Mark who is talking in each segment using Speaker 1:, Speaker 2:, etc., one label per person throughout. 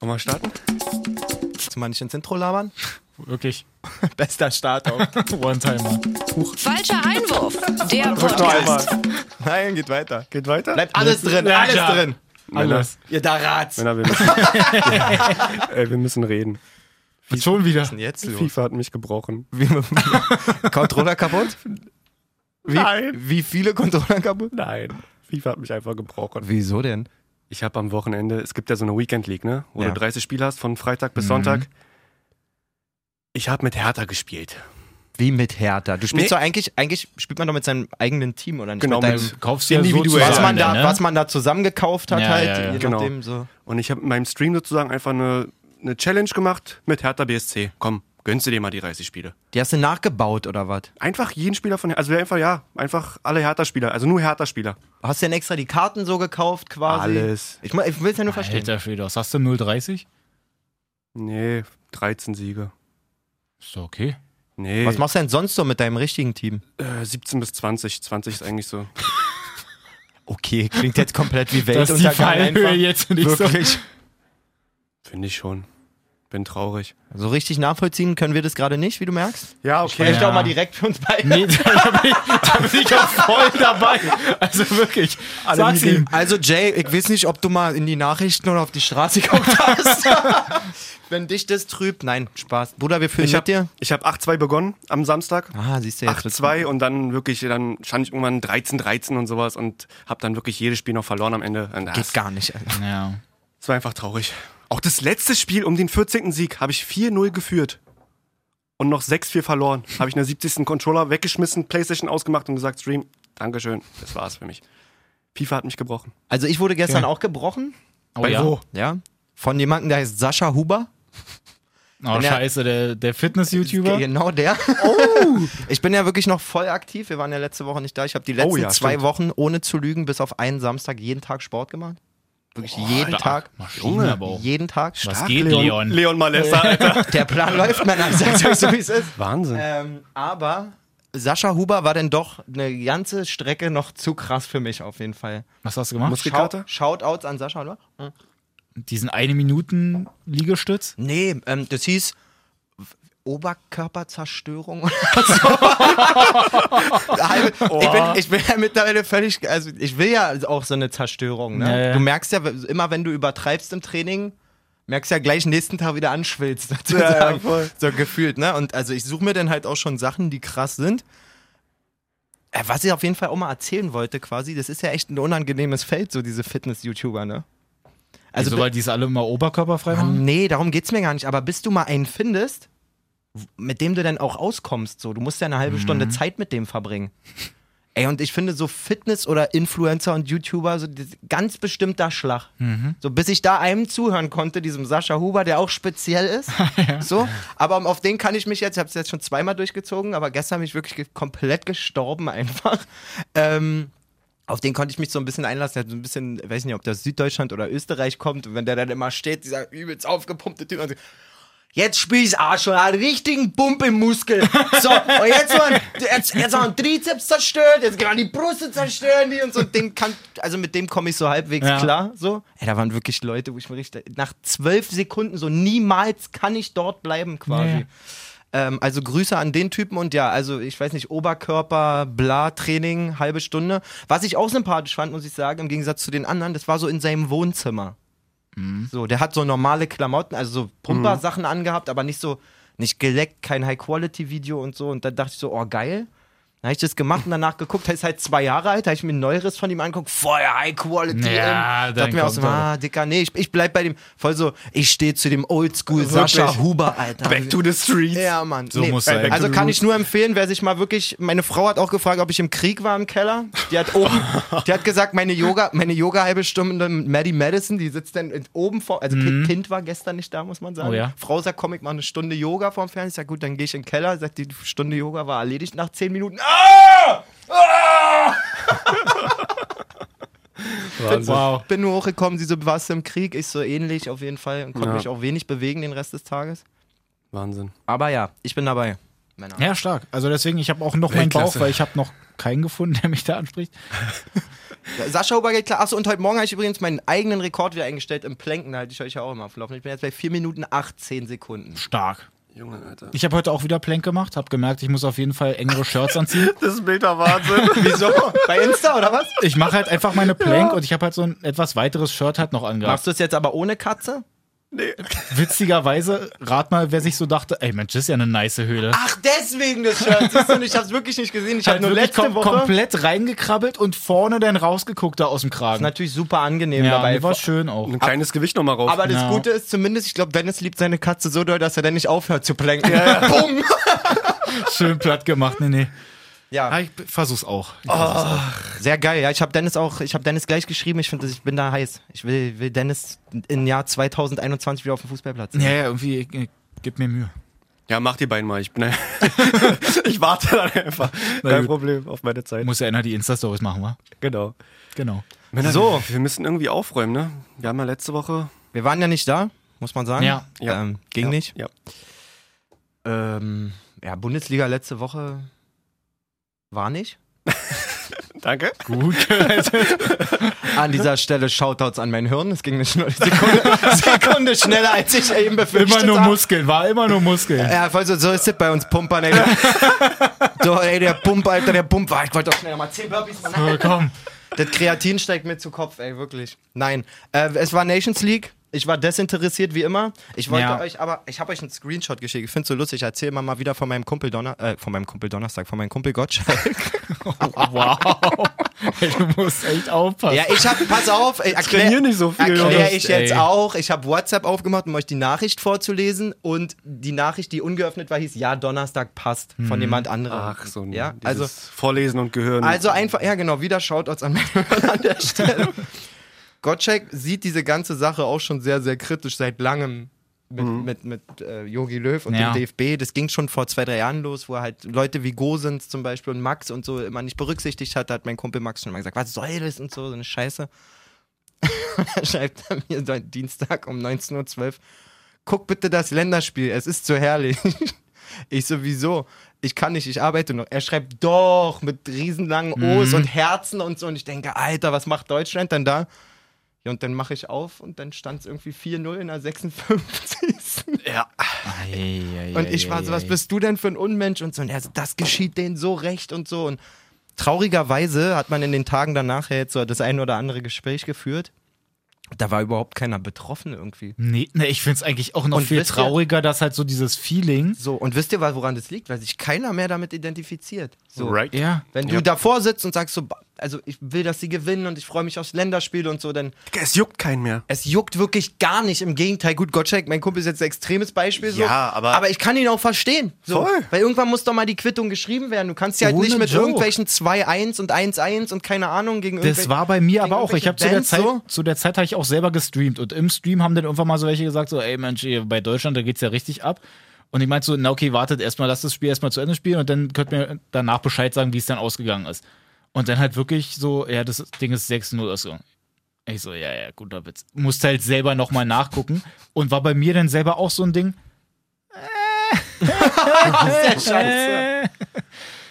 Speaker 1: Wollen wir starten?
Speaker 2: Willst du mal nicht ins Intro labern?
Speaker 3: Wirklich.
Speaker 2: Bester Start auch.
Speaker 3: One-Timer.
Speaker 4: Falscher Einwurf, der
Speaker 2: Drück noch
Speaker 4: Podcast.
Speaker 2: einmal. Nein, geht weiter.
Speaker 1: Geht weiter?
Speaker 2: Bleibt alles drin, alles
Speaker 3: ja.
Speaker 2: drin.
Speaker 3: Alles.
Speaker 2: Ihr da Rats.
Speaker 1: Männer, wir müssen, äh, wir müssen reden.
Speaker 3: Und schon wieder.
Speaker 2: denn jetzt los?
Speaker 1: FIFA hat mich gebrochen.
Speaker 2: Controller kaputt? Wie,
Speaker 1: Nein.
Speaker 2: Wie viele Controller kaputt? Oh
Speaker 1: Nein. FIFA hat mich einfach gebrochen.
Speaker 2: Wieso denn?
Speaker 1: Ich habe am Wochenende, es gibt ja so eine Weekend League, ne? Wo
Speaker 2: Ja.
Speaker 1: du 30 Spiele hast, von Freitag bis Sonntag. Mhm. Ich habe mit Hertha gespielt.
Speaker 2: Wie mit Hertha. Du spielst
Speaker 1: Nee.
Speaker 2: doch eigentlich, eigentlich spielt man doch mit seinem eigenen Team, oder nicht?
Speaker 1: Genau,
Speaker 2: mit deinem,
Speaker 1: mit-
Speaker 3: Kaufst du ja
Speaker 1: Individuell.
Speaker 3: so
Speaker 2: was, man da,
Speaker 3: zusammen, ne?
Speaker 2: was man da zusammengekauft hat,
Speaker 3: Ja,
Speaker 2: halt.
Speaker 3: ja, ja.
Speaker 2: Je
Speaker 1: Genau.
Speaker 2: nachdem so.
Speaker 1: Und ich habe in meinem Stream sozusagen einfach eine, eine Challenge gemacht mit Hertha BSC. Komm, gönnst du dir mal die 30 Spiele.
Speaker 2: Die hast du nachgebaut, oder was?
Speaker 1: Einfach jeden Spieler von, also einfach, ja, einfach alle Hertha-Spieler, also nur Hertha-Spieler.
Speaker 2: Hast du denn extra die Karten so gekauft, quasi?
Speaker 1: Alles.
Speaker 2: Ich, mein, ich will es ja nur verstehen.
Speaker 3: Alter Schwede, was hast du 0,30?
Speaker 1: Nee, 13 Siege.
Speaker 3: Ist doch okay.
Speaker 1: Nee.
Speaker 2: Was machst du denn sonst so mit deinem richtigen Team?
Speaker 1: Äh, 17 bis 20. 20 ist eigentlich so.
Speaker 2: Okay, klingt jetzt komplett wie
Speaker 3: Dass die
Speaker 2: Weltuntergang
Speaker 3: Fallhöhe
Speaker 2: einfach.
Speaker 3: jetzt nicht
Speaker 2: Wirklich.
Speaker 1: Finde ich schon. Bin traurig.
Speaker 2: So Also richtig nachvollziehen können wir das gerade nicht, wie du merkst.
Speaker 1: Ja,
Speaker 2: Kann ich
Speaker 3: Ja.
Speaker 2: doch mal direkt für uns beide.
Speaker 3: so. Nee, da bin ich, da bin ich auch voll dabei. Also wirklich. Sag's
Speaker 2: Liebe.
Speaker 3: ihm.
Speaker 2: Also Jay, ich weiß nicht, ob du mal in die Nachrichten oder auf die Straße geguckt hast. Wenn dich das trübt, nein, Spaß. Bruder, wir fühlen
Speaker 1: Ich
Speaker 2: mit dir.
Speaker 1: habe hab 8-2 begonnen am Samstag.
Speaker 2: Ah, siehst du jetzt. wird's-
Speaker 1: 8-2 und dann wirklich, dann stand ich irgendwann 13-13 und sowas und hab dann wirklich jedes Spiel noch verloren am Ende. Und
Speaker 2: Geht
Speaker 1: das,
Speaker 2: gar nicht. Alter.
Speaker 3: Ja.
Speaker 1: das war einfach traurig. Auch das letzte Spiel um den 14. Sieg habe ich 4-0 geführt. Und noch 6-4 verloren. Habe ich in der 70. Controller weggeschmissen, Playstation ausgemacht und gesagt, Stream, Dankeschön, das war's für mich. FIFA hat mich gebrochen.
Speaker 2: Also ich wurde gestern
Speaker 3: Ja.
Speaker 2: auch gebrochen,
Speaker 3: Oh,
Speaker 1: Bei
Speaker 3: ja.
Speaker 1: wo?
Speaker 2: ja, von jemandem, der heißt Sascha Huber.
Speaker 3: Oh,
Speaker 2: der-
Speaker 3: scheiße, der, der Fitness-YouTuber.
Speaker 2: Genau der.
Speaker 3: Oh!
Speaker 2: Ich bin ja wirklich noch voll aktiv. Wir waren ja letzte Woche nicht da. Ich habe die letzten
Speaker 1: ja,
Speaker 2: zwei
Speaker 1: stimmt.
Speaker 2: Wochen ohne zu lügen bis auf einen Samstag jeden Tag Sport gemacht. Wirklich jeden
Speaker 3: Stark.
Speaker 2: Tag.
Speaker 3: Maschine, aber auch.
Speaker 2: Jeden Tag.
Speaker 3: Was
Speaker 1: Ach,
Speaker 3: geht, Leon?
Speaker 1: Leon Malessa, Alter.
Speaker 2: Der Plan läuft, Männer. Ich sag's euch so, wie es ist.
Speaker 1: Wahnsinn.
Speaker 2: Ähm, aber Sascha Huber war dann doch eine ganze Strecke noch zu krass für mich auf jeden Fall.
Speaker 3: Was hast du gemacht?
Speaker 1: Muskel- Muskelkater?
Speaker 2: Shoutouts an Sascha, oder?
Speaker 3: Diesen eine Minuten Liegestütz?
Speaker 2: Nee, ähm, das hieß Oberkörperzerstörung oder so. Halbe- ich, bin, ich bin ja mittlerweile völlig, also ich will ja auch so eine Zerstörung. Ne?
Speaker 3: Ja, ja.
Speaker 2: Du merkst ja immer, wenn du übertreibst im Training, merkst ja gleich nächsten Tag wieder anschwillst.
Speaker 1: Ja, ja,
Speaker 2: sozusagen.
Speaker 1: voll.
Speaker 2: so gefühlt, ne? Und also ich suche mir dann halt auch schon Sachen, die krass sind. Äh, Was ich auf jeden Fall auch mal erzählen wollte, quasi, das ist ja echt ein unangenehmes Feld, so diese Fitness-YouTuber, ne?
Speaker 3: Also,
Speaker 2: bi-
Speaker 3: weil die es alle immer oberkörperfrei machen?
Speaker 2: Nee, darum geht's mir gar nicht. Aber bis du mal einen findest, w- mit dem du dann auch auskommst, so, du musst ja eine halbe Stunde Zeit mit dem verbringen. Ey, und ich finde so Fitness oder Influencer und YouTuber, so das- ganz bestimmter Schlag. So, bis ich da einem zuhören konnte, diesem Sascha Huber, der auch speziell ist. So, aber um, auf den kann ich mich jetzt, ich habe es jetzt schon zweimal durchgezogen, aber gestern bin ich wirklich ge- komplett gestorben einfach. Ähm, auf den konnte ich mich so ein bisschen einlassen. Der hat so ein bisschen, weiß nicht, ob das Süddeutschland oder Österreich kommt. Und wenn der dann immer steht, dieser übelst aufgepumpte Typ, und so, jetzt spiel ich's Arsch schon, einen richtigen Pump im Muskel. So, und jetzt mal, jetzt, jetzt mal einen Trizeps zerstört, jetzt gerade die Brust zerstören die und so. Und den kann, also mit dem komme ich so halbwegs
Speaker 3: Ja.
Speaker 2: klar. So. Ey, da waren wirklich Leute, wo ich mir richtig, nach zwölf Sekunden so, niemals kann ich dort bleiben quasi.
Speaker 3: Nee.
Speaker 2: Ähm, also Grüße an den Typen und ja, also ich weiß nicht, Oberkörper, bla, Training, halbe Stunde. Was ich auch sympathisch fand, muss ich sagen, im Gegensatz zu den anderen, das war so in seinem Wohnzimmer.
Speaker 3: Mhm.
Speaker 2: So, der hat so normale Klamotten, also so Pumper-Sachen angehabt, aber nicht so, nicht geleckt, kein High-Quality-Video und so. Und dann dachte ich so, oh geil. Dann habe ich das gemacht und danach geguckt, er ist halt zwei Jahre alt, habe ich mir ein neueres von ihm angeguckt, voll High-Quality.
Speaker 3: Ja,
Speaker 2: ähm,
Speaker 3: dann
Speaker 2: dachte mir auch so,
Speaker 3: kommt er.
Speaker 2: ah, Dicker, nee, ich, ich bleib bei dem, voll so, ich stehe zu dem Oldschool-Sascha
Speaker 1: Wirklich.
Speaker 2: Huber, Alter.
Speaker 1: Back to the streets.
Speaker 2: Ja, Mann.
Speaker 3: So muss sein.
Speaker 2: Also kann ich nur empfehlen, wer sich mal wirklich. Meine Frau hat auch gefragt, ob ich im Krieg war im Keller. Die hat oben, die hat gesagt, meine Yoga, meine Yoga halbe Stunde mit Maddie Madison, die sitzt dann in- oben vor. Also Kind- Kind war gestern nicht da, muss man sagen.
Speaker 3: Oh ja.
Speaker 2: Frau sagt, komm, ich mach eine Stunde Yoga vorm Fernsehen. Ich sag, gut, dann gehe ich in den Keller. Sagt, die Stunde Yoga war erledigt nach zehn Minuten. Ah! Ah!
Speaker 3: Wow.
Speaker 2: Bin nur hochgekommen, sie so, warst du im Krieg? Ich so ähnlich auf jeden Fall und konnte
Speaker 1: Ja.
Speaker 2: mich auch wenig bewegen den Rest des Tages.
Speaker 1: Wahnsinn.
Speaker 2: Aber ja, ich bin dabei. Männer.
Speaker 3: Ja, stark. Also deswegen, ich habe auch noch meinen Bauch,
Speaker 1: Weltklasse.
Speaker 3: weil ich habe noch keinen gefunden, der mich da anspricht.
Speaker 2: Sascha Huber geht klar. Achso, und heute Morgen habe ich übrigens meinen eigenen Rekord wieder eingestellt im Planken. Da halte ich euch ja auch immer auf dem Laufen. Ich bin jetzt bei 4 Minuten 18 Sekunden.
Speaker 3: Stark.
Speaker 1: Junge, Alter.
Speaker 3: Ich habe heute auch wieder Plank gemacht, habe gemerkt, ich muss auf jeden Fall engere Shirts anziehen.
Speaker 1: Das ist Meta-Wahnsinn.
Speaker 2: Wieso? bei Insta oder was?
Speaker 3: Ich mache halt einfach meine Plank und ich habe halt so ein etwas weiteres Shirt halt noch angehabt.
Speaker 2: Machst du es jetzt aber ohne Katze?
Speaker 1: nee.
Speaker 3: Witzigerweise, rat mal, wer sich so dachte, ey Mensch, das ist ja eine nice Höhle.
Speaker 2: Ach, deswegen das Shirt. Siehst du, und ich habe es wirklich nicht gesehen. Ich habe
Speaker 3: Halt
Speaker 2: Ah, nur
Speaker 3: wirklich
Speaker 2: letzte
Speaker 3: kom
Speaker 2: Woche.
Speaker 3: komplett reingekrabbelt und vorne dann rausgeguckt da aus dem
Speaker 2: Ist
Speaker 3: Kragen.
Speaker 2: natürlich super angenehm
Speaker 3: ja,
Speaker 2: dabei.
Speaker 3: mir war schön auch.
Speaker 1: Ein kleines Gewicht nochmal rauf.
Speaker 2: Aber das
Speaker 3: Ja.
Speaker 2: Gute ist zumindest, ich glaube, Dennis liebt seine Katze so doll, dass er dann nicht aufhört zu planken. Ja, ja. Bumm.
Speaker 3: Schön platt gemacht. Nee, nee.
Speaker 2: ja,
Speaker 3: Ah, ich versuch's auch. Ich
Speaker 2: Oh. sehr geil. Ja, ich habe Dennis auch, ich habe Dennis gleich geschrieben. Ich finde, ich bin da heiß. Ich will, will Dennis im Jahr 2021 wieder auf dem Fußballplatz.
Speaker 3: Ja, ja, irgendwie, äh, gib mir Mühe.
Speaker 1: Ja, mach die beiden mal. Ich, bin, ich warte dann einfach.
Speaker 3: Na
Speaker 1: Kein
Speaker 3: gut.
Speaker 1: Problem, auf meine Zeit.
Speaker 3: Muss ja einer die Insta-Stories machen, wa?
Speaker 1: Genau.
Speaker 3: Genau.
Speaker 1: Männer,
Speaker 2: So.
Speaker 1: wir, wir müssen irgendwie aufräumen, ne? Wir haben ja letzte Woche.
Speaker 2: Wir waren ja nicht da, muss man sagen.
Speaker 3: Ja.
Speaker 1: Ja.
Speaker 2: Ähm, ging
Speaker 1: ja,
Speaker 2: nicht.
Speaker 1: Ja.
Speaker 2: Ähm, ja, Bundesliga letzte Woche war nicht.
Speaker 1: Danke.
Speaker 3: Gut. Also,
Speaker 2: An dieser Stelle Shoutouts an mein Hirn. Es ging nicht nur eine Sekunde, Sekunde schneller, als ich eben befürchtet
Speaker 3: immer nur
Speaker 2: habe.
Speaker 3: Muskeln, war immer nur Muskeln.
Speaker 2: Ja, voll so, so ist es bei uns Pumpern, ey. so, ey, der Pump, Alter, der Pump. Ah, Ich wollte doch schnell mal 10 Burpees machen.
Speaker 3: So, Äh, komm.
Speaker 2: Das Kreatin steigt mir zu Kopf, ey, wirklich. Nein, äh, es war Nations League. Ich war desinteressiert wie immer. Ich wollte
Speaker 3: Ja.
Speaker 2: euch aber, ich habe euch einen Screenshot geschickt. Ich finde es so lustig. Ich erzähle mal, mal wieder von meinem Kumpel Donner, äh, von meinem Kumpel Donnerstag, von meinem Kumpel Gottschalk.
Speaker 3: Wow. Ey, du musst echt aufpassen.
Speaker 2: ja, ich habe, pass auf, ich
Speaker 1: Trainier nicht so viel,
Speaker 2: Erkläre
Speaker 3: Jonas,
Speaker 2: ich jetzt
Speaker 3: ey.
Speaker 2: auch. Ich habe WhatsApp aufgemacht, um euch die Nachricht vorzulesen. Und die Nachricht, die ungeöffnet war, hieß: Ja, Donnerstag passt.
Speaker 1: Hm.
Speaker 2: Von jemand anderem.
Speaker 1: Ach, so ein
Speaker 2: Ja,
Speaker 1: dieses
Speaker 2: also,
Speaker 1: Vorlesen und Gehören.
Speaker 2: also einfach, ja, genau, wieder Shoutouts an meine Hörer an der Stelle. Gottschalk sieht diese ganze Sache auch schon sehr, sehr kritisch seit langem. Mit, mit, mit äh, Jogi Löw und
Speaker 3: Ja.
Speaker 2: dem DFB. Das ging schon vor zwei, drei Jahren los, wo er halt Leute wie Gosens zum Beispiel und Max und so immer nicht berücksichtigt hat. Da hat mein Kumpel Max schon mal gesagt, was soll das und so, so eine Scheiße. Dann schreibt er mir dann Dienstag um 19.12 Uhr, guck bitte das Länderspiel, es ist so herrlich. Ich sowieso, ich kann nicht, ich arbeite noch. Er schreibt doch mit riesenlangen O's und Herzen und so. Und ich denke, Alter, was macht Deutschland denn da? Ja, und dann mache ich auf und dann stand es irgendwie 4-0 in der 56.
Speaker 1: Ja.
Speaker 2: Und ich war so, was bist du denn für ein Unmensch und so. Und er so, das geschieht denen so recht und so. Und traurigerweise hat man in den Tagen danach ja jetzt so das ein oder andere Gespräch geführt. Da war überhaupt keiner betroffen irgendwie.
Speaker 1: Hm.
Speaker 3: Nee, nee, ich find's eigentlich auch noch
Speaker 2: Und
Speaker 3: viel
Speaker 2: wisst ihr-
Speaker 3: trauriger, dass halt so dieses Feeling.
Speaker 2: So, und wisst ihr, woran das liegt? Weil sich keiner mehr damit identifiziert. So.
Speaker 1: Right.
Speaker 3: Ja.
Speaker 2: Wenn du
Speaker 1: Ja.
Speaker 2: davor sitzt und sagst so, ba- also ich will, dass sie gewinnen und ich freue mich aufs Länderspiel und so, dann
Speaker 1: Es juckt keinen mehr.
Speaker 2: es juckt wirklich gar nicht. Im Gegenteil, gut, Gottschalk, mein Kumpel ist jetzt ein extremes Beispiel so.
Speaker 1: Ja, aber-
Speaker 2: aber ich kann ihn auch verstehen. So.
Speaker 1: Voll.
Speaker 2: Weil irgendwann muss doch mal die Quittung geschrieben werden. Du kannst ja halt
Speaker 3: Ohne
Speaker 2: nicht mit
Speaker 3: Joke.
Speaker 2: irgendwelchen 2-1 und 1-1 und keine Ahnung gegen
Speaker 3: Das
Speaker 2: irgendwel-
Speaker 3: war bei mir
Speaker 2: gegen
Speaker 3: aber auch. Ich habe zu der
Speaker 2: irgendwelche
Speaker 3: Zeit,
Speaker 2: Bands
Speaker 3: zu der Zeit habe ich auch selber gestreamt und im Stream haben dann irgendwann mal so welche gesagt so, ey Mensch, ihr, bei Deutschland da geht's ja richtig ab. Und ich meinte so, na okay, wartet erstmal, lasst das Spiel erstmal zu Ende spielen und dann könnt ihr mir danach Bescheid sagen, wie es dann ausgegangen ist. Und dann halt wirklich so, ja, das Ding ist 6-0 ausgegangen. Ich so, ja, ja, guter Witz. Musste halt selber nochmal nachgucken und war bei mir dann selber auch so ein Ding.
Speaker 2: so. Scheiße.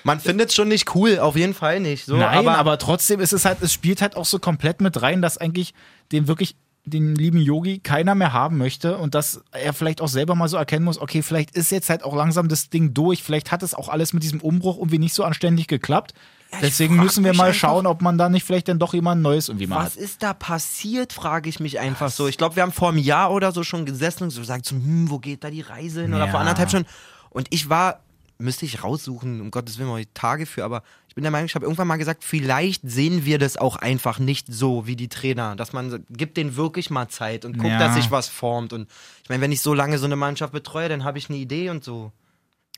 Speaker 2: Man findet es schon nicht cool, auf jeden Fall nicht. So,
Speaker 3: Nein,
Speaker 2: aber,
Speaker 3: aber, trotzdem ist es halt, es spielt halt auch so komplett mit rein, dass eigentlich den wirklich, den lieben Yogi keiner mehr haben möchte und dass er vielleicht auch selber mal so erkennen muss, okay, vielleicht ist jetzt halt auch langsam das Ding durch, vielleicht hat es auch alles mit diesem Umbruch irgendwie nicht so anständig geklappt. Deswegen
Speaker 2: frag
Speaker 3: müssen wir
Speaker 2: mich
Speaker 3: mal
Speaker 2: einfach-
Speaker 3: schauen, ob man da nicht vielleicht dann doch jemand Neues irgendwie mal
Speaker 2: Was
Speaker 3: hat.
Speaker 2: ist da passiert, frage ich mich einfach so. Ich glaube, wir haben vor einem Jahr oder so schon gesessen und so gesagt, so, hm, wo geht da die Reise hin? Oder
Speaker 3: Ja.
Speaker 2: vor anderthalb Stunden. Und ich war, müsste ich raussuchen, um Gottes Willen, die Tage für, aber ich bin der Meinung, ich habe irgendwann mal gesagt, vielleicht sehen wir das auch einfach nicht so wie die Trainer. Dass man, so- gibt denen wirklich mal Zeit und guckt,
Speaker 3: Ja.
Speaker 2: dass sich was formt. Und ich meine, wenn ich so lange so eine Mannschaft betreue, dann habe ich eine Idee und so.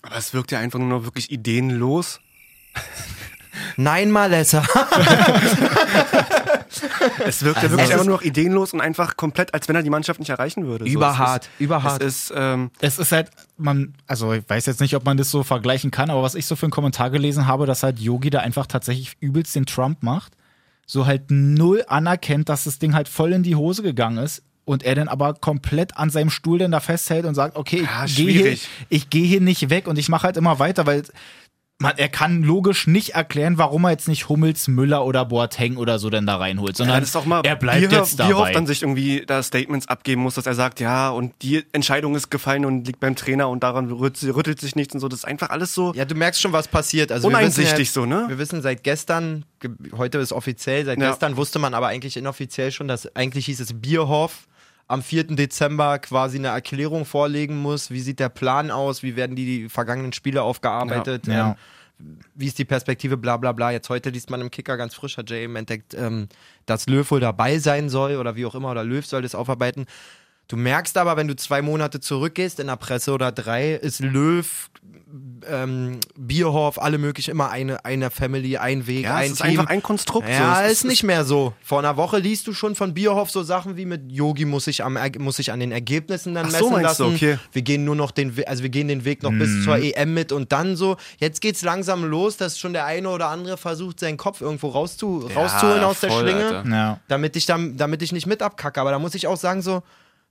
Speaker 1: Aber es wirkt ja einfach nur noch wirklich ideenlos.
Speaker 2: Nein, Malessa.
Speaker 1: Es wirkt ja wirklich einfach nur noch ideenlos und einfach komplett, als wenn er die Mannschaft nicht erreichen würde. So,
Speaker 2: Überhart,
Speaker 1: es ist-
Speaker 2: überhart.
Speaker 1: Es ist, ähm,
Speaker 3: Es ist halt, man, also ich weiß jetzt nicht, ob man das so vergleichen kann, aber was ich so für einen Kommentar gelesen habe, dass halt Yogi da einfach tatsächlich übelst den Trump macht, so halt null anerkennt, dass das Ding halt voll in die Hose gegangen ist und er dann aber komplett an seinem Stuhl denn da festhält und sagt, okay,
Speaker 1: Ja,
Speaker 3: ich gehe hier,
Speaker 1: schwierig.
Speaker 3: ich gehe hier nicht weg und ich mache halt immer weiter, weil man, er kann logisch nicht erklären, warum er jetzt nicht Hummels, Müller oder Boateng oder so denn da reinholt, sondern
Speaker 1: Dann ist doch mal
Speaker 3: er bleibt
Speaker 1: Bierhoff-
Speaker 3: jetzt dabei.
Speaker 1: Bierhoff dann sich irgendwie da Statements abgeben muss, dass er sagt, ja, und die Entscheidung ist gefallen und liegt beim Trainer und daran rüt- rüttelt sich nichts und so. Das ist einfach alles so.
Speaker 2: Ja, du merkst schon, was passiert. Also wir
Speaker 1: Uneinsichtig
Speaker 2: wissen
Speaker 1: so, ne?
Speaker 2: Wir wissen seit gestern, ge- heute ist offiziell, seit
Speaker 1: Ja.
Speaker 2: gestern wusste man aber eigentlich inoffiziell schon, dass eigentlich hieß es Bierhoff am 4. Dezember quasi eine Erklärung vorlegen muss. Wie sieht der Plan aus? Wie werden die, die vergangenen Spiele aufgearbeitet?
Speaker 3: Ja, ja.
Speaker 2: Ähm, wie ist die Perspektive? Bla bla bla. Jetzt heute liest man im Kicker ganz frisch, hat Jay eben entdeckt, ähm, dass Löw wohl dabei sein soll oder wie auch immer, oder Löw soll das aufarbeiten. Du merkst aber, wenn du zwei Monate zurückgehst in der Presse oder drei, ist Löw, ähm, Bierhoff, alle möglich immer eine, eine Family, ein Weg,
Speaker 1: Ja,
Speaker 2: ein
Speaker 1: es ist
Speaker 2: Team.
Speaker 1: einfach ein Konstrukt. so.
Speaker 2: ja,
Speaker 1: Es
Speaker 2: ist nicht mehr so. Vor einer Woche liest du schon von Bierhoff so Sachen wie mit Yogi muss ich, am, Erg- muss ich an den Ergebnissen dann
Speaker 1: Ach so,
Speaker 2: messen
Speaker 1: meinst
Speaker 2: lassen.
Speaker 1: du, okay. Mhm.
Speaker 2: Wir gehen nur noch den, We- also wir gehen den Weg noch bis zur EM mit und dann so. Jetzt geht's langsam los, dass schon der eine oder andere versucht, seinen Kopf irgendwo rauszu, rauszuholen aus der
Speaker 5: voll,
Speaker 2: Schlinge
Speaker 5: Alter.
Speaker 3: ja.
Speaker 2: damit ich, dann, damit ich nicht mit abkacke. Aber da muss ich auch sagen, so,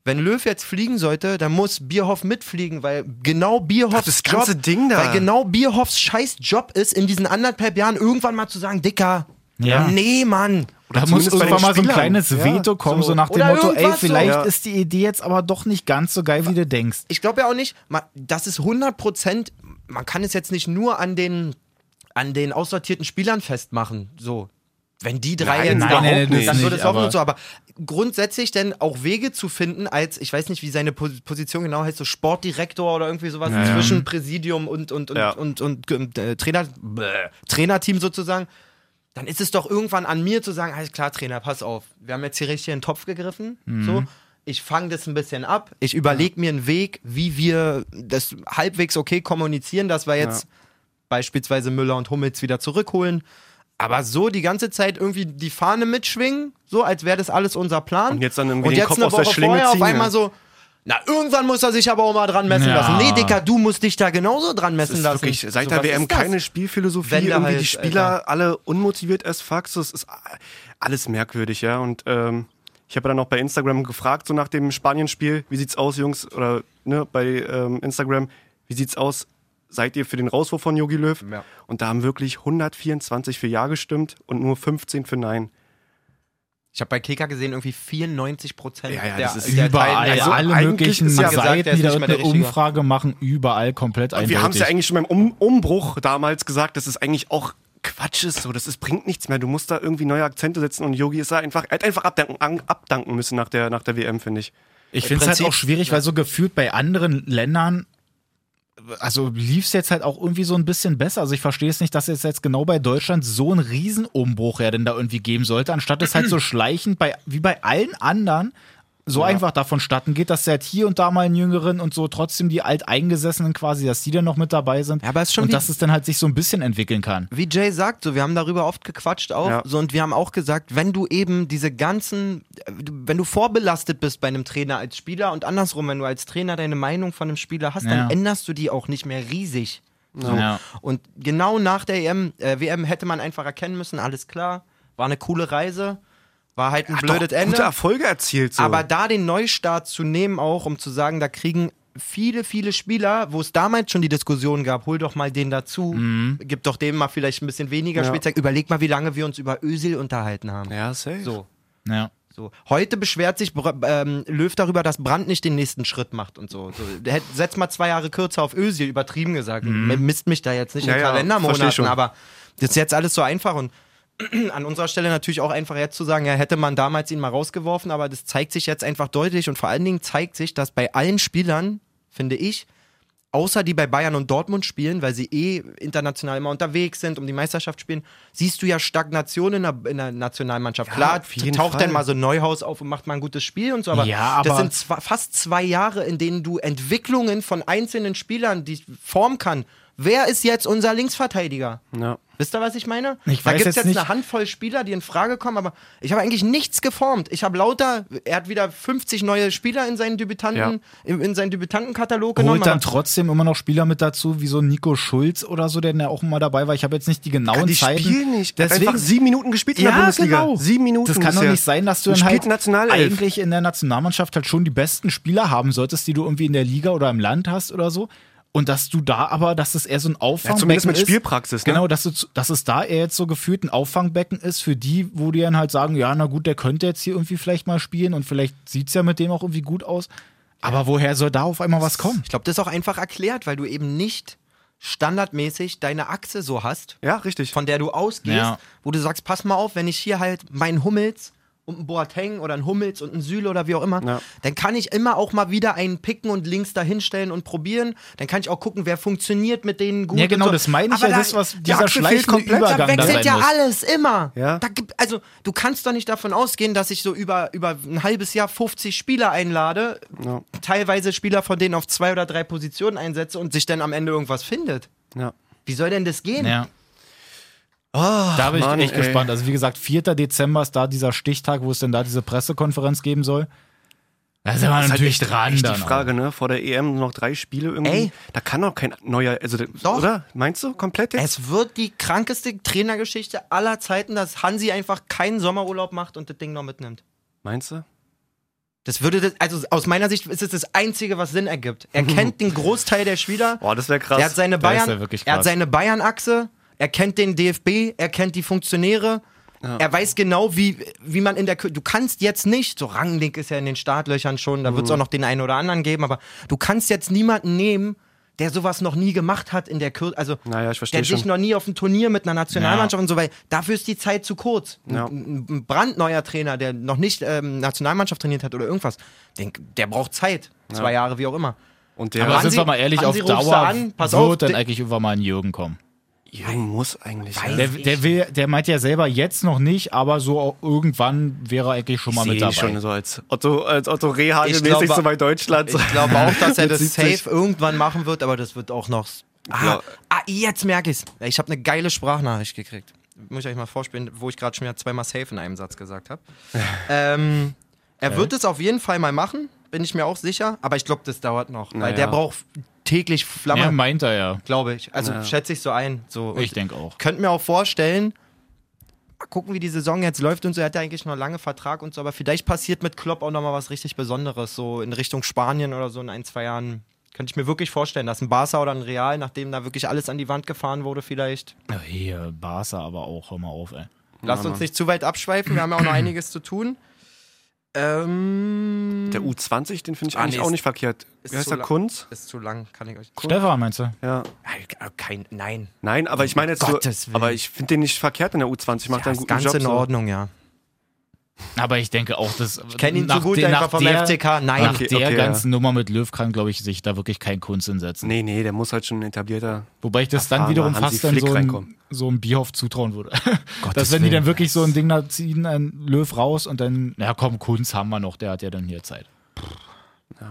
Speaker 2: wenn Löw jetzt fliegen sollte, dann muss Bierhoff mitfliegen, weil genau Bierhoffs
Speaker 1: Das ganze
Speaker 2: Job,
Speaker 1: Ding da.
Speaker 2: weil genau Bierhoffs scheiß Job ist, in diesen anderthalb Jahren irgendwann mal zu sagen, Dicker,
Speaker 3: Ja.
Speaker 2: nee, Mann.
Speaker 3: Da muss
Speaker 1: zumindest bei den
Speaker 3: irgendwann mal so ein
Speaker 1: Spielern.
Speaker 3: kleines Veto kommen, so,
Speaker 2: so.
Speaker 3: nach dem
Speaker 2: Oder
Speaker 3: Motto, ey,
Speaker 2: irgendwas so.
Speaker 3: vielleicht
Speaker 1: Ja.
Speaker 3: ist die Idee jetzt aber doch nicht ganz so geil, wie du denkst.
Speaker 2: Ich glaube ja auch nicht, ma- das ist 100 Prozent, man kann es jetzt nicht nur an den, an den aussortierten Spielern festmachen, so. Wenn die drei
Speaker 1: Nein,
Speaker 2: jetzt
Speaker 1: nein,
Speaker 2: da
Speaker 1: nein,
Speaker 2: hochgehen,
Speaker 1: das
Speaker 2: dann würde
Speaker 3: nicht,
Speaker 2: es auch
Speaker 3: aber-
Speaker 2: nur so, aber grundsätzlich denn auch Wege zu finden, als, ich weiß nicht, wie seine Po- Position genau heißt, so Sportdirektor oder irgendwie sowas zwischen Präsidium und, und, und,
Speaker 1: Ja.
Speaker 2: und, und, und äh, Trainer, bäh, Trainerteam sozusagen, dann ist es doch irgendwann an mir zu sagen, alles klar, Trainer, pass auf, wir haben jetzt hier richtig in den Topf gegriffen,
Speaker 1: Mhm.
Speaker 2: so. Ich fange das ein bisschen ab. Ich überlege mir einen Weg, wie wir das halbwegs okay kommunizieren, dass wir jetzt beispielsweise Müller und Hummels wieder zurückholen. Aber so die ganze Zeit irgendwie die Fahne mitschwingen, so als wäre das alles unser Plan.
Speaker 1: Und jetzt dann irgendwie
Speaker 2: Und
Speaker 1: den
Speaker 2: jetzt
Speaker 1: Kopf
Speaker 2: eine
Speaker 1: aus der
Speaker 2: Woche
Speaker 1: Schlinge
Speaker 2: vorher
Speaker 1: ziehen,
Speaker 2: auf einmal
Speaker 1: ja.
Speaker 2: so, na, irgendwann muss er sich aber auch mal dran messen
Speaker 3: Ja.
Speaker 2: lassen. Nee, Dicker, du musst dich da genauso dran
Speaker 1: Es
Speaker 2: messen
Speaker 1: ist
Speaker 2: lassen.
Speaker 1: wirklich seit
Speaker 2: So,
Speaker 1: der
Speaker 2: was
Speaker 1: WM
Speaker 2: ist das?
Speaker 1: keine Spielphilosophie,
Speaker 2: Wenn da
Speaker 1: irgendwie die
Speaker 2: halt,
Speaker 1: Spieler alle unmotiviert as fuck, so, es ist alles merkwürdig, ja. Und ähm, ich habe dann auch bei Instagram gefragt, so nach dem Spanien-Spiel, wie sieht's aus, Jungs, oder ne, bei ähm, Instagram, wie sieht's aus, seid ihr für den Rauswurf von Yogi Löw?
Speaker 2: Ja.
Speaker 1: Und da haben wirklich 124 für Ja gestimmt und nur 15 für Nein.
Speaker 2: Ich habe bei Kicker gesehen, irgendwie 94 Prozent
Speaker 1: Ja, ja,
Speaker 2: der,
Speaker 1: das ist
Speaker 2: der
Speaker 3: Überall,
Speaker 2: Teilnehmer-
Speaker 1: also
Speaker 3: alle
Speaker 1: eigentlich
Speaker 3: möglichen
Speaker 1: ist ja
Speaker 2: gesagt, der
Speaker 3: Seiten,
Speaker 2: ist
Speaker 3: die da
Speaker 2: nicht mehr der
Speaker 3: eine
Speaker 2: Richtige.
Speaker 3: Umfrage machen, überall komplett
Speaker 1: Und
Speaker 3: eindeutig.
Speaker 1: wir haben es ja eigentlich schon beim um Umbruch damals gesagt, dass es eigentlich auch Quatsch ist, so, das ist, bringt nichts mehr. Du musst da irgendwie neue Akzente setzen und Yogi ist da einfach, er hat einfach abdanken, an, abdanken müssen nach der, nach der WM, finde ich.
Speaker 3: Ich finde es halt
Speaker 2: Prinzip-
Speaker 3: auch schwierig, weil so gefühlt bei anderen Ländern, also lief es jetzt halt auch irgendwie so ein bisschen besser. Also ich verstehe es nicht, dass es jetzt genau bei Deutschland so einen Riesenumbruch ja denn da irgendwie geben sollte, anstatt es halt so schleichend bei, wie bei allen anderen so einfach davon statten geht, dass halt hier und da mal einen Jüngeren und so trotzdem die Alteingesessenen quasi, dass die dann noch mit dabei sind.
Speaker 2: Ja, aber es ist schon
Speaker 3: und
Speaker 2: wie-
Speaker 3: dass es dann halt sich so ein bisschen entwickeln kann.
Speaker 2: wie Jay sagt, so wir haben darüber oft gequatscht auch,
Speaker 1: Ja.
Speaker 2: so und wir haben auch gesagt, wenn du eben diese ganzen, äh, wenn du vorbelastet bist bei einem Trainer als Spieler und andersrum, wenn du als Trainer deine Meinung von einem Spieler hast,
Speaker 3: Ja.
Speaker 2: dann änderst du die auch nicht mehr riesig. So.
Speaker 3: Ja.
Speaker 2: Und genau nach der EM, äh, WM hätte man einfach erkennen müssen, alles klar, war eine coole Reise, war halt ein blödes
Speaker 1: Doch,
Speaker 2: Ende.
Speaker 1: Gute Erfolge erzielt, so.
Speaker 2: Aber da den Neustart zu nehmen, auch um zu sagen, da kriegen viele, viele Spieler, wo es damals schon die Diskussion gab, hol doch mal den dazu, gib doch dem mal vielleicht ein bisschen weniger
Speaker 1: Mhm. Ja.
Speaker 2: Spielzeit. Überleg mal, wie lange wir uns über Ösil unterhalten haben.
Speaker 1: ja, safe.
Speaker 2: So,
Speaker 3: Ja.
Speaker 2: so. Heute beschwert sich Br- ähm, Löw darüber, dass Brandt nicht den nächsten Schritt macht und so. so der hätte- setz mal zwei Jahre kürzer auf Ösil, übertrieben gesagt. M- Misst mich da jetzt nicht
Speaker 1: Mhm. Ja,
Speaker 2: in
Speaker 1: ja, versteh
Speaker 2: Kalendermonaten,
Speaker 1: schon.
Speaker 2: aber das ist jetzt alles so einfach und an unserer Stelle natürlich auch einfach jetzt zu sagen, ja, hätte man damals ihn mal rausgeworfen, aber das zeigt sich jetzt einfach deutlich und vor allen Dingen zeigt sich, dass bei allen Spielern, finde ich, außer die bei Bayern und Dortmund spielen, weil sie eh international immer unterwegs sind, um die Meisterschaft spielen, siehst du ja Stagnation in der, in der Nationalmannschaft. Klar,
Speaker 1: auf jeden
Speaker 2: taucht
Speaker 1: Fall.
Speaker 2: dann mal so Also Neuhaus auf und macht mal ein gutes Spiel und so, aber,
Speaker 3: Ja, aber-
Speaker 2: das sind zwa- fast zwei Jahre, in denen du Entwicklungen von einzelnen Spielern, die ich formen kann. Wer ist jetzt unser Linksverteidiger?
Speaker 1: Ja.
Speaker 2: Wisst ihr, was ich meine?
Speaker 3: Ich
Speaker 2: da
Speaker 3: weiß
Speaker 2: gibt es
Speaker 3: jetzt
Speaker 2: jetzt
Speaker 3: nicht-
Speaker 2: eine Handvoll Spieler, die in Frage kommen, aber ich habe eigentlich nichts geformt. Ich habe lauter, er hat wieder 50 neue Spieler in seinen Debütanten, in, in seinen Debütantenkatalog genommen.
Speaker 3: Holt dann
Speaker 2: aber-
Speaker 3: trotzdem immer noch Spieler mit dazu, wie so ein Nico Schulz oder so, der ja auch immer dabei war. Ich habe jetzt nicht die genauen
Speaker 1: Kann die
Speaker 3: Zeiten.
Speaker 1: spielen nicht. Der hat
Speaker 3: Deswegen genau.
Speaker 1: einfach sieben Minuten gespielt in der Bundesliga. Sieben Minuten.
Speaker 3: Das kann doch
Speaker 1: bisher.
Speaker 3: nicht sein, dass du
Speaker 1: Und
Speaker 3: dann
Speaker 1: spielt
Speaker 3: halt
Speaker 1: Nationalelf.
Speaker 3: eigentlich in der Nationalmannschaft halt schon die besten Spieler haben solltest, die du irgendwie in der Liga oder im Land hast oder so. Und dass du da aber, dass es eher so ein
Speaker 1: Ja,
Speaker 3: Auffangbecken
Speaker 1: zumindest mit
Speaker 3: ist.
Speaker 1: Spielpraxis, ne?
Speaker 3: Genau, dass, du, zu- dass es da eher jetzt so gefühlt ein Auffangbecken ist für die, wo die dann halt sagen, ja, na gut, der könnte jetzt hier irgendwie vielleicht mal spielen und vielleicht sieht es ja mit dem auch irgendwie gut aus. Aber woher soll da auf einmal was kommen?
Speaker 2: Ich glaube, das ist auch einfach erklärt, weil du eben nicht standardmäßig deine Achse so hast,
Speaker 1: Ja, richtig.
Speaker 2: von der du ausgehst,
Speaker 3: Ja.
Speaker 2: wo du sagst, pass mal auf, wenn ich hier halt meinen Hummels und einen Boateng oder einen Hummels und einen Süle oder wie auch immer,
Speaker 1: Ja.
Speaker 2: dann kann ich immer auch mal wieder einen picken und links dahinstellen und probieren. Dann kann ich auch gucken, wer funktioniert mit denen gut.
Speaker 3: Ja,
Speaker 2: und
Speaker 3: genau,
Speaker 2: so.
Speaker 3: das meine ich
Speaker 2: Aber
Speaker 3: ja,
Speaker 2: da-
Speaker 3: das, was
Speaker 2: die
Speaker 3: dieser
Speaker 2: Achse fehlt
Speaker 3: schleichende
Speaker 2: komplett.
Speaker 3: Übergang
Speaker 2: Da
Speaker 3: da
Speaker 2: wechselt
Speaker 3: sein
Speaker 2: ja
Speaker 3: muss.
Speaker 2: alles immer.
Speaker 1: Ja.
Speaker 2: Da gibt, also du kannst doch nicht davon ausgehen, dass ich so über, über ein halbes Jahr 50 Spieler einlade,
Speaker 1: Ja.
Speaker 2: teilweise Spieler von denen auf zwei oder drei Positionen einsetze und sich dann am Ende irgendwas findet.
Speaker 1: Ja.
Speaker 2: Wie soll denn das gehen?
Speaker 3: Ja. da bin ich
Speaker 1: Mann,
Speaker 3: echt
Speaker 1: ey.
Speaker 3: gespannt. Also wie gesagt, 4. Dezember ist da dieser Stichtag, wo es denn da diese Pressekonferenz geben soll. Da sind
Speaker 1: Das
Speaker 3: wir
Speaker 1: ist halt
Speaker 3: natürlich
Speaker 1: echt-
Speaker 3: dran.
Speaker 1: echt
Speaker 3: dann
Speaker 1: die
Speaker 3: auch.
Speaker 1: Frage, ne? Vor der EM noch drei Spiele irgendwie.
Speaker 2: Ey.
Speaker 1: Da kann doch kein neuer, also
Speaker 2: Doch.
Speaker 1: oder? Meinst du komplett jetzt?
Speaker 2: Es wird die krankeste Trainergeschichte aller Zeiten, dass Hansi einfach keinen Sommerurlaub macht und das Ding noch mitnimmt.
Speaker 1: Meinst du?
Speaker 2: Das würde das, also aus meiner Sicht ist es das Einzige, was Sinn ergibt. Er kennt den Großteil der Spieler.
Speaker 1: Boah, das wäre krass.
Speaker 2: Er hat seine
Speaker 3: Da ist
Speaker 2: Bayern,
Speaker 3: er wirklich
Speaker 2: er hat
Speaker 3: krass.
Speaker 2: seine Bayern-Achse, er kennt den DFB, er kennt die Funktionäre. Er weiß genau, wie, wie man in der. Kü- Du kannst jetzt nicht, so Rangnick ist ja in den Startlöchern schon, da wird
Speaker 1: Mhm.
Speaker 2: es auch noch den einen oder anderen geben, aber du kannst jetzt niemanden nehmen, der sowas noch nie gemacht hat in der Kür also
Speaker 1: Naja, ich verstehe
Speaker 2: der sich
Speaker 1: schon.
Speaker 2: noch nie auf ein Turnier mit einer Nationalmannschaft und so, weil dafür ist die Zeit zu kurz. Ein-
Speaker 1: Ja.
Speaker 2: Ein, ein brandneuer Trainer, der noch nicht ähm, Nationalmannschaft trainiert hat oder irgendwas, den, der braucht Zeit. Zwei Jahre, wie auch immer.
Speaker 1: Und der
Speaker 3: Aber
Speaker 2: Aber-
Speaker 1: aber,
Speaker 3: sind
Speaker 2: Hansi-
Speaker 3: wir mal ehrlich,
Speaker 2: Hansi
Speaker 3: auf
Speaker 2: rufst du
Speaker 3: Dauer
Speaker 2: an, pass
Speaker 3: wird
Speaker 2: auf,
Speaker 3: dann
Speaker 2: de-
Speaker 3: eigentlich irgendwann mal ein Jürgen kommen.
Speaker 1: Jürgen muss eigentlich. Ja.
Speaker 3: Der, der, will, der meint ja selber jetzt noch nicht, aber so auch irgendwann wäre er eigentlich schon mal
Speaker 1: Seh
Speaker 3: mit
Speaker 1: ich
Speaker 3: dabei.
Speaker 1: schon so als Otto, als Otto Rehagel-mäßig
Speaker 2: glaube-
Speaker 1: so bei Deutschland.
Speaker 2: Ich glaube auch, dass er
Speaker 1: Mit
Speaker 2: das
Speaker 1: 70.
Speaker 2: safe irgendwann machen wird, aber das wird auch noch. Ah,
Speaker 1: Ja.
Speaker 2: ah jetzt merke ich's. Ich habe eine geile Sprachnachricht gekriegt. Muss ich euch mal vorspielen, wo ich gerade schon wieder zweimal safe in einem Satz gesagt habe. ähm, er wird es auf jeden Fall mal machen, bin ich mir auch sicher, aber ich glaube, das dauert noch, weil
Speaker 1: Naja.
Speaker 2: der braucht täglich Flamme,
Speaker 3: Ja, meint er ja.
Speaker 2: glaube ich. Also
Speaker 1: Naja.
Speaker 2: schätze ich so ein. So. Und
Speaker 3: Ich denke auch.
Speaker 2: Könnt mir auch vorstellen, mal gucken, wie die Saison jetzt läuft und so. Er hat ja eigentlich noch lange Vertrag und so, aber vielleicht passiert mit Klopp auch nochmal was richtig Besonderes, so in Richtung Spanien oder so in ein, zwei Jahren. Könnte ich mir wirklich vorstellen, dass ein Barca oder ein Real, nachdem da wirklich alles an die Wand gefahren wurde, vielleicht.
Speaker 3: Ja, Hier, Barca aber auch, hör mal auf, ey.
Speaker 2: Lasst uns nicht zu weit abschweifen, wir haben ja auch noch einiges zu tun. Ähm,
Speaker 1: Der U20, den finde ich
Speaker 2: Ah,
Speaker 1: eigentlich
Speaker 2: nee,
Speaker 1: auch
Speaker 2: ist-
Speaker 1: nicht verkehrt.
Speaker 2: ist
Speaker 1: Wie heißt
Speaker 2: zu
Speaker 1: der
Speaker 2: lang.
Speaker 1: Kunz?
Speaker 2: ist zu lang, kann ich euch.
Speaker 3: Stefan, meinst du?
Speaker 1: Ja.
Speaker 2: Ah, Kein, nein.
Speaker 1: Nein, aber ich meine jetzt so,
Speaker 2: Um Gottes Willen.
Speaker 1: aber ich finde den nicht verkehrt in der U20. Macht ja, einen
Speaker 2: Ja, ist
Speaker 1: guten
Speaker 2: ganz
Speaker 1: Job.
Speaker 2: in
Speaker 1: so.
Speaker 2: Ordnung, ja.
Speaker 3: Aber ich denke auch, dass. Ich
Speaker 2: Kennt ihn so gut einfach vom FCK? Nein.
Speaker 3: Nach
Speaker 1: Okay,
Speaker 3: der
Speaker 1: okay,
Speaker 3: ganzen Nummer mit Löw kann, glaube ich, sich da wirklich kein Kunst hinsetzen.
Speaker 1: Nee, nee, der muss halt schon ein etablierter.
Speaker 3: Wobei ich das
Speaker 1: Erfahrener
Speaker 3: dann wiederum
Speaker 1: Hansi
Speaker 3: fast dann
Speaker 1: Flick
Speaker 3: so ein,
Speaker 1: reinkommen.
Speaker 3: so ein Bierhoff zutrauen würde.
Speaker 2: Gottes
Speaker 3: Dass wenn die
Speaker 2: Willen.
Speaker 3: dann wirklich so ein Ding da ziehen, ein Löw raus und dann, na komm, Kunz haben wir noch, der hat ja dann hier Zeit.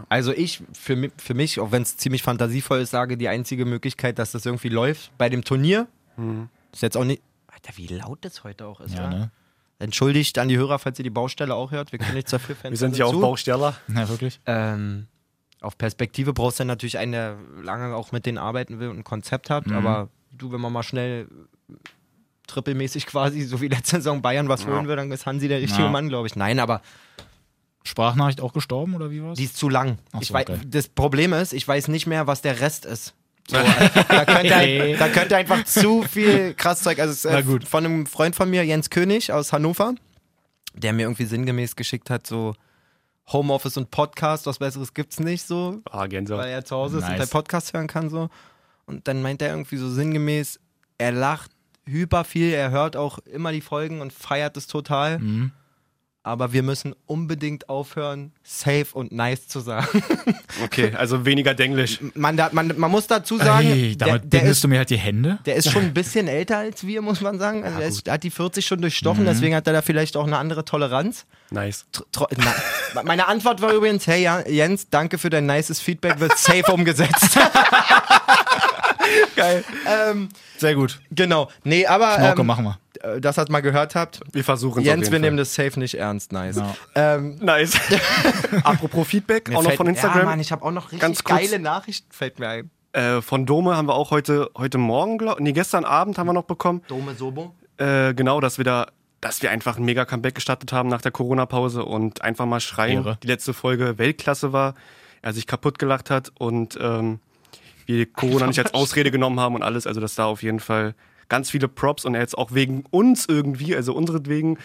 Speaker 2: Also ich, für, mi- für mich, auch wenn es ziemlich fantasievoll ist, sage die einzige Möglichkeit, dass das irgendwie läuft bei dem Turnier.
Speaker 1: Mhm.
Speaker 2: Ist jetzt auch nicht. Alter, wie laut das heute auch ist,
Speaker 3: Ja,
Speaker 2: oder?
Speaker 3: ne?
Speaker 2: Entschuldigt an die Hörer, falls ihr die Baustelle auch hört. Wir können nichts dafür Fenster
Speaker 1: Wir sind ja auch
Speaker 2: zu.
Speaker 1: Bauchsteller.
Speaker 3: Na, wirklich?
Speaker 2: Ähm, auf Perspektive brauchst du dann natürlich einen, der lange auch mit denen arbeiten will und ein Konzept hat.
Speaker 3: Mhm.
Speaker 2: Aber du, wenn man mal schnell äh, trippelmäßig quasi, so wie letzte Saison Bayern was holen will, dann ist Hansi der richtige
Speaker 3: Ja.
Speaker 2: Mann, glaube ich. Nein, aber
Speaker 3: Sprachnachricht auch gestorben oder wie war's?
Speaker 2: Die ist zu lang.
Speaker 3: Ach
Speaker 2: ich
Speaker 3: so,
Speaker 2: wei-
Speaker 3: okay.
Speaker 2: Das Problem ist, ich weiß nicht mehr, was der Rest ist. So, also, da, könnte, da könnte einfach zu viel krass Zeug. Also es, ist, äh,
Speaker 3: Na gut.
Speaker 2: von einem Freund von mir, Jens König aus Hannover, der mir irgendwie sinngemäß geschickt hat, so Homeoffice und Podcast, was Besseres gibt's nicht so,
Speaker 1: Ah,
Speaker 2: weil
Speaker 1: Gänsehaut.
Speaker 2: er zu Hause ist und
Speaker 3: Nice.
Speaker 2: der Podcast hören kann so. Und dann meint er irgendwie so sinngemäß, er lacht hyper viel, er hört auch immer die Folgen und feiert es total.
Speaker 3: Mhm.
Speaker 2: Aber wir müssen unbedingt aufhören, safe und nice zu sagen.
Speaker 1: Okay, also weniger Denglisch.
Speaker 2: Man, da, man, man muss dazu sagen,
Speaker 3: Ey,
Speaker 2: der,
Speaker 3: damit
Speaker 2: der,
Speaker 3: bindest
Speaker 2: ist,
Speaker 3: du mir halt die Hände.
Speaker 2: der ist schon ein bisschen älter als wir, muss man sagen. Also er ist, hat die 40 schon durchstochen,
Speaker 3: Mhm.
Speaker 2: deswegen hat er da vielleicht auch eine andere Toleranz.
Speaker 1: Nice.
Speaker 2: Tr- tro- na, meine Antwort war übrigens, hey Jan- Jens, danke für dein nices Feedback, wird safe umgesetzt.
Speaker 1: Geil.
Speaker 2: ähm,
Speaker 1: Sehr gut.
Speaker 2: genau. Nee, aber
Speaker 3: Schnorke
Speaker 2: ähm,
Speaker 3: machen wir.
Speaker 2: äh, das hat mal gehört habt.
Speaker 1: Wir versuchen es.
Speaker 2: Jens, wir nehmen das safe nicht ernst, nice.
Speaker 3: Ja.
Speaker 2: Ähm,
Speaker 1: Nice. Apropos Feedback,
Speaker 2: mir
Speaker 1: auch noch
Speaker 2: fällt-
Speaker 1: von Instagram.
Speaker 2: Ja, Mann, ich habe auch noch richtig
Speaker 1: Ganz kurz.
Speaker 2: geile Nachrichten, fällt mir ein.
Speaker 1: äh, von Dome haben wir auch heute, heute Morgen, glaub, nee, gestern Abend haben wir noch bekommen.
Speaker 2: Dome Sobo.
Speaker 1: Äh, genau, dass wir da, dass wir einfach ein mega Comeback gestartet haben nach der Corona-Pause und einfach mal schreien,
Speaker 3: Ehre.
Speaker 1: die letzte Folge Weltklasse war, er sich kaputt gelacht hat und ähm, wir Corona nicht als Ausrede genommen haben und alles. Also, dass da auf jeden Fall ganz viele Props und er jetzt auch wegen uns irgendwie, also unseretwegen,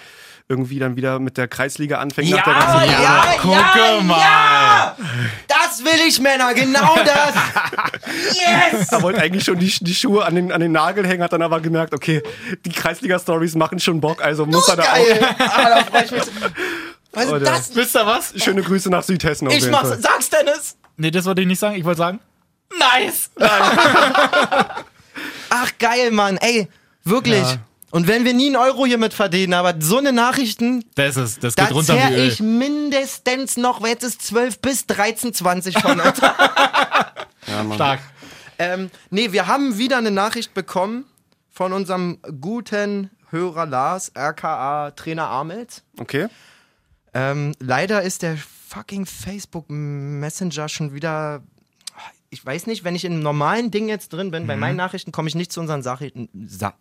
Speaker 1: irgendwie dann wieder mit der Kreisliga anfängt nach der ganzen
Speaker 2: ja, ja,
Speaker 3: gucke
Speaker 2: ja,
Speaker 3: mal.
Speaker 2: ja! Das will ich, Männer, genau das! yes!
Speaker 1: Er wollte eigentlich schon die, die Schuhe an den, an den Nagel hängen, hat dann aber gemerkt, okay, die Kreisliga-Stories machen schon Bock, also muss er da
Speaker 2: Geil! Ah, da freu ich mich. Was
Speaker 1: Oh,
Speaker 2: ist
Speaker 1: der-
Speaker 2: das?
Speaker 3: Wisst ihr was?
Speaker 1: auch. Schöne Grüße nach Südhessen auf
Speaker 2: Ich
Speaker 1: jeden
Speaker 2: mach's.
Speaker 1: Fall.
Speaker 2: Sag's, Dennis!
Speaker 3: Nee, das wollte ich nicht sagen. Ich wollte sagen,
Speaker 2: Nice! Ach, geil, Mann. Ey, wirklich. Und wenn wir nie einen Euro hiermit verdienen, aber so eine Nachrichten,
Speaker 3: das ist, das
Speaker 2: da
Speaker 3: geht runter wie
Speaker 2: zerr
Speaker 3: Öl.
Speaker 2: ich mindestens noch, jetzt ist 12 bis 13, 20 von uns.
Speaker 3: Stark.
Speaker 2: Ähm, nee, wir haben wieder eine Nachricht bekommen von unserem guten Hörer Lars, aka Trainer Amels.
Speaker 1: Okay.
Speaker 2: Ähm, leider ist der fucking Facebook Messenger schon wieder. Ich weiß nicht, wenn ich in einem normalen Ding jetzt drin bin, bei
Speaker 3: Mhm.
Speaker 2: meinen Nachrichten komme ich nicht zu unseren Sachen. Sa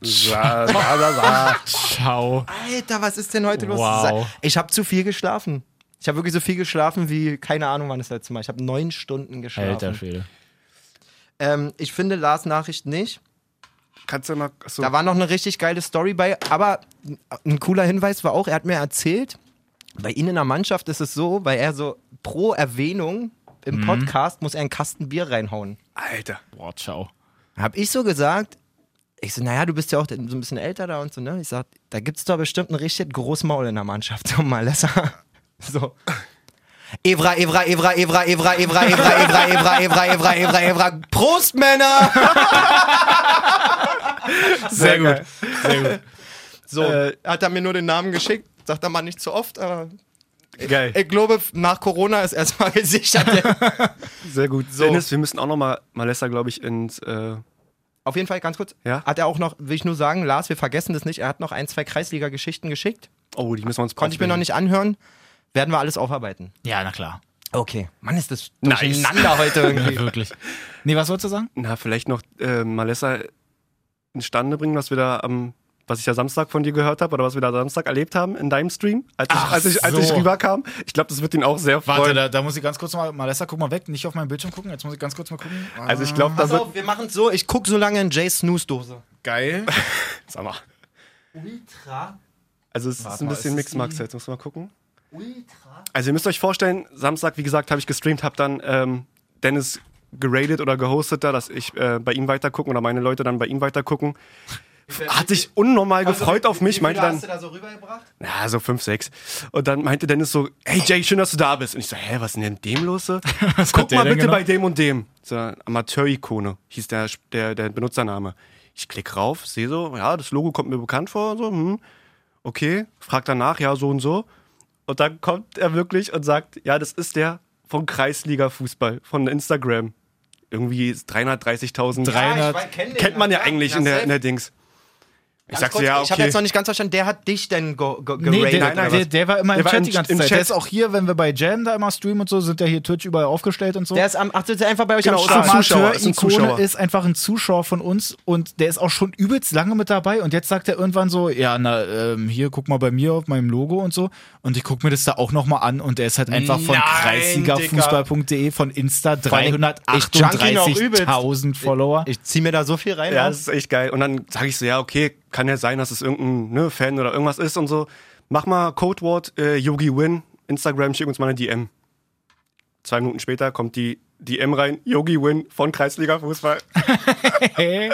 Speaker 1: Sa, sa, sa, sa.
Speaker 3: Ciao.
Speaker 2: Alter, was ist denn heute los?
Speaker 3: Wow.
Speaker 2: Sa- Ich habe zu viel geschlafen. Ich habe wirklich so viel geschlafen wie, keine Ahnung wann das letzte Mal. Ich habe neun Stunden
Speaker 3: Alter
Speaker 2: geschlafen.
Speaker 3: Schwede.
Speaker 2: Ähm, ich finde Lars Nachricht nicht.
Speaker 1: Kannst du mal. Achso.
Speaker 2: Da war noch eine richtig geile Story bei, aber ein cooler Hinweis war auch, er hat mir erzählt, bei ihnen in der Mannschaft ist es so, weil er so pro Erwähnung im Podcast muss er einen Kasten Bier reinhauen.
Speaker 1: Alter.
Speaker 3: Boah, ciao.
Speaker 2: Hab ich so gesagt, ich so, naja, du bist ja auch so ein bisschen älter da und so, ne? Ich sag, da gibt's doch bestimmt ein richtig großes Maul in der Mannschaft, so mal Lesser. So. Evra, Evra, Evra, Evra, Evra, Evra, Evra, Evra, Evra, Evra, Evra, Evra, Evra. Prost, Männer!
Speaker 3: Sehr gut. Sehr gut.
Speaker 2: So,
Speaker 1: Äh,
Speaker 2: hat er mir nur den Namen geschickt. Sagt er mal nicht zu oft, aber
Speaker 1: Geil.
Speaker 2: ich glaube, nach Corona ist erstmal gesichert.
Speaker 1: Sehr gut. Dennis, wir müssen auch nochmal Malessa, glaube ich, ins. Äh,
Speaker 2: Auf jeden Fall, ganz kurz,
Speaker 1: Ja?
Speaker 2: hat er auch noch, will ich nur sagen, Lars, wir vergessen das nicht, er hat noch ein, zwei Kreisliga-Geschichten geschickt.
Speaker 1: oh, die müssen wir uns
Speaker 2: Konnte ich mir noch nicht anhören. Werden wir alles aufarbeiten.
Speaker 3: Ja, na klar.
Speaker 2: Okay. Mann, ist das
Speaker 1: Nice.
Speaker 2: durcheinander heute
Speaker 3: Ja,
Speaker 2: irgendwie.
Speaker 3: wirklich. Nee, was wolltest du sagen?
Speaker 1: Na, vielleicht noch äh, Malessa instande bringen, was wir da am. Was ich ja Samstag von dir gehört habe oder was wir da Samstag erlebt haben in deinem Stream, als ich,
Speaker 3: Ach
Speaker 1: als ich, als
Speaker 3: so.
Speaker 1: ich rüberkam. Ich glaube, das wird ihn auch sehr freuen.
Speaker 3: Warte, da, da muss ich ganz kurz mal, Malessa, guck mal weg, nicht auf meinen Bildschirm gucken, jetzt muss ich ganz kurz mal gucken. Ah,
Speaker 1: Also ich glaube, da
Speaker 2: Pass
Speaker 1: wird.
Speaker 2: auf, wir machen es so, ich guck so lange in Jays Snooze-Dose.
Speaker 3: geil.
Speaker 1: Sag mal.
Speaker 2: Ultra,
Speaker 1: Also es ist
Speaker 3: Warte
Speaker 1: ein
Speaker 3: mal, ist
Speaker 1: bisschen
Speaker 3: es
Speaker 1: Mixmax jetzt, muss man gucken.
Speaker 2: ultra.
Speaker 1: Also ihr müsst euch vorstellen, Samstag, wie gesagt, habe ich gestreamt, habe dann ähm, Dennis geradet oder gehostet da, dass ich äh, bei ihm weitergucken oder meine Leute dann bei ihm weitergucken. Hat sich unnormal
Speaker 3: Also
Speaker 1: gefreut auf mich, meinte dann,
Speaker 2: Also, Hast du da so rübergebracht?
Speaker 1: na, so fünf, sechs. Und dann meinte Dennis so, hey Jay, schön, dass du da bist. Und ich so, hä, was ist denn mit dem los? so?
Speaker 3: Was
Speaker 1: Guck
Speaker 3: hat der
Speaker 1: mal
Speaker 3: denn
Speaker 1: bitte
Speaker 3: genau?
Speaker 1: bei dem und dem. So, Amateur-Ikone hieß der, der, der Benutzername. Ich klicke rauf, sehe so, ja, das Logo kommt mir bekannt vor. So, hm, okay, frag danach, ja, so und so. Und dann kommt er wirklich und sagt, ja, das ist der von Kreisliga-Fußball, von Instagram. Irgendwie 330.000.
Speaker 3: Drei-
Speaker 2: Ja, ich
Speaker 3: Reinhard-
Speaker 2: weiß, kenn den.
Speaker 1: Kennt man ja
Speaker 2: Na,
Speaker 1: eigentlich
Speaker 2: na,
Speaker 1: in der,
Speaker 2: safe.
Speaker 1: in der Dings. Ich
Speaker 2: Ganz
Speaker 1: sag's
Speaker 2: kurz,
Speaker 1: dir, ja,
Speaker 2: Ich habe
Speaker 1: okay.
Speaker 2: jetzt noch nicht ganz verstanden, der hat dich denn ge ge geradet.
Speaker 3: Nee, der,
Speaker 1: nein,
Speaker 3: der,
Speaker 1: nein,
Speaker 3: der,
Speaker 1: was?
Speaker 3: war immer
Speaker 1: Der
Speaker 3: im
Speaker 1: war
Speaker 3: Chat
Speaker 1: im-
Speaker 3: die ganze
Speaker 1: im
Speaker 3: Zeit.
Speaker 1: Chat.
Speaker 3: Der ist auch hier, wenn wir bei Jam da immer streamen und so, sind ja hier Twitch überall aufgestellt und so.
Speaker 2: Der ist am, ach, der ist einfach bei euch
Speaker 1: Genau,
Speaker 2: am
Speaker 1: ist ein
Speaker 2: Start.
Speaker 1: Zuschauer. ist ein
Speaker 3: Amateur-Ikone
Speaker 1: Zuschauer.
Speaker 3: ist einfach ein Zuschauer von uns und der ist auch schon übelst lange mit dabei und jetzt sagt er irgendwann so, ja, na, ähm, hier, guck mal bei mir auf meinem Logo und so und ich guck mir das da auch nochmal an und der ist halt einfach von
Speaker 2: Nein,
Speaker 3: kreisligafußball.de von Insta
Speaker 2: allem, ich junkie ihn auch übelst.
Speaker 3: 338.000 Follower.
Speaker 2: Ich zieh mir da so viel rein.
Speaker 1: Ja,
Speaker 2: Mann.
Speaker 1: das ist echt geil. Und dann sage ich so, ja, okay, kann ja sein, dass es irgendein ne, Fan oder irgendwas ist und so. Mach mal Codewort äh, Yogi Win, Instagram, schick uns mal eine DM. Zwei Minuten später kommt die DM rein, Yogi Win von Kreisliga Fußball.
Speaker 3: Hey,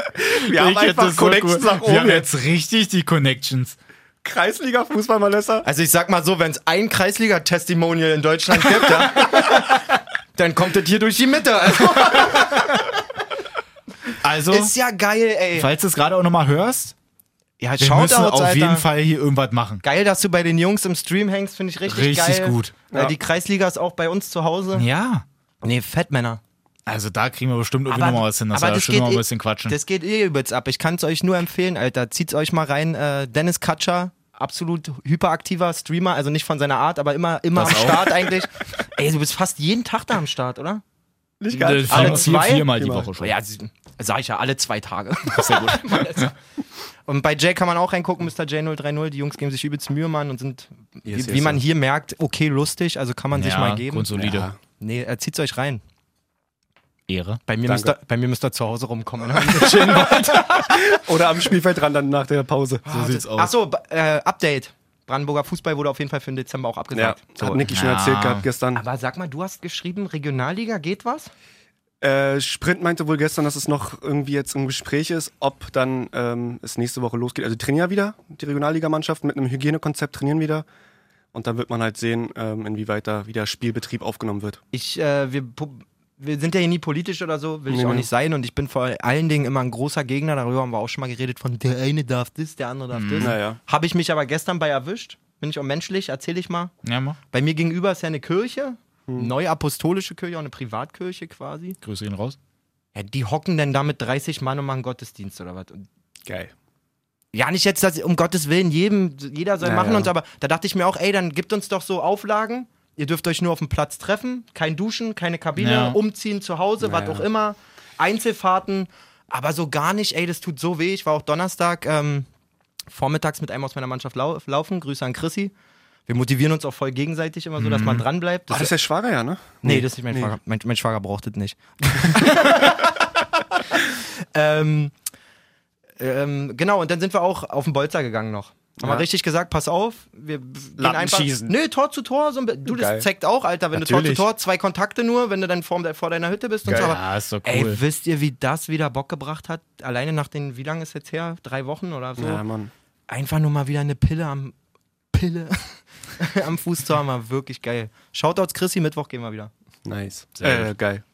Speaker 1: Wir haben einfach Connections nach
Speaker 3: Wir
Speaker 1: oben
Speaker 3: haben
Speaker 1: jetzt.
Speaker 3: jetzt richtig die Connections.
Speaker 1: Kreisliga Fußball, Malessa.
Speaker 2: Also ich sag mal so, wenn es ein Kreisliga-Testimonial in Deutschland gibt, ja, dann kommt das hier durch die Mitte. Also,
Speaker 3: Also,
Speaker 2: ist ja geil, ey.
Speaker 3: falls du es gerade auch nochmal hörst,
Speaker 2: Ja,
Speaker 3: wir
Speaker 2: Shoutouts,
Speaker 3: müssen auf
Speaker 2: Alter.
Speaker 3: jeden Fall hier irgendwas machen.
Speaker 2: Geil, dass du bei den Jungs im Stream hängst, finde ich richtig,
Speaker 3: Richtig
Speaker 2: geil.
Speaker 3: gut.
Speaker 2: Äh,
Speaker 1: Ja.
Speaker 2: Die Kreisliga ist auch bei uns zu Hause.
Speaker 3: Ja.
Speaker 2: Nee, Fettmänner.
Speaker 3: Also da kriegen wir bestimmt irgendwie nochmal was hin, dass wir da schon nochmal ein bisschen quatschen.
Speaker 2: eh- Das geht eh übelst ab. Ich kann es euch nur empfehlen, Alter. Zieht's euch mal rein. Äh, Dennis Katscher, absolut hyperaktiver Streamer, also nicht von seiner Art, aber immer, immer am
Speaker 3: auch.
Speaker 2: Start eigentlich. Ey, du bist fast jeden Tag da am Start, oder?
Speaker 1: Nicht
Speaker 3: Alle
Speaker 1: ganz.
Speaker 2: alle
Speaker 3: vier,
Speaker 2: zwei?
Speaker 3: viermal die
Speaker 1: Viermal.
Speaker 3: Woche schon.
Speaker 2: Ja, sie- sag ich ja, alle zwei Tage. und bei Jay kann man auch reingucken, Mr. J030. Die Jungs geben sich übelst Mühe, Mann, und sind,
Speaker 1: Yes,
Speaker 2: wie,
Speaker 1: yes,
Speaker 2: wie man
Speaker 1: yes.
Speaker 2: hier merkt, okay, lustig, also kann man sich mal geben.
Speaker 3: Grundsolide.
Speaker 1: Ja.
Speaker 2: Nee, äh, zieht's euch rein.
Speaker 3: Ehre.
Speaker 2: Bei mir,
Speaker 1: Danke.
Speaker 2: müsst ihr, bei mir müsst ihr zu Hause rumkommen. ne?
Speaker 1: Oder am Spielfeldrand dann nach der Pause.
Speaker 3: So sieht's aus.
Speaker 2: Achso, äh, Update. Brandenburger Fußball wurde auf jeden Fall für den Dezember auch
Speaker 1: Ja,
Speaker 2: abgesagt.
Speaker 1: hat Niki schon
Speaker 3: Ja.
Speaker 1: erzählt gehabt gestern.
Speaker 2: Aber sag mal, du hast geschrieben, Regionalliga geht was?
Speaker 1: Äh, Sprint meinte wohl gestern, dass es noch irgendwie jetzt im Gespräch ist, ob dann ähm, es nächste Woche losgeht. Also die trainieren ja wieder, die Regionalligamannschaften mit einem Hygienekonzept trainieren wieder. Und dann wird man halt sehen, ähm, inwieweit da wieder Spielbetrieb aufgenommen wird.
Speaker 2: Ich, äh, wir, pu- wir sind ja hier nie politisch oder so, will ich
Speaker 1: Nee,
Speaker 2: auch
Speaker 1: nee.
Speaker 2: nicht sein. Und ich bin vor allen Dingen immer ein großer Gegner. Darüber haben wir auch schon mal geredet, von der eine darf das, der andere darf das.
Speaker 1: Mhm. Naja.
Speaker 2: Habe ich mich aber gestern bei erwischt. Bin ich auch menschlich, erzähle ich mal.
Speaker 3: Ja, mach.
Speaker 2: Bei mir gegenüber ist ja eine Kirche,
Speaker 1: Mhm.
Speaker 2: neue apostolische Kirche, auch eine Privatkirche quasi.
Speaker 3: Grüße ihn raus.
Speaker 2: Ja, die hocken denn da mit 30 Mann und machen Gottesdienst oder was? Und
Speaker 1: Geil.
Speaker 2: ja, nicht jetzt, dass um Gottes Willen, jedem, jeder soll
Speaker 1: Ja,
Speaker 2: machen
Speaker 1: ja.
Speaker 2: uns, aber da dachte ich mir auch, ey, dann gibt uns doch so Auflagen. Ihr dürft euch nur auf dem Platz treffen, kein Duschen, keine Kabine,
Speaker 3: Ja.
Speaker 2: umziehen zu Hause, was
Speaker 1: ja.
Speaker 2: auch immer, Einzelfahrten, aber so gar nicht, ey, das tut so weh. Ich war auch Donnerstag ähm, vormittags mit einem aus meiner Mannschaft lau laufen. Grüße an Chrissy. Wir motivieren uns auch voll gegenseitig immer so,
Speaker 1: Mhm.
Speaker 2: dass man dranbleibt.
Speaker 1: War das ist der Schwager, ja, ne?
Speaker 2: Nee, das ist nicht mein Schwager. Mein, mein Schwager braucht das nicht. ähm, ähm, genau, und dann sind wir auch auf den Bolzer gegangen noch. Haben
Speaker 1: Ja.
Speaker 2: wir richtig gesagt, pass auf, wir gehen
Speaker 1: Latten
Speaker 2: einfach.
Speaker 1: schießen.
Speaker 2: Nee, Tor zu Tor, so ein, bi- du, das
Speaker 1: Geil.
Speaker 2: zeigt auch, Alter, wenn du
Speaker 3: Natürlich.
Speaker 2: Tor zu Tor, zwei Kontakte nur, wenn du dann vor, vor deiner Hütte bist und
Speaker 1: Geil.
Speaker 2: so. Aber,
Speaker 3: Ja, ist doch cool.
Speaker 2: Ey, wisst ihr, wie das wieder Bock gebracht hat? Alleine nach den, wie lange ist jetzt her? Drei Wochen oder so?
Speaker 1: Ja, Mann.
Speaker 2: einfach nur mal wieder eine Pille am Pille am Fuß zu haben, war wirklich geil. Shoutouts Chrissy, Mittwoch gehen wir wieder.
Speaker 1: Nice.
Speaker 3: Sehr
Speaker 1: Äh, geil.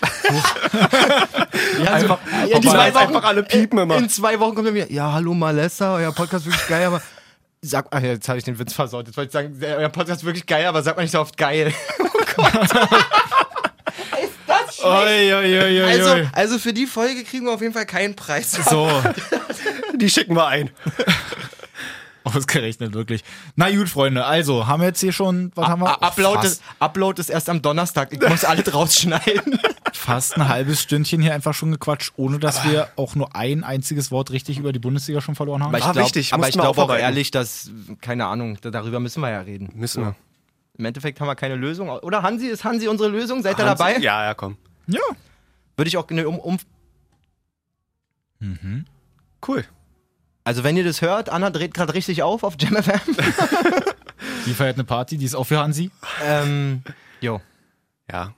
Speaker 2: Ja, also,
Speaker 1: Einfach,
Speaker 2: ja,
Speaker 1: die
Speaker 2: die Äh,
Speaker 1: zwei
Speaker 2: weiß auch-
Speaker 1: einfach alle piepen immer.
Speaker 2: In zwei Wochen kommt er mir, ja, hallo Malessa, euer Podcast ist wirklich geil, aber sag, ach, ja, jetzt habe ich den Witz versaut. Jetzt wollte ich sagen, euer Podcast ist wirklich geil, aber sag mal nicht so oft geil. Oh Gott. ist das schlecht?
Speaker 3: Oi, oi, oi, oi,
Speaker 2: Also,
Speaker 3: oi.
Speaker 2: also für die Folge kriegen wir auf jeden Fall keinen Preis.
Speaker 3: So,
Speaker 1: Die schicken wir ein.
Speaker 3: ausgerechnet wirklich. Na gut, Freunde, also haben wir jetzt hier schon, was haben wir?
Speaker 2: Upload
Speaker 3: fast,
Speaker 2: ist, Upload ist erst am Donnerstag. Ich muss alles rausschneiden.
Speaker 3: fast ein halbes Stündchen hier einfach schon gequatscht, ohne dass wir auch nur ein einziges Wort richtig über die Bundesliga schon verloren haben.
Speaker 2: Aber ich
Speaker 1: War
Speaker 2: glaube
Speaker 1: wichtig,
Speaker 2: aber
Speaker 1: mussten
Speaker 2: ich
Speaker 1: wir
Speaker 2: glaub auch
Speaker 1: aufarbeiten.
Speaker 2: ehrlich, dass, keine Ahnung, da- darüber müssen wir ja reden.
Speaker 1: Müssen wir.
Speaker 2: Im Endeffekt haben wir keine Lösung. Oder Hansi, ist Hansi unsere Lösung? Seid ihr
Speaker 1: Hans-
Speaker 2: dabei?
Speaker 1: Ja, ja, komm.
Speaker 3: ja.
Speaker 2: Würde ich auch eine um, um.
Speaker 1: Cool.
Speaker 2: Also, wenn ihr das hört, Anna dreht gerade richtig auf auf JamFM.
Speaker 3: Die feiert eine Party, die ist auch für Hansi.
Speaker 2: ähm, jo.
Speaker 1: Ja.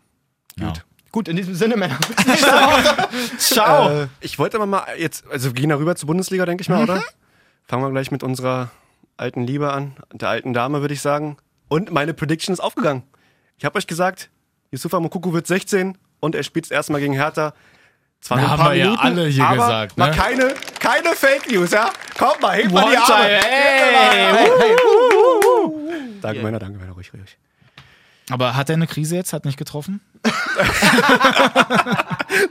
Speaker 3: Gut.
Speaker 2: Gut, in diesem Sinne, Männer.
Speaker 1: Ciao. Äh, ich wollte aber mal jetzt, also wir gehen ja rüber zur Bundesliga, denke ich mal, oder? Fangen wir gleich mit unserer alten Liebe an, der alten Dame, würde ich sagen. Und meine Prediction ist aufgegangen. Ich habe euch gesagt, Yusufa Mokuku wird 16 und er spielt das erste Mal gegen Hertha. Zwar
Speaker 3: Na,
Speaker 1: nur ein
Speaker 3: haben
Speaker 1: paar
Speaker 3: wir ja
Speaker 1: Minuten,
Speaker 3: alle hier
Speaker 1: aber
Speaker 3: gesagt,
Speaker 1: Mal
Speaker 3: ne?
Speaker 1: keine, keine Fake News, ja? Kommt mal, hebt mal die
Speaker 3: One
Speaker 1: Arme.
Speaker 3: time, ey.
Speaker 2: Hey, hey.
Speaker 1: Danke, Männer, danke, Männer, ruhig, ruhig.
Speaker 3: Aber hat er eine Krise jetzt? Hat nicht getroffen?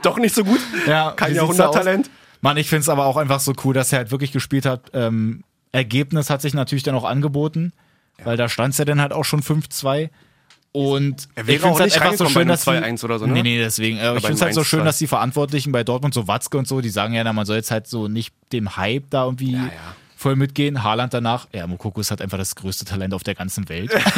Speaker 1: Doch nicht so gut.
Speaker 3: Ja,
Speaker 1: Kein
Speaker 3: wie sieht's da aus?
Speaker 1: Jahrhunderttalent.
Speaker 3: Mann, ich find's aber auch einfach so cool, dass er halt wirklich gespielt hat. Ähm, Ergebnis hat sich natürlich dann auch angeboten, weil da stand's ja dann halt auch schon 5-2. Und
Speaker 1: Er wäre
Speaker 3: ich find's halt
Speaker 1: auch nicht
Speaker 3: einfach so
Speaker 1: reingekommen
Speaker 3: schön,
Speaker 1: bei
Speaker 3: dass die,
Speaker 1: einem 2-1 oder so, ne?
Speaker 3: Nee, nee, deswegen. Äh, ich
Speaker 1: bei
Speaker 3: find's
Speaker 1: einem
Speaker 3: halt so
Speaker 1: 1-2.
Speaker 3: schön, dass die Verantwortlichen bei Dortmund, so Watzke und so, die sagen ja, na, man soll jetzt halt so nicht dem Hype da irgendwie
Speaker 1: ja.
Speaker 3: voll mitgehen. Haaland danach, ja, Mokoko ist halt einfach das größte Talent auf der ganzen Welt.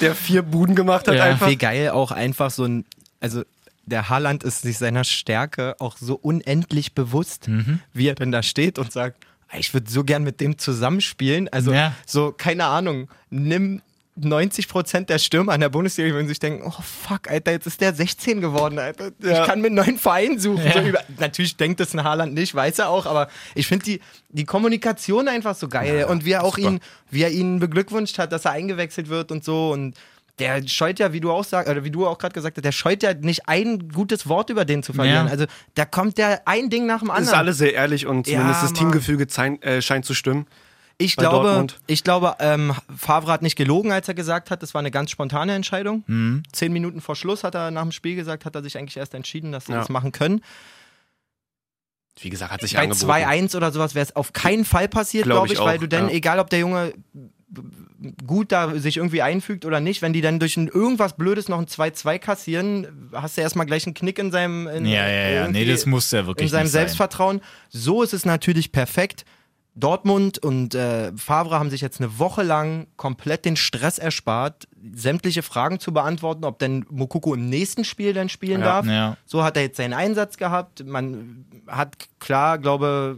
Speaker 1: Der vier Buden gemacht hat
Speaker 3: Ja.
Speaker 1: einfach.
Speaker 2: Wie geil auch einfach so ein. Also, der Haaland ist sich seiner Stärke auch so unendlich bewusst, wie er denn da steht und sagt: "Ey, Ich würde so gern mit dem zusammenspielen. Also,
Speaker 3: Ja.
Speaker 2: so, keine Ahnung, nimm. 90% der Stürmer an der Bundesliga würden sich denken, oh fuck, Alter, jetzt ist der 16 geworden, Alter.
Speaker 1: Ja.
Speaker 2: Ich kann mir einen neuen Verein suchen.
Speaker 3: Ja.
Speaker 2: So über, natürlich denkt das ein Haaland nicht, weiß er auch, aber ich finde die, die Kommunikation einfach so geil. und wie er auch ihn, wie er ihn beglückwünscht hat, dass er eingewechselt wird und so. Und der scheut ja, wie du auch sagst, oder wie du auch gerade gesagt hast, der scheut ja nicht ein gutes Wort über den zu verlieren.
Speaker 3: Ja.
Speaker 2: Also da kommt ja ein Ding nach dem
Speaker 1: Das
Speaker 2: anderen.
Speaker 1: ist alles sehr ehrlich und zumindest das
Speaker 2: Mann.
Speaker 1: Teamgefüge zein, äh, scheint zu stimmen.
Speaker 2: Ich
Speaker 1: bei
Speaker 2: glaube,
Speaker 1: Dortmund.
Speaker 2: ich glaube ähm, Favre hat nicht gelogen, als er gesagt hat, das war eine ganz spontane Entscheidung.
Speaker 1: Mhm.
Speaker 2: Zehn Minuten vor Schluss hat er nach dem Spiel gesagt, hat er sich eigentlich erst entschieden, dass sie
Speaker 1: Ja.
Speaker 2: das machen können.
Speaker 1: Wie gesagt, hat sich
Speaker 2: Bei
Speaker 1: angeboten.
Speaker 2: 2-1 oder sowas wäre es auf keinen Fall passiert,
Speaker 1: Glaub
Speaker 2: glaube
Speaker 1: ich
Speaker 2: ich, weil
Speaker 1: auch,
Speaker 2: du dann,
Speaker 1: ja.
Speaker 2: egal ob der Junge gut da sich irgendwie einfügt oder nicht, wenn die dann durch ein irgendwas Blödes noch ein 2-2 kassieren, hast du erstmal gleich einen Knick in seinem in,
Speaker 3: ja, ja, ja. Nee,
Speaker 2: irgendwie
Speaker 3: das muss ja wirklich
Speaker 2: in seinem
Speaker 3: nicht sein.
Speaker 2: Selbstvertrauen. So ist es natürlich perfekt. Dortmund und äh, Favre haben sich jetzt eine Woche lang komplett den Stress erspart, sämtliche Fragen zu beantworten, ob denn Mokoko im nächsten Spiel dann spielen
Speaker 1: Ja,
Speaker 2: darf.
Speaker 3: Ja.
Speaker 2: So hat er jetzt seinen Einsatz gehabt. Man hat klar, glaube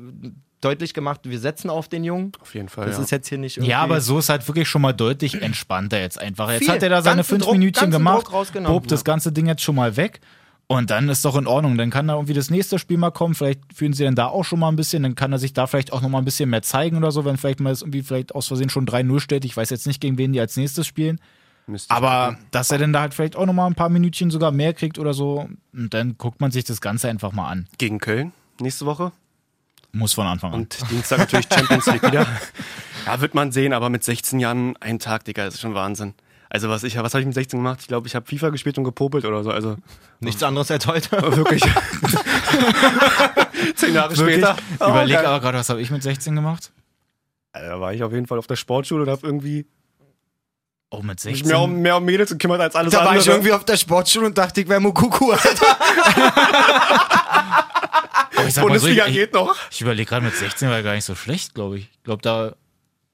Speaker 2: deutlich gemacht, wir setzen auf den Jungen.
Speaker 1: Auf jeden Fall.
Speaker 2: Das
Speaker 1: ja.
Speaker 2: ist jetzt hier nicht irgendwie
Speaker 3: Ja, aber so ist halt wirklich schon mal deutlich entspannter jetzt einfach. Jetzt
Speaker 2: Viel.
Speaker 3: hat er da seine
Speaker 2: Ganzen
Speaker 3: fünf
Speaker 2: Druck-
Speaker 3: Minütchen
Speaker 2: ganzen
Speaker 3: gemacht,
Speaker 2: Druck rausgenommen,
Speaker 3: bob das ganze Ding jetzt schon mal weg und dann ist doch in Ordnung. Dann kann da irgendwie das nächste Spiel mal kommen. Vielleicht fühlen sie dann da auch schon mal ein bisschen. Dann kann er sich da vielleicht auch noch mal ein bisschen mehr zeigen oder so, wenn vielleicht mal das irgendwie vielleicht aus Versehen schon 3-0 steht. Ich weiß jetzt nicht, gegen wen die als nächstes spielen.
Speaker 1: Müsste ich
Speaker 3: Aber
Speaker 1: gucken.
Speaker 3: dass er dann da halt vielleicht auch noch mal ein paar Minütchen sogar mehr kriegt oder so. Und dann guckt man sich das Ganze einfach mal an.
Speaker 1: Gegen Köln nächste Woche.
Speaker 3: Muss von Anfang an.
Speaker 1: Und Dienstag natürlich Champions League wieder. Ja, wird man sehen, aber mit 16 Jahren ein Tag, Digga, das ist schon Wahnsinn. Also was ich, was habe ich mit 16 gemacht? Ich glaube, ich habe FIFA gespielt und gepopelt oder so. Also
Speaker 2: nichts anderes als heute.
Speaker 1: wirklich. Zehn Jahre später. Oh,
Speaker 3: Überleg
Speaker 1: geil.
Speaker 3: aber gerade, was habe ich mit 16 gemacht?
Speaker 1: Alter, Also Da war ich auf jeden Fall auf der Sportschule und habe irgendwie
Speaker 3: Oh, mit
Speaker 1: mich
Speaker 3: 16.
Speaker 1: mehr um, mehr um Mädels gekümmert als alles
Speaker 2: Da
Speaker 1: andere.
Speaker 2: war ich irgendwie auf der Sportschule und dachte, ich wäre Mokoko.
Speaker 3: Aber ich sag mal so, ich,
Speaker 1: Bundesliga
Speaker 3: ich,
Speaker 1: geht noch.
Speaker 3: Ich überlege gerade, mit 16 war er gar nicht so schlecht, glaube ich. Ich glaube, da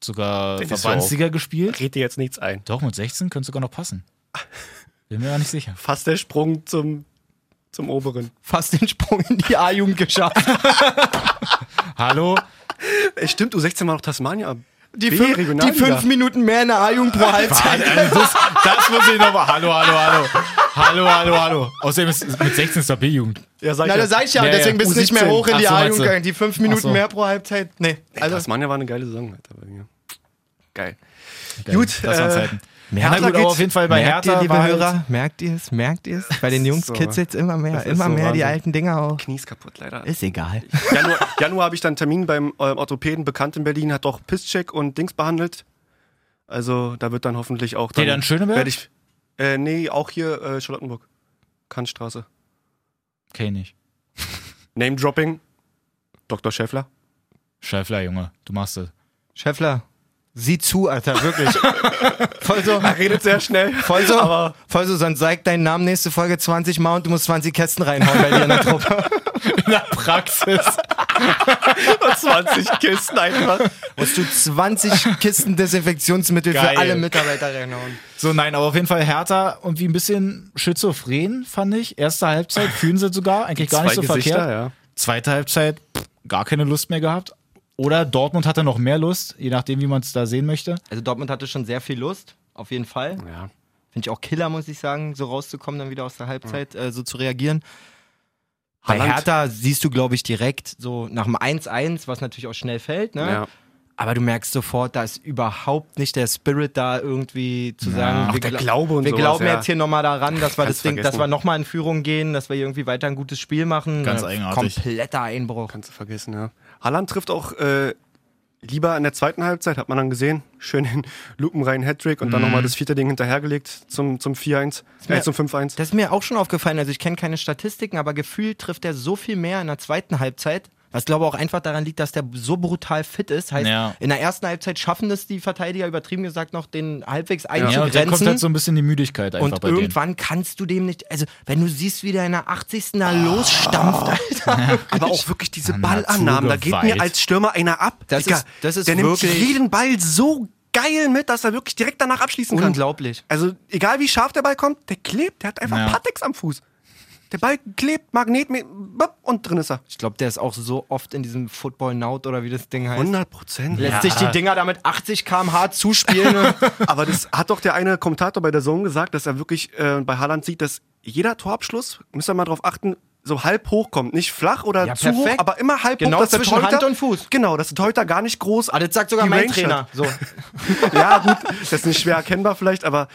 Speaker 3: sogar
Speaker 1: Den ist
Speaker 3: Verbandsliga gespielt.
Speaker 1: Red dir jetzt nichts ein.
Speaker 3: Doch, mit 16 könnte sogar noch passen. Bin mir gar nicht sicher.
Speaker 1: Fast der Sprung zum, zum oberen.
Speaker 2: Fast den Sprung in die A-Jugend geschafft.
Speaker 3: Hallo?
Speaker 1: Ey, stimmt, U16 war noch Tasmania.
Speaker 2: Die,
Speaker 1: B,
Speaker 2: fünf, die
Speaker 1: Regionalliga.
Speaker 2: fünf Minuten mehr in der A-Jugend pro Halbzeit.
Speaker 3: das, das muss ich nochmal. Hallo, hallo, hallo. Hallo, hallo, hallo. Außerdem ist mit 16 ist da B-Jugend.
Speaker 1: Ja, sag ich
Speaker 2: Na,
Speaker 1: ja.
Speaker 2: das sag ich ja,
Speaker 3: Ja, ja.
Speaker 2: deswegen bist du nicht mehr
Speaker 3: U17.
Speaker 2: hoch in die
Speaker 3: Ach so,
Speaker 2: A-Jugend
Speaker 3: meinst du.
Speaker 2: gegangen. Die fünf Minuten
Speaker 3: Ach so.
Speaker 2: mehr pro Halbzeit. Nee,
Speaker 1: Also,
Speaker 2: also
Speaker 1: Tasmania war eine geile Saison, Alter, bei mir. Geil.
Speaker 3: Geil,
Speaker 1: Gut,
Speaker 3: das waren
Speaker 1: äh,
Speaker 3: Zeiten.
Speaker 1: Hertha
Speaker 3: Na gut,
Speaker 1: geht's-
Speaker 3: aber auf jeden Fall bei
Speaker 2: Merkt
Speaker 3: Hertha.
Speaker 2: ihr, liebe
Speaker 3: war halt-
Speaker 2: Hörer, merkt ihr es, merkt ihr es? Bei den Jungs
Speaker 1: So.
Speaker 2: kitzelt immer mehr,
Speaker 1: Das ist
Speaker 2: immer
Speaker 1: so
Speaker 2: mehr die
Speaker 1: Wahnsinn.
Speaker 2: alten Dinger auch.
Speaker 1: Knie ist kaputt, leider.
Speaker 2: Ist egal.
Speaker 1: Januar, Januar habe ich dann einen Termin beim äh, Orthopäden bekannt in Berlin, hat auch Pisscheck und Dings behandelt. Also da wird dann hoffentlich auch dann.
Speaker 3: Der dann Schöneberg?
Speaker 1: werd Ich, äh, nee, auch hier äh, Charlottenburg. Kantstraße.
Speaker 3: Okay, nicht.
Speaker 1: Name Dropping. Dr. Schäffler.
Speaker 3: Schäffler, Junge, du machst es.
Speaker 2: Schäffler, sieh zu, Alter, wirklich. voll so,
Speaker 1: Er redet sehr schnell.
Speaker 2: voll so,
Speaker 1: Aber
Speaker 2: voll so, sonst sag deinen Namen nächste Folge 20 Mal und du musst 20 Kästen reinhauen bei dir in der Truppe.
Speaker 3: In der Praxis.
Speaker 1: 20 Kisten einfach.
Speaker 2: Musst du 20 Kisten Desinfektionsmittel
Speaker 3: Geil.
Speaker 2: für alle Mitarbeiter reinhauen.
Speaker 3: So, nein, aber auf jeden Fall Hertha irgendwie ein bisschen schizophren, fand ich. Erste Halbzeit fühlen sie sogar, eigentlich gar nicht so
Speaker 1: Zwei Gesichter,
Speaker 3: verkehrt.
Speaker 1: ja.
Speaker 3: Zweite Halbzeit pff, gar keine Lust mehr gehabt. Oder Dortmund hatte noch mehr Lust, je nachdem, wie man es da sehen möchte.
Speaker 2: Also Dortmund hatte schon sehr viel Lust, auf jeden Fall.
Speaker 1: ja.
Speaker 2: Finde ich auch Killer, muss ich sagen, so rauszukommen, dann wieder aus der Halbzeit äh, so zu reagieren. Bei
Speaker 1: Haaland.
Speaker 2: Hertha siehst du, glaube ich, direkt so nach dem 1-1, was natürlich auch schnell fällt, ne?
Speaker 1: Ja.
Speaker 2: Aber du merkst sofort, da ist überhaupt nicht der Spirit da irgendwie zu sagen,
Speaker 1: Auch
Speaker 2: wir,
Speaker 1: der
Speaker 2: gla-
Speaker 1: Glaube und
Speaker 2: wir
Speaker 1: sowas,
Speaker 2: glauben
Speaker 1: ja.
Speaker 2: jetzt hier nochmal daran, dass wir
Speaker 1: Kannst
Speaker 2: das Ding, dass
Speaker 1: vergessen.
Speaker 2: wir nochmal in Führung gehen, dass wir irgendwie weiter ein gutes Spiel machen.
Speaker 3: Ganz
Speaker 2: Äh,
Speaker 3: eigenartig.
Speaker 2: Kompletter Einbruch.
Speaker 1: Kannst du vergessen, ja. Haaland trifft auch äh, lieber in der zweiten Halbzeit, hat man dann gesehen. Schön den lupenreinen Hattrick und dann nochmal das vierte Ding hinterhergelegt zum, zum 4-1. Äh,
Speaker 2: mir-
Speaker 1: zum 5-1.
Speaker 2: Das Mhm. ist mir auch schon aufgefallen. Also ich kenne keine Statistiken, aber gefühlt trifft er so viel mehr in der zweiten Halbzeit. Was glaube auch einfach daran liegt, dass der so brutal fit ist. Heißt,
Speaker 3: Ja.
Speaker 2: in der ersten Halbzeit schaffen es die Verteidiger übertrieben gesagt noch, den halbwegs
Speaker 3: Ja, und dann kommt
Speaker 2: einzugrenzen.
Speaker 3: halt so ein bisschen die Müdigkeit einfach
Speaker 2: und
Speaker 3: bei denen.
Speaker 2: irgendwann kannst du dem nicht. Also, wenn du siehst, wie der in der 80. da losstampft,
Speaker 1: Ah.
Speaker 2: Alter.
Speaker 1: Aber auch wirklich diese
Speaker 3: Dann hat's
Speaker 1: Ballannahmen, da geht
Speaker 3: zugeweiht.
Speaker 1: mir als Stürmer einer ab.
Speaker 2: Das
Speaker 1: Digga,
Speaker 2: ist- das ist
Speaker 1: der nimmt
Speaker 2: wirklich-
Speaker 1: jeden Ball so geil mit, dass er wirklich direkt danach abschließen kann.
Speaker 2: Unglaublich.
Speaker 1: Also egal wie scharf der Ball kommt, der klebt, der hat einfach
Speaker 3: Ja.
Speaker 1: Patex am Fuß. Der Ball klebt, Magnet bop, und drin ist er.
Speaker 2: Ich glaube, der ist auch so oft in diesem Football Nout oder wie das Ding heißt.
Speaker 1: 100 Prozent.
Speaker 2: Lässt sich die Dinger damit 80 km/h zuspielen. und-
Speaker 1: Aber das hat doch der eine Kommentator bei der Zone gesagt, dass er wirklich äh, bei Haaland sieht, dass jeder Torabschluss, müsst ihr mal drauf achten, so halb hoch kommt. Nicht flach oder
Speaker 2: Ja,
Speaker 1: zu hoch,
Speaker 2: perfekt.
Speaker 1: aber immer halb
Speaker 2: Genau
Speaker 1: hoch. dass der
Speaker 2: zwischen
Speaker 1: Torhüter-
Speaker 2: Hand und Fuß.
Speaker 1: Genau, dass der Torhüter gar nicht groß
Speaker 2: ah, das sagt sogar
Speaker 1: die
Speaker 2: mein
Speaker 1: Range hat.
Speaker 2: Trainer. So.
Speaker 1: ja, gut, das ist nicht schwer erkennbar vielleicht, aber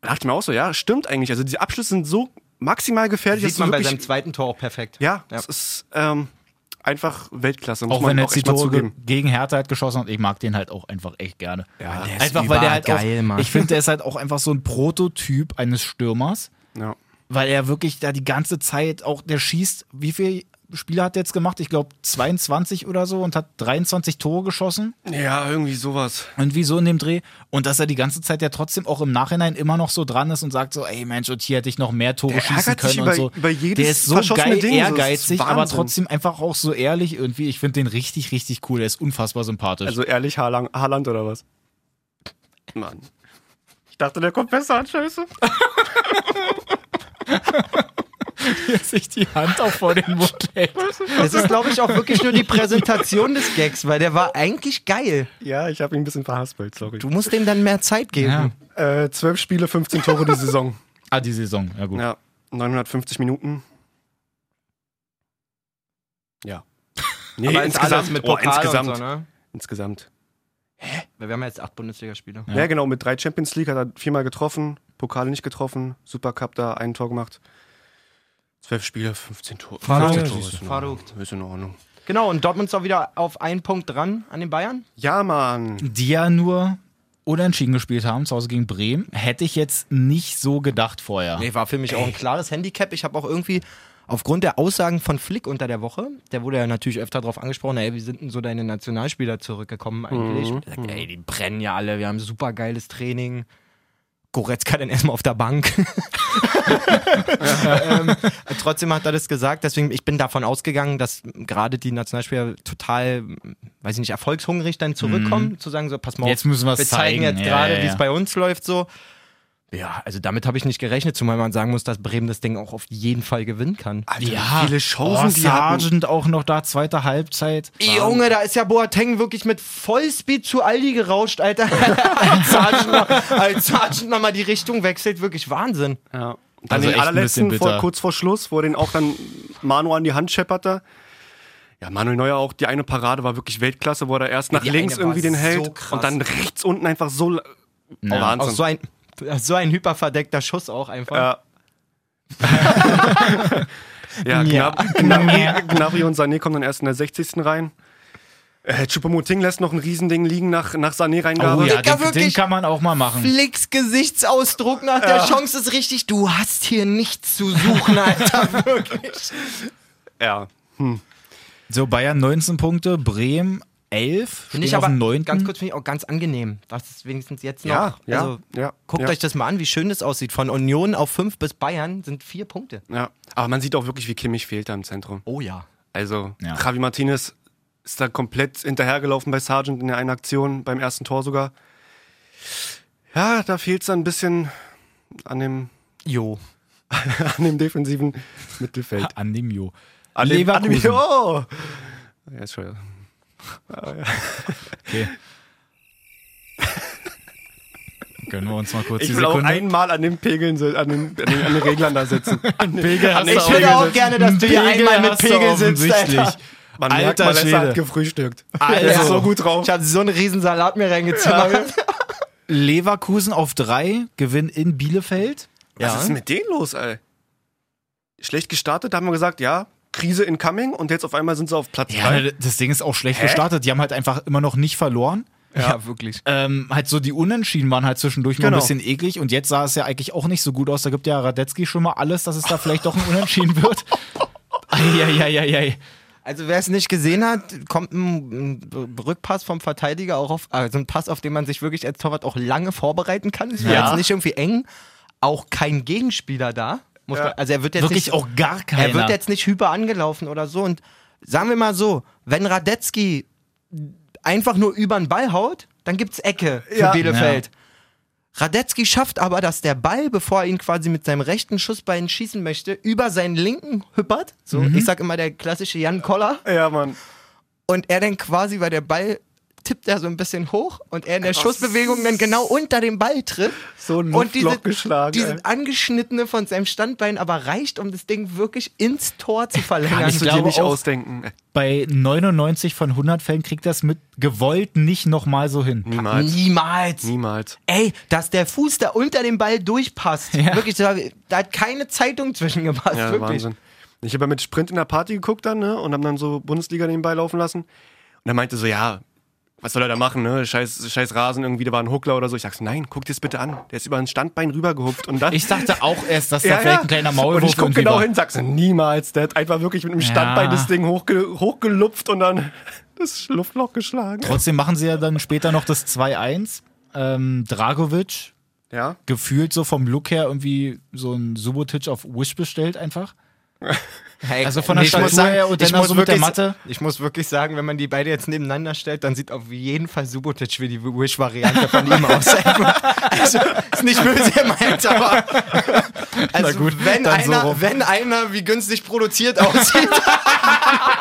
Speaker 1: da dachte ich mir auch so, ja, stimmt eigentlich. Also diese Abschlüsse sind so maximal gefährlich,
Speaker 2: Sieht
Speaker 1: dass du
Speaker 2: man bei
Speaker 1: wirklich,
Speaker 2: seinem zweiten Tor auch perfekt.
Speaker 1: ja, das ist ähm, einfach Weltklasse. Muss
Speaker 3: auch
Speaker 1: man
Speaker 3: wenn jetzt die
Speaker 1: echt mal
Speaker 3: Tore ge-
Speaker 1: zugeben.
Speaker 3: gegen Hertha halt geschossen hat, ich mag den halt auch einfach echt gerne.
Speaker 1: Ja,
Speaker 2: der ist
Speaker 3: einfach weil der halt
Speaker 2: übergeil,
Speaker 3: auch,
Speaker 2: Mann.
Speaker 3: ich finde, der ist halt auch einfach so ein Prototyp eines Stürmers.
Speaker 1: Ja.
Speaker 3: weil er wirklich da die ganze Zeit auch, der schießt wie viel Spiele hat er jetzt gemacht, ich glaube 22 oder so und hat 23 Tore geschossen.
Speaker 1: Ja, irgendwie sowas.
Speaker 3: Irgendwie so in dem Dreh. Und dass er die ganze Zeit ja trotzdem auch im Nachhinein immer noch so dran ist und sagt so, ey Mensch, und hier hätte ich noch mehr Tore
Speaker 1: Der
Speaker 3: schießen
Speaker 1: ärgert
Speaker 3: können
Speaker 1: sich
Speaker 3: und
Speaker 1: über-
Speaker 3: so.
Speaker 1: über jedes
Speaker 3: Der ist so
Speaker 1: verschossene
Speaker 3: geil
Speaker 1: Ding, so. Das ist
Speaker 3: ehrgeizig, aber
Speaker 1: Wahnsinn.
Speaker 3: trotzdem einfach auch so ehrlich irgendwie. Ich finde den richtig, richtig cool. Der ist unfassbar sympathisch.
Speaker 1: Also ehrlich, Haaland, Haaland oder was? Mann. Ich dachte, der kommt besser an, scheiße.
Speaker 3: der sich die Hand auch vor den Mund hält.
Speaker 2: Das ist, glaube ich, auch wirklich nur die Präsentation des Gags, weil der war eigentlich geil.
Speaker 1: Ja, ich habe ihn ein bisschen verhaspelt, sorry.
Speaker 2: Du musst dem dann mehr Zeit geben.
Speaker 3: Ja.
Speaker 1: Äh, 12 Spiele, 15 Tore die Saison.
Speaker 3: Ah, die Saison. Ja, gut.
Speaker 1: Ja, 950 Minuten. Ja. Nee,
Speaker 2: Aber
Speaker 1: insgesamt.
Speaker 2: alles mit
Speaker 1: oh,
Speaker 2: Pokal
Speaker 1: insgesamt.
Speaker 2: Und so, ne?
Speaker 1: insgesamt.
Speaker 2: Weil wir haben ja jetzt acht Bundesligaspiele.
Speaker 1: Ja. genau, mit drei Champions League hat er viermal getroffen, Pokale nicht getroffen, Supercup da ein Tor gemacht. Zwölf Spiele, 15 Tore.
Speaker 3: Verrückt.
Speaker 1: 15 Tore ist in Ordnung.
Speaker 2: Verrückt.
Speaker 1: Ist in Ordnung.
Speaker 2: Genau, und Dortmund ist auch wieder auf einen Punkt dran an den Bayern.
Speaker 1: Ja, Mann.
Speaker 3: Die ja nur unentschieden gespielt haben, zu Hause gegen Bremen. Hätte ich jetzt nicht so gedacht vorher.
Speaker 2: Nee, war für mich auch ein klares Handicap. Ich habe auch irgendwie aufgrund der Aussagen von Flick unter der Woche, der wurde ja natürlich öfter darauf angesprochen, ey, wie sind denn so deine Nationalspieler zurückgekommen eigentlich? Der sagt, ey, die brennen ja alle, wir haben super geiles Training. Goretzka dann erstmal auf der Bank. ähm, trotzdem hat er das gesagt, deswegen ich bin davon ausgegangen, dass gerade die Nationalspieler total, weiß ich nicht, erfolgshungrig dann zurückkommen, zu sagen so, pass mal
Speaker 3: Mhm. Jetzt
Speaker 2: auf,
Speaker 3: müssen wir's
Speaker 2: wir zeigen
Speaker 3: zeigen.
Speaker 2: jetzt
Speaker 3: Ja,
Speaker 2: gerade,
Speaker 3: ja,
Speaker 2: wie es
Speaker 3: ja.
Speaker 2: bei uns läuft so. Ja, also damit habe ich nicht gerechnet, zumal man sagen muss, dass Bremen das Ding auch auf jeden Fall gewinnen kann.
Speaker 1: Alter, wie viele Chancen
Speaker 3: oh,
Speaker 1: die hatten.
Speaker 3: Sargent auch noch da, zweite Halbzeit.
Speaker 2: Junge, da ist ja Boateng wirklich mit Vollspeed zu Aldi gerauscht, Alter. als Sargent noch- als Sargent nochmal die Richtung wechselt, wirklich Wahnsinn.
Speaker 1: Ja. Dann
Speaker 3: Also
Speaker 1: den
Speaker 3: echt ein
Speaker 1: allerletzten,
Speaker 3: bisschen
Speaker 1: vor,
Speaker 3: bitter.
Speaker 1: kurz vor Schluss, wo er den auch dann Manu an die Hand schepperte. Ja, Manuel Neuer auch, die eine Parade war wirklich Weltklasse, wo er da erst nach
Speaker 2: die
Speaker 1: links
Speaker 2: eine
Speaker 1: irgendwie
Speaker 2: war
Speaker 1: den
Speaker 2: so
Speaker 1: hält
Speaker 2: krass.
Speaker 1: und dann rechts unten einfach so. la- Oh,
Speaker 2: Auch
Speaker 1: Wahnsinn.
Speaker 2: so ein, so ein hyperverdeckter Schuss auch einfach.
Speaker 1: Ja. ja,
Speaker 2: Ja.
Speaker 1: Gnab
Speaker 3: Mhm.
Speaker 1: Gnab Gnabry und Sané kommen dann erst in der 60. rein. Äh, Chupomoting lässt noch ein Riesending liegen nach, nach Sané-Reingabe.
Speaker 3: Oh ja,
Speaker 2: Digga,
Speaker 3: den, den
Speaker 2: wirklich.
Speaker 3: kann man auch mal machen.
Speaker 2: Flicks Gesichtsausdruck nach der Chance ist richtig, du hast hier nichts zu suchen, Alter, wirklich.
Speaker 1: Oh, ja.
Speaker 3: So, Bayern 19 Punkte, Bremen 11, stehen
Speaker 2: Finde ich
Speaker 3: auf
Speaker 2: aber
Speaker 3: dem 9.
Speaker 2: ganz kurz finde ich auch ganz angenehm, dass es wenigstens jetzt noch.
Speaker 1: Ja, ja,
Speaker 2: also,
Speaker 1: ja,
Speaker 2: guckt
Speaker 1: ja.
Speaker 2: euch das mal an, wie schön das aussieht. Von Union auf 5 bis Bayern sind vier Punkte.
Speaker 1: ja. Aber man sieht auch wirklich, wie Kimmich fehlt da im Zentrum.
Speaker 2: Oh ja.
Speaker 1: Also,
Speaker 3: Ja.
Speaker 1: Javi Martinez ist da komplett hinterhergelaufen bei Sargent in der einen Aktion, beim ersten Tor sogar. Ja, da fehlt es ein bisschen an dem,
Speaker 2: Jo.
Speaker 1: an dem defensiven Mittelfeld.
Speaker 3: An dem Jo.
Speaker 1: An dem, an dem,
Speaker 3: Leverkusen.
Speaker 1: oh! Ja, Entschuldigung.
Speaker 3: Okay. Können wir uns mal kurz
Speaker 1: Ich
Speaker 3: die
Speaker 1: will auch
Speaker 3: Sekunde.
Speaker 1: einmal an den Pegeln, si- an den, an den, an den Reglern da sitzen. An den
Speaker 3: Pegel hast
Speaker 1: an den
Speaker 3: du auch
Speaker 1: Pegeln
Speaker 3: gesagt.
Speaker 1: sitzen.
Speaker 2: gerne, dass
Speaker 3: Pegel hast du offensichtlich.
Speaker 2: Alter.
Speaker 1: Man merkt,
Speaker 3: Alter
Speaker 1: man halt Schwede.
Speaker 3: Schwede.
Speaker 1: hat gefrühstückt.
Speaker 3: Also.
Speaker 1: Der ist so gut drauf.
Speaker 2: Ich hatte so einen riesen Salat mir reingezimmert.
Speaker 3: Leverkusen auf 3, Gewinn in Bielefeld.
Speaker 1: Was ist mit denen los, ey? Schlecht gestartet, da haben wir gesagt, ja, Krise incoming und jetzt auf einmal sind sie auf Platz 3.
Speaker 3: Ja, das Ding ist auch schlecht gestartet. Die haben halt einfach immer noch nicht verloren.
Speaker 2: Ja, wirklich.
Speaker 3: Ähm, halt so die Unentschieden waren halt zwischendurch mal
Speaker 1: Genau.
Speaker 3: ein bisschen eklig und jetzt sah es ja eigentlich auch nicht so gut aus. Da gibt ja Radetzky schon mal alles, dass es da vielleicht doch ein Unentschieden wird. Eieieiei.
Speaker 2: Also wer es nicht gesehen hat, kommt ein, ein Rückpass vom Verteidiger auch auf, also ein Pass, auf den man sich wirklich als Torwart auch lange vorbereiten kann. Es war
Speaker 3: Ja.
Speaker 2: jetzt nicht irgendwie eng, auch kein Gegenspieler da. Muss man, also er wird jetzt
Speaker 3: Wirklich
Speaker 2: nicht,
Speaker 3: auch gar keiner.
Speaker 2: er wird jetzt nicht hyper angelaufen oder so. Und sagen wir mal so, wenn Radetzky einfach nur über den Ball haut, dann gibt's Ecke für
Speaker 1: Ja.
Speaker 2: Bielefeld. Radetzky schafft aber, dass der Ball, bevor er ihn quasi mit seinem rechten Schussbein schießen möchte, über seinen linken hüppert. So,
Speaker 3: Mhm.
Speaker 2: ich sag immer der klassische Jan Koller.
Speaker 1: Ja, Mann.
Speaker 2: Und er dann quasi, weil der Ball tippt er so ein bisschen hoch und er in der Schussbewegung dann genau unter den Ball tritt.
Speaker 1: So ein
Speaker 2: und diese,
Speaker 1: Luftloch geschlagen, ey.
Speaker 2: dieses angeschnittene von seinem Standbein aber reicht, um das Ding wirklich ins Tor zu verlängern. Also
Speaker 3: ich
Speaker 1: Kannst du dir
Speaker 3: glaube
Speaker 1: nicht
Speaker 3: auch-
Speaker 1: ausdenken.
Speaker 3: Bei 99 von 100 Fällen kriegt das mit gewollt nicht nochmal so hin.
Speaker 1: Niemals.
Speaker 2: Niemals.
Speaker 1: Niemals.
Speaker 2: Ey, dass der Fuß da unter dem Ball durchpasst. Wirklich, da, da hat keine Zeitung zwischengepasst.
Speaker 1: Ja,
Speaker 2: wirklich.
Speaker 1: Wahnsinn. Ich habe ja mit Sprint in der Party geguckt dann, ne? Und haben dann so Bundesliga nebenbei laufen lassen. Und er meinte so, ja, was soll er da machen, ne? Scheiß, scheiß Rasen irgendwie, da war ein Huckler oder so. Ich sag's, nein, guck dir das bitte an. Der ist über ein Standbein rübergehupft und dann.
Speaker 3: Ich dachte auch erst, dass da vielleicht ein kleiner Maulwurf
Speaker 1: Und ich guck
Speaker 3: irgendwie
Speaker 1: genau
Speaker 3: war.
Speaker 1: hin, sag's, niemals, der hat einfach wirklich mit einem Standbein
Speaker 3: Ja.
Speaker 1: das Ding hochge hochgelupft und dann das Luftloch geschlagen.
Speaker 3: Trotzdem machen sie ja dann später noch das 2-1. Ähm, Dragovic,
Speaker 1: Ja.
Speaker 3: gefühlt so vom Look her irgendwie so ein Subotic auf Wish bestellt einfach.
Speaker 2: Hey,
Speaker 3: Also von der
Speaker 2: ich muss
Speaker 3: Statur
Speaker 2: sagen,
Speaker 3: her und
Speaker 2: ich
Speaker 3: dann
Speaker 2: muss
Speaker 3: so mit der
Speaker 2: wirklich-
Speaker 3: Matte.
Speaker 2: Ich muss wirklich sagen, wenn man die beide jetzt nebeneinander stellt, dann sieht auf jeden Fall Subotic wie die Wish-Variante von ihm aus. also, ist nicht böse gemeint, aber also,
Speaker 3: gut,
Speaker 2: wenn,
Speaker 3: dann so
Speaker 2: einer,
Speaker 3: rum.
Speaker 2: wenn einer wie günstig produziert aussieht,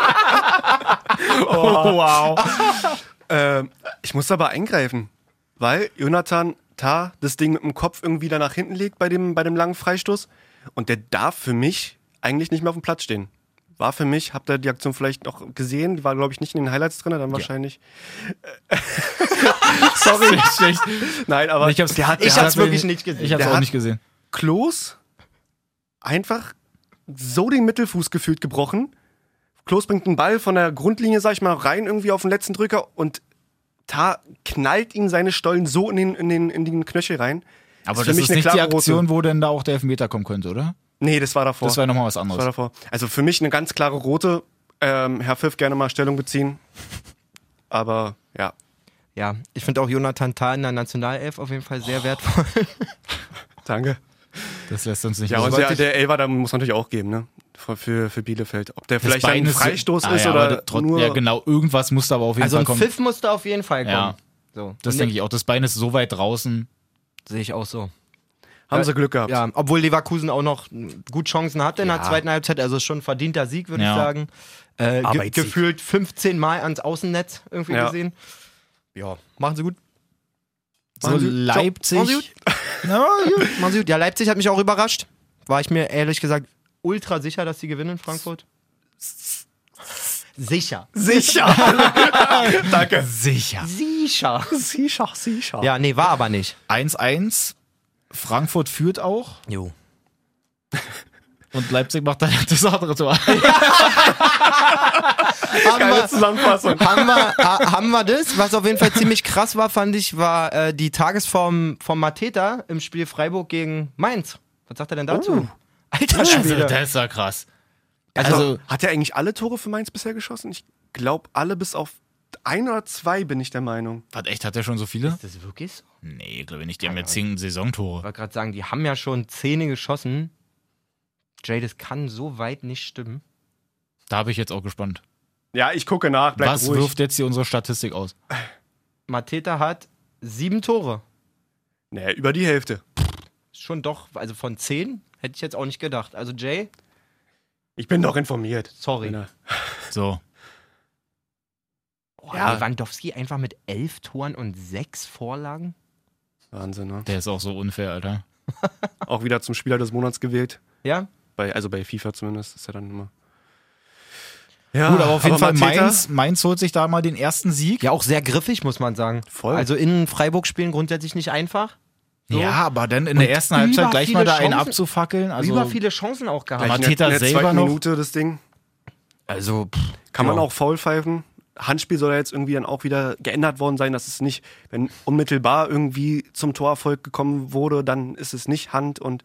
Speaker 3: wow.
Speaker 1: Oh, Ähm, ich muss aber eingreifen, weil Jonathan Tah das Ding mit dem Kopf irgendwie da nach hinten legt bei dem, bei dem langen Freistoß und der darf für mich eigentlich nicht mehr auf dem Platz stehen. War für mich, habt ihr die Aktion vielleicht noch gesehen, die war, glaube ich, nicht in den Highlights drin, dann wahrscheinlich.
Speaker 3: Sorry. Schlecht.
Speaker 1: Nein, aber
Speaker 3: Ich hab's,
Speaker 1: der hat, der
Speaker 2: ich
Speaker 1: hat
Speaker 2: hab's wirklich nicht gesehen.
Speaker 3: Ich hab's
Speaker 1: Der
Speaker 3: auch
Speaker 1: hat-
Speaker 3: nicht gesehen.
Speaker 1: Klos einfach so den Mittelfuß gefühlt gebrochen. Klos bringt einen Ball von der Grundlinie, sag ich mal, rein irgendwie auf den letzten Drücker und Ta knallt ihm seine Stollen so in den, in den, in den Knöchel rein.
Speaker 3: Aber
Speaker 1: für
Speaker 3: das
Speaker 1: mich
Speaker 3: ist
Speaker 1: eine
Speaker 3: nicht die
Speaker 1: klare Rote.
Speaker 3: Aktion, wo denn da auch der Elfmeter kommen könnte, oder?
Speaker 1: Nee, das war davor.
Speaker 3: Das war nochmal was
Speaker 1: Das war
Speaker 3: anderes.
Speaker 1: davor. Also für mich eine ganz klare rote. Ähm, Herr Pfiff, gerne mal Stellung beziehen. Aber ja.
Speaker 2: Ja, ich finde auch Jonathan Tah in der Nationalelf auf jeden Fall sehr wertvoll.
Speaker 1: Danke. Also
Speaker 3: Das lässt uns nicht
Speaker 1: Ja,
Speaker 3: los.
Speaker 1: und der, der Elfer, da muss man natürlich auch geben, ne? Für, für, für Bielefeld. Ob der
Speaker 3: Das
Speaker 1: vielleicht ein
Speaker 3: Bein ist-
Speaker 1: Freistoß
Speaker 3: Ah,
Speaker 1: ist
Speaker 3: ja, aber
Speaker 1: oder
Speaker 3: das trot-
Speaker 1: nur.
Speaker 3: Ja, genau. Irgendwas muss da aber auf jeden
Speaker 2: Also
Speaker 3: Fall
Speaker 2: ein
Speaker 3: kommen.
Speaker 2: Pfiff muss da auf jeden Fall kommen.
Speaker 3: Ja.
Speaker 2: So.
Speaker 3: Das denke ich auch. Das Bein ist so weit draußen.
Speaker 2: Sehe ich auch so.
Speaker 1: Haben sie Glück gehabt.
Speaker 2: Ja, obwohl Leverkusen auch noch gut Chancen hatte in der
Speaker 1: Ja.
Speaker 2: zweiten Halbzeit, also schon verdienter Sieg, würde
Speaker 3: Ja.
Speaker 2: ich sagen. Äh, ge
Speaker 1: Arbeitssieg.
Speaker 2: gefühlt 15 Mal ans Außennetz irgendwie
Speaker 1: Ja.
Speaker 2: gesehen. Ja, machen sie gut.
Speaker 3: So
Speaker 1: Machen Sie-
Speaker 2: Machen Sie gut.
Speaker 3: Leipzig.
Speaker 2: Ja, gut. machen sie gut. Ja, Leipzig hat mich auch überrascht. War ich mir ehrlich gesagt ultra sicher, dass sie gewinnen in Frankfurt. Sicher.
Speaker 1: Sicher! Danke.
Speaker 3: Sicher.
Speaker 2: Sicher.
Speaker 1: Sicher, sicher.
Speaker 2: Ja, nee, war aber nicht.
Speaker 3: 1-1. Frankfurt führt auch.
Speaker 2: Jo.
Speaker 3: Und Leipzig macht dann das andere Tor.
Speaker 2: Haben
Speaker 1: Geile
Speaker 2: wir,
Speaker 1: Zusammenfassung.
Speaker 2: haben, wir, ha- haben wir das? Was auf jeden Fall ziemlich krass war, fand ich, war äh, die Tagesform von Mateta im Spiel Freiburg gegen Mainz. Was sagt er denn dazu?
Speaker 1: Uh.
Speaker 2: Alter
Speaker 3: Also,
Speaker 2: Schwede.
Speaker 3: das war krass.
Speaker 1: Also,
Speaker 3: Also,
Speaker 1: hat er eigentlich alle Tore für Mainz bisher geschossen? Ich glaube, alle bis auf ein oder zwei, bin ich der Meinung.
Speaker 3: was echt, hat er schon so viele?
Speaker 2: Ist das wirklich so?
Speaker 3: Nee, glaube ich nicht. Die haben ja zehn Saisontore.
Speaker 2: Ich wollte gerade sagen, die haben ja schon Zähne geschossen. Jay, das kann so weit nicht stimmen.
Speaker 3: Da habe ich jetzt auch gespannt.
Speaker 1: Ja, ich gucke nach. Bleib
Speaker 3: Was
Speaker 1: ruhig.
Speaker 3: wirft jetzt hier unsere Statistik aus?
Speaker 2: Mateta hat sieben Tore.
Speaker 1: Nee, über die Hälfte.
Speaker 2: Ist Schon doch, also von zehn hätte ich jetzt auch nicht gedacht. Also Jay,
Speaker 1: Ich bin doch informiert.
Speaker 2: sorry.
Speaker 1: Männer.
Speaker 3: So.
Speaker 2: Oh,
Speaker 1: Ja.
Speaker 2: Lewandowski einfach mit elf Toren und sechs Vorlagen.
Speaker 1: Wahnsinn, ne?
Speaker 3: Der ist auch so unfair, Alter.
Speaker 1: Auch wieder zum Spieler des Monats gewählt.
Speaker 2: Ja,
Speaker 1: Bei, also bei FIFA zumindest ist er dann immer. Ja,
Speaker 3: Gut, aber auf jeden Fall
Speaker 1: Mateta-
Speaker 3: Mainz, Mainz holt sich da mal den ersten Sieg.
Speaker 2: ja auch sehr griffig, muss man sagen.
Speaker 1: Voll.
Speaker 2: Also in Freiburg spielen grundsätzlich nicht einfach. So.
Speaker 3: Ja, aber dann in der ersten Halbzeit
Speaker 2: über
Speaker 3: gleich mal
Speaker 2: viele
Speaker 3: da einen
Speaker 2: Chancen.
Speaker 3: abzufackeln. Also
Speaker 2: Über viele Chancen auch gehabt.
Speaker 1: Gleich in der-
Speaker 3: Mateta
Speaker 1: in der
Speaker 3: selber
Speaker 1: zweiten
Speaker 3: noch.
Speaker 1: Minute das Ding.
Speaker 2: Also, pff,
Speaker 1: Kann man
Speaker 2: Ja.
Speaker 1: auch faul pfeifen. Handspiel soll ja jetzt irgendwie dann auch wieder geändert worden sein, dass es nicht, wenn unmittelbar irgendwie zum Torerfolg gekommen wurde, dann ist es nicht Hand und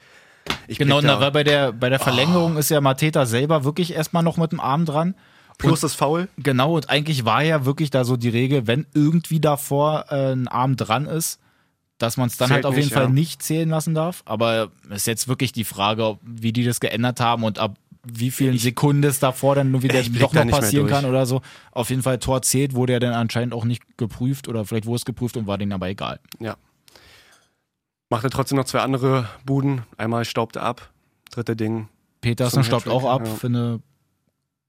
Speaker 1: ich
Speaker 3: genau,
Speaker 1: blick
Speaker 3: und
Speaker 1: da-
Speaker 3: da war bei der, bei der Verlängerung ist ja Mateta selber wirklich erstmal noch mit dem Arm dran.
Speaker 1: plus das Foul.
Speaker 3: Genau, und eigentlich war ja wirklich da so die Regel, wenn irgendwie davor äh, ein Arm dran ist, dass man es dann
Speaker 1: Zählt
Speaker 3: halt auf
Speaker 1: nicht,
Speaker 3: jeden Fall
Speaker 1: ja.
Speaker 3: nicht zählen lassen darf. Aber ist jetzt wirklich die Frage, ob- wie die das geändert haben und ab wie vielen Sekunden es davor dann nur wieder
Speaker 1: Ich blick
Speaker 3: doch
Speaker 1: da
Speaker 3: noch
Speaker 1: nicht mehr
Speaker 3: passieren
Speaker 1: durch.
Speaker 3: kann oder so. Auf jeden Fall Tor zählt, wurde ja dann anscheinend auch nicht geprüft oder vielleicht wurde es geprüft und war denen aber egal.
Speaker 1: Ja. Machte trotzdem noch zwei andere Buden. Einmal staubte ab. Dritte Ding.
Speaker 3: Petersen
Speaker 1: Zum
Speaker 3: staubt auch
Speaker 1: Hattrick,
Speaker 3: ab,
Speaker 1: ja.
Speaker 3: finde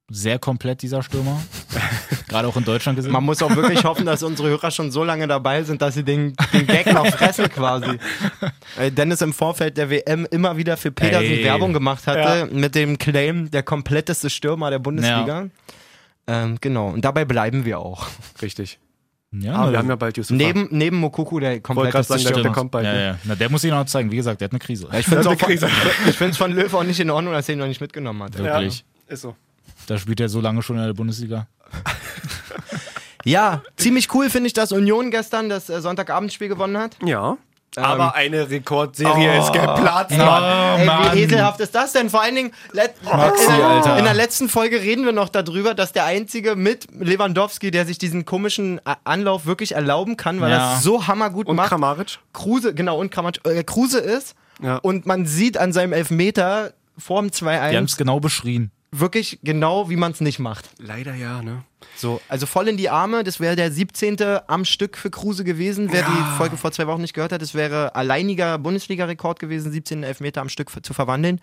Speaker 3: sehr komplett dieser Stürmer. Gerade auch in Deutschland gesehen.
Speaker 2: man muss auch wirklich hoffen, dass unsere Hörer schon so lange dabei sind, dass sie den, den Gag noch fressen quasi. Äh, Dennis im Vorfeld der WM immer wieder für Petersen
Speaker 3: Ey.
Speaker 2: Werbung gemacht hatte mit dem Claim, der kompletteste Stürmer der Bundesliga. Ähm, genau, und dabei bleiben wir auch.
Speaker 1: Richtig.
Speaker 3: ja,
Speaker 1: Aber
Speaker 3: na,
Speaker 1: wir haben ja bald Yusuf.
Speaker 2: Neben, neben Mokuku der
Speaker 1: wollte gerade
Speaker 2: kompletteste
Speaker 1: sagen, der,
Speaker 2: Stürmer.
Speaker 1: der kommt bald.
Speaker 3: ja,
Speaker 1: ne?
Speaker 3: ja. Na, der muss sich noch zeigen. Wie gesagt, der hat eine Krise.
Speaker 2: Ich finde
Speaker 1: Der Krise.
Speaker 2: es von Löw auch nicht in Ordnung, dass er ihn noch nicht mitgenommen hat.
Speaker 3: Wirklich.
Speaker 1: Ist so.
Speaker 3: Da spielt er so lange schon in der Bundesliga.
Speaker 2: Ja, ziemlich cool finde ich, dass Union gestern das äh, Sonntagabendspiel gewonnen hat.
Speaker 3: Oh
Speaker 1: Ja. Ähm. Aber eine Rekordserie ist geplatzt,
Speaker 3: Mann.
Speaker 2: Ey,
Speaker 3: Mann.
Speaker 2: wie ekelhaft ist das denn? Vor allen Dingen, let-
Speaker 3: Maxi,
Speaker 2: in, der,
Speaker 3: Alter.
Speaker 2: in der letzten Folge reden wir noch darüber, dass der Einzige mit Lewandowski, der sich diesen komischen A- Anlauf wirklich erlauben kann, weil
Speaker 3: Ja.
Speaker 2: er es so hammergut
Speaker 1: Und
Speaker 2: macht,
Speaker 1: Kramaric?
Speaker 2: Kruse, genau, und Kramaric, äh, Kruse ist.
Speaker 1: Ja.
Speaker 2: Und man sieht an seinem Elfmeter vorm
Speaker 3: Die haben es
Speaker 2: 2-1
Speaker 3: genau beschrien.
Speaker 2: wirklich genau, wie man es nicht macht.
Speaker 1: Leider ja, ne?
Speaker 2: So, also voll in die Arme. Das wäre der 17. am Stück für Kruse gewesen. Wer
Speaker 3: Ah.
Speaker 2: die Folge vor zwei Wochen nicht gehört hat, das wäre alleiniger Bundesliga-Rekord gewesen, 17 Elfmeter am Stück f- zu verwandeln.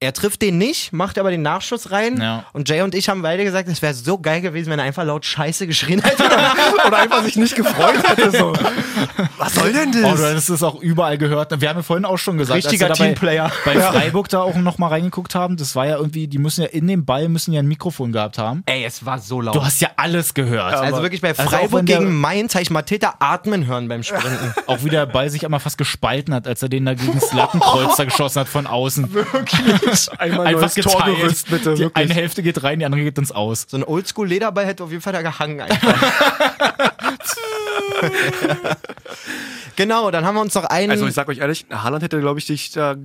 Speaker 2: Er trifft den nicht, macht aber den Nachschuss rein.
Speaker 3: Ja.
Speaker 2: Und Jay und ich haben beide gesagt, es wäre so geil gewesen, wenn er einfach laut Scheiße geschrien hätte.
Speaker 1: Oder einfach sich nicht gefreut hätte. So. Was soll denn
Speaker 3: Oh,
Speaker 1: das?
Speaker 3: du hättest es auch überall gehört. ne? Wir haben ja vorhin auch schon gesagt,
Speaker 2: Richtiger
Speaker 3: als wir dabei
Speaker 2: Teamplayer.
Speaker 3: bei Freiburg da auch noch mal reingeguckt haben, das war ja irgendwie, die müssen ja in dem Ball müssen ja ein Mikrofon gehabt haben.
Speaker 2: Ey, es war so laut.
Speaker 3: Du hast ja alles gehört.
Speaker 2: also wirklich bei
Speaker 3: auch
Speaker 2: Freiburg
Speaker 3: wenn der-
Speaker 2: gegen Mainz habe ich Mateta atmen hören beim Sprinten.
Speaker 3: Auch wie der Ball sich einmal fast gespalten hat, als er den da gegen das Lattenkreuz da geschossen hat von außen.
Speaker 1: Einmal
Speaker 3: Einfach geteilt.
Speaker 1: Torgerüst, bitte.
Speaker 3: die eine
Speaker 1: Wirklich.
Speaker 3: Hälfte geht rein, die andere geht ins Aus.
Speaker 2: So ein Oldschool-Lederball hätte auf jeden Fall da gehangen. Einfach. genau, dann haben wir uns noch einen.
Speaker 1: Also ich sag euch ehrlich, Haaland hätte, glaube ich, dich da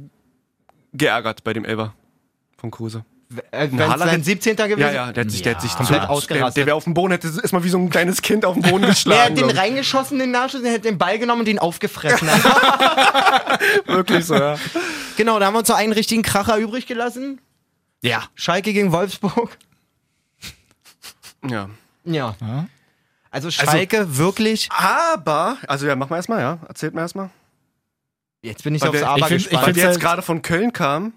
Speaker 1: geärgert bei dem Elber von Kruse.
Speaker 2: äh, wenn's
Speaker 1: Haaland
Speaker 2: sein
Speaker 1: hätte-
Speaker 2: 17. gewesen.
Speaker 1: Ja, ja, der hat sich, der hat sich
Speaker 2: Komplett
Speaker 1: zu- der,
Speaker 2: ausgerastet.
Speaker 1: der wäre auf dem Boden, hätte ist mal wie so ein kleines Kind auf den Boden
Speaker 2: Der
Speaker 1: geschlagen.
Speaker 2: hat den
Speaker 1: glaub
Speaker 2: reingeschossen, den Nachschuss, der hat den Ball genommen und den aufgefressen.
Speaker 1: ich. Wirklich so, ja.
Speaker 2: genau, da haben wir uns noch einen richtigen Kracher übrig gelassen.
Speaker 1: Ja.
Speaker 2: Schalke gegen Wolfsburg.
Speaker 1: ja.
Speaker 2: Ja.
Speaker 3: Ja.
Speaker 2: Also Schalke wirklich.
Speaker 1: Aber, also ja, mach mal erstmal, ja. Erzählt mir erstmal.
Speaker 2: Jetzt bin ich
Speaker 1: Weil
Speaker 2: aufs
Speaker 1: wir-
Speaker 2: Aber
Speaker 3: ich find- ich
Speaker 2: gespannt.
Speaker 1: Weil wir
Speaker 3: find's
Speaker 1: jetzt
Speaker 3: halt-
Speaker 1: gerade von Köln kamen,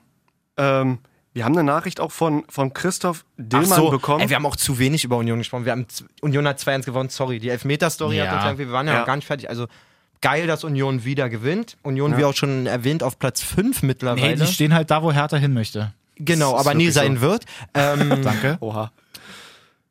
Speaker 1: ähm, wir haben eine Nachricht auch von, von Christoph Dillmann bekommen.
Speaker 2: Ey, wir haben auch zu wenig über Union gesprochen. Wir haben z- Union hat 2-1 gewonnen, sorry. Die Elfmeter-Story
Speaker 3: Ja.
Speaker 2: hat uns irgendwie, wir waren ja,
Speaker 1: Ja.
Speaker 2: noch gar nicht fertig. Also geil, dass Union wieder gewinnt. Union, wie auch schon erwähnt, auf Platz 5
Speaker 3: Nee,
Speaker 2: mittlerweile.
Speaker 3: die stehen halt da, wo Hertha hin möchte.
Speaker 2: genau,
Speaker 1: Das ist
Speaker 2: aber nie
Speaker 1: wirklich
Speaker 2: sein wird. Ähm,
Speaker 3: Danke.
Speaker 1: Oha.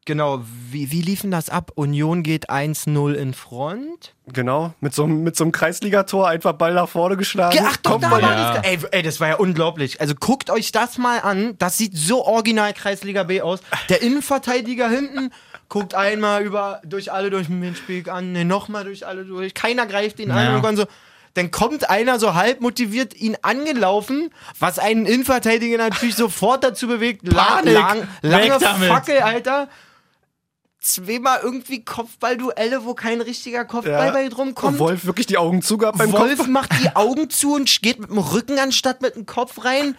Speaker 2: genau, wie, wie liefen das ab? Union geht 1-0 in Front.
Speaker 1: Genau, mit so, einem- mit so einem Kreisligator einfach Ball nach vorne geschlagen.
Speaker 2: Ge- Ach doch,
Speaker 1: Kommt
Speaker 2: da
Speaker 1: man-
Speaker 2: war
Speaker 3: Ja.
Speaker 2: das. Ey, w- ey, das war ja unglaublich. Also guckt euch das mal an. Das sieht so original Kreisliga B aus. Der Innenverteidiger hinten guckt einmal über durch alle durch den Spiel an, ne, nochmal durch alle durch. Keiner greift ihn an
Speaker 3: Ja.
Speaker 2: und dann so. Dann kommt einer so halb motiviert ihn angelaufen, was einen Innenverteidiger natürlich sofort dazu bewegt. Lang,
Speaker 3: Panik.
Speaker 2: lang, lange
Speaker 3: Weg damit.
Speaker 2: Fackel, Alter. Zweimal irgendwie Kopfballduelle, wo kein richtiger Kopfball
Speaker 1: Ja.
Speaker 2: bei drum kommt.
Speaker 1: Wolf wirklich die Augen zugehabt beim
Speaker 2: Wolf
Speaker 1: Kopf.
Speaker 2: macht die Augen zu und geht mit dem Rücken anstatt mit dem Kopf rein.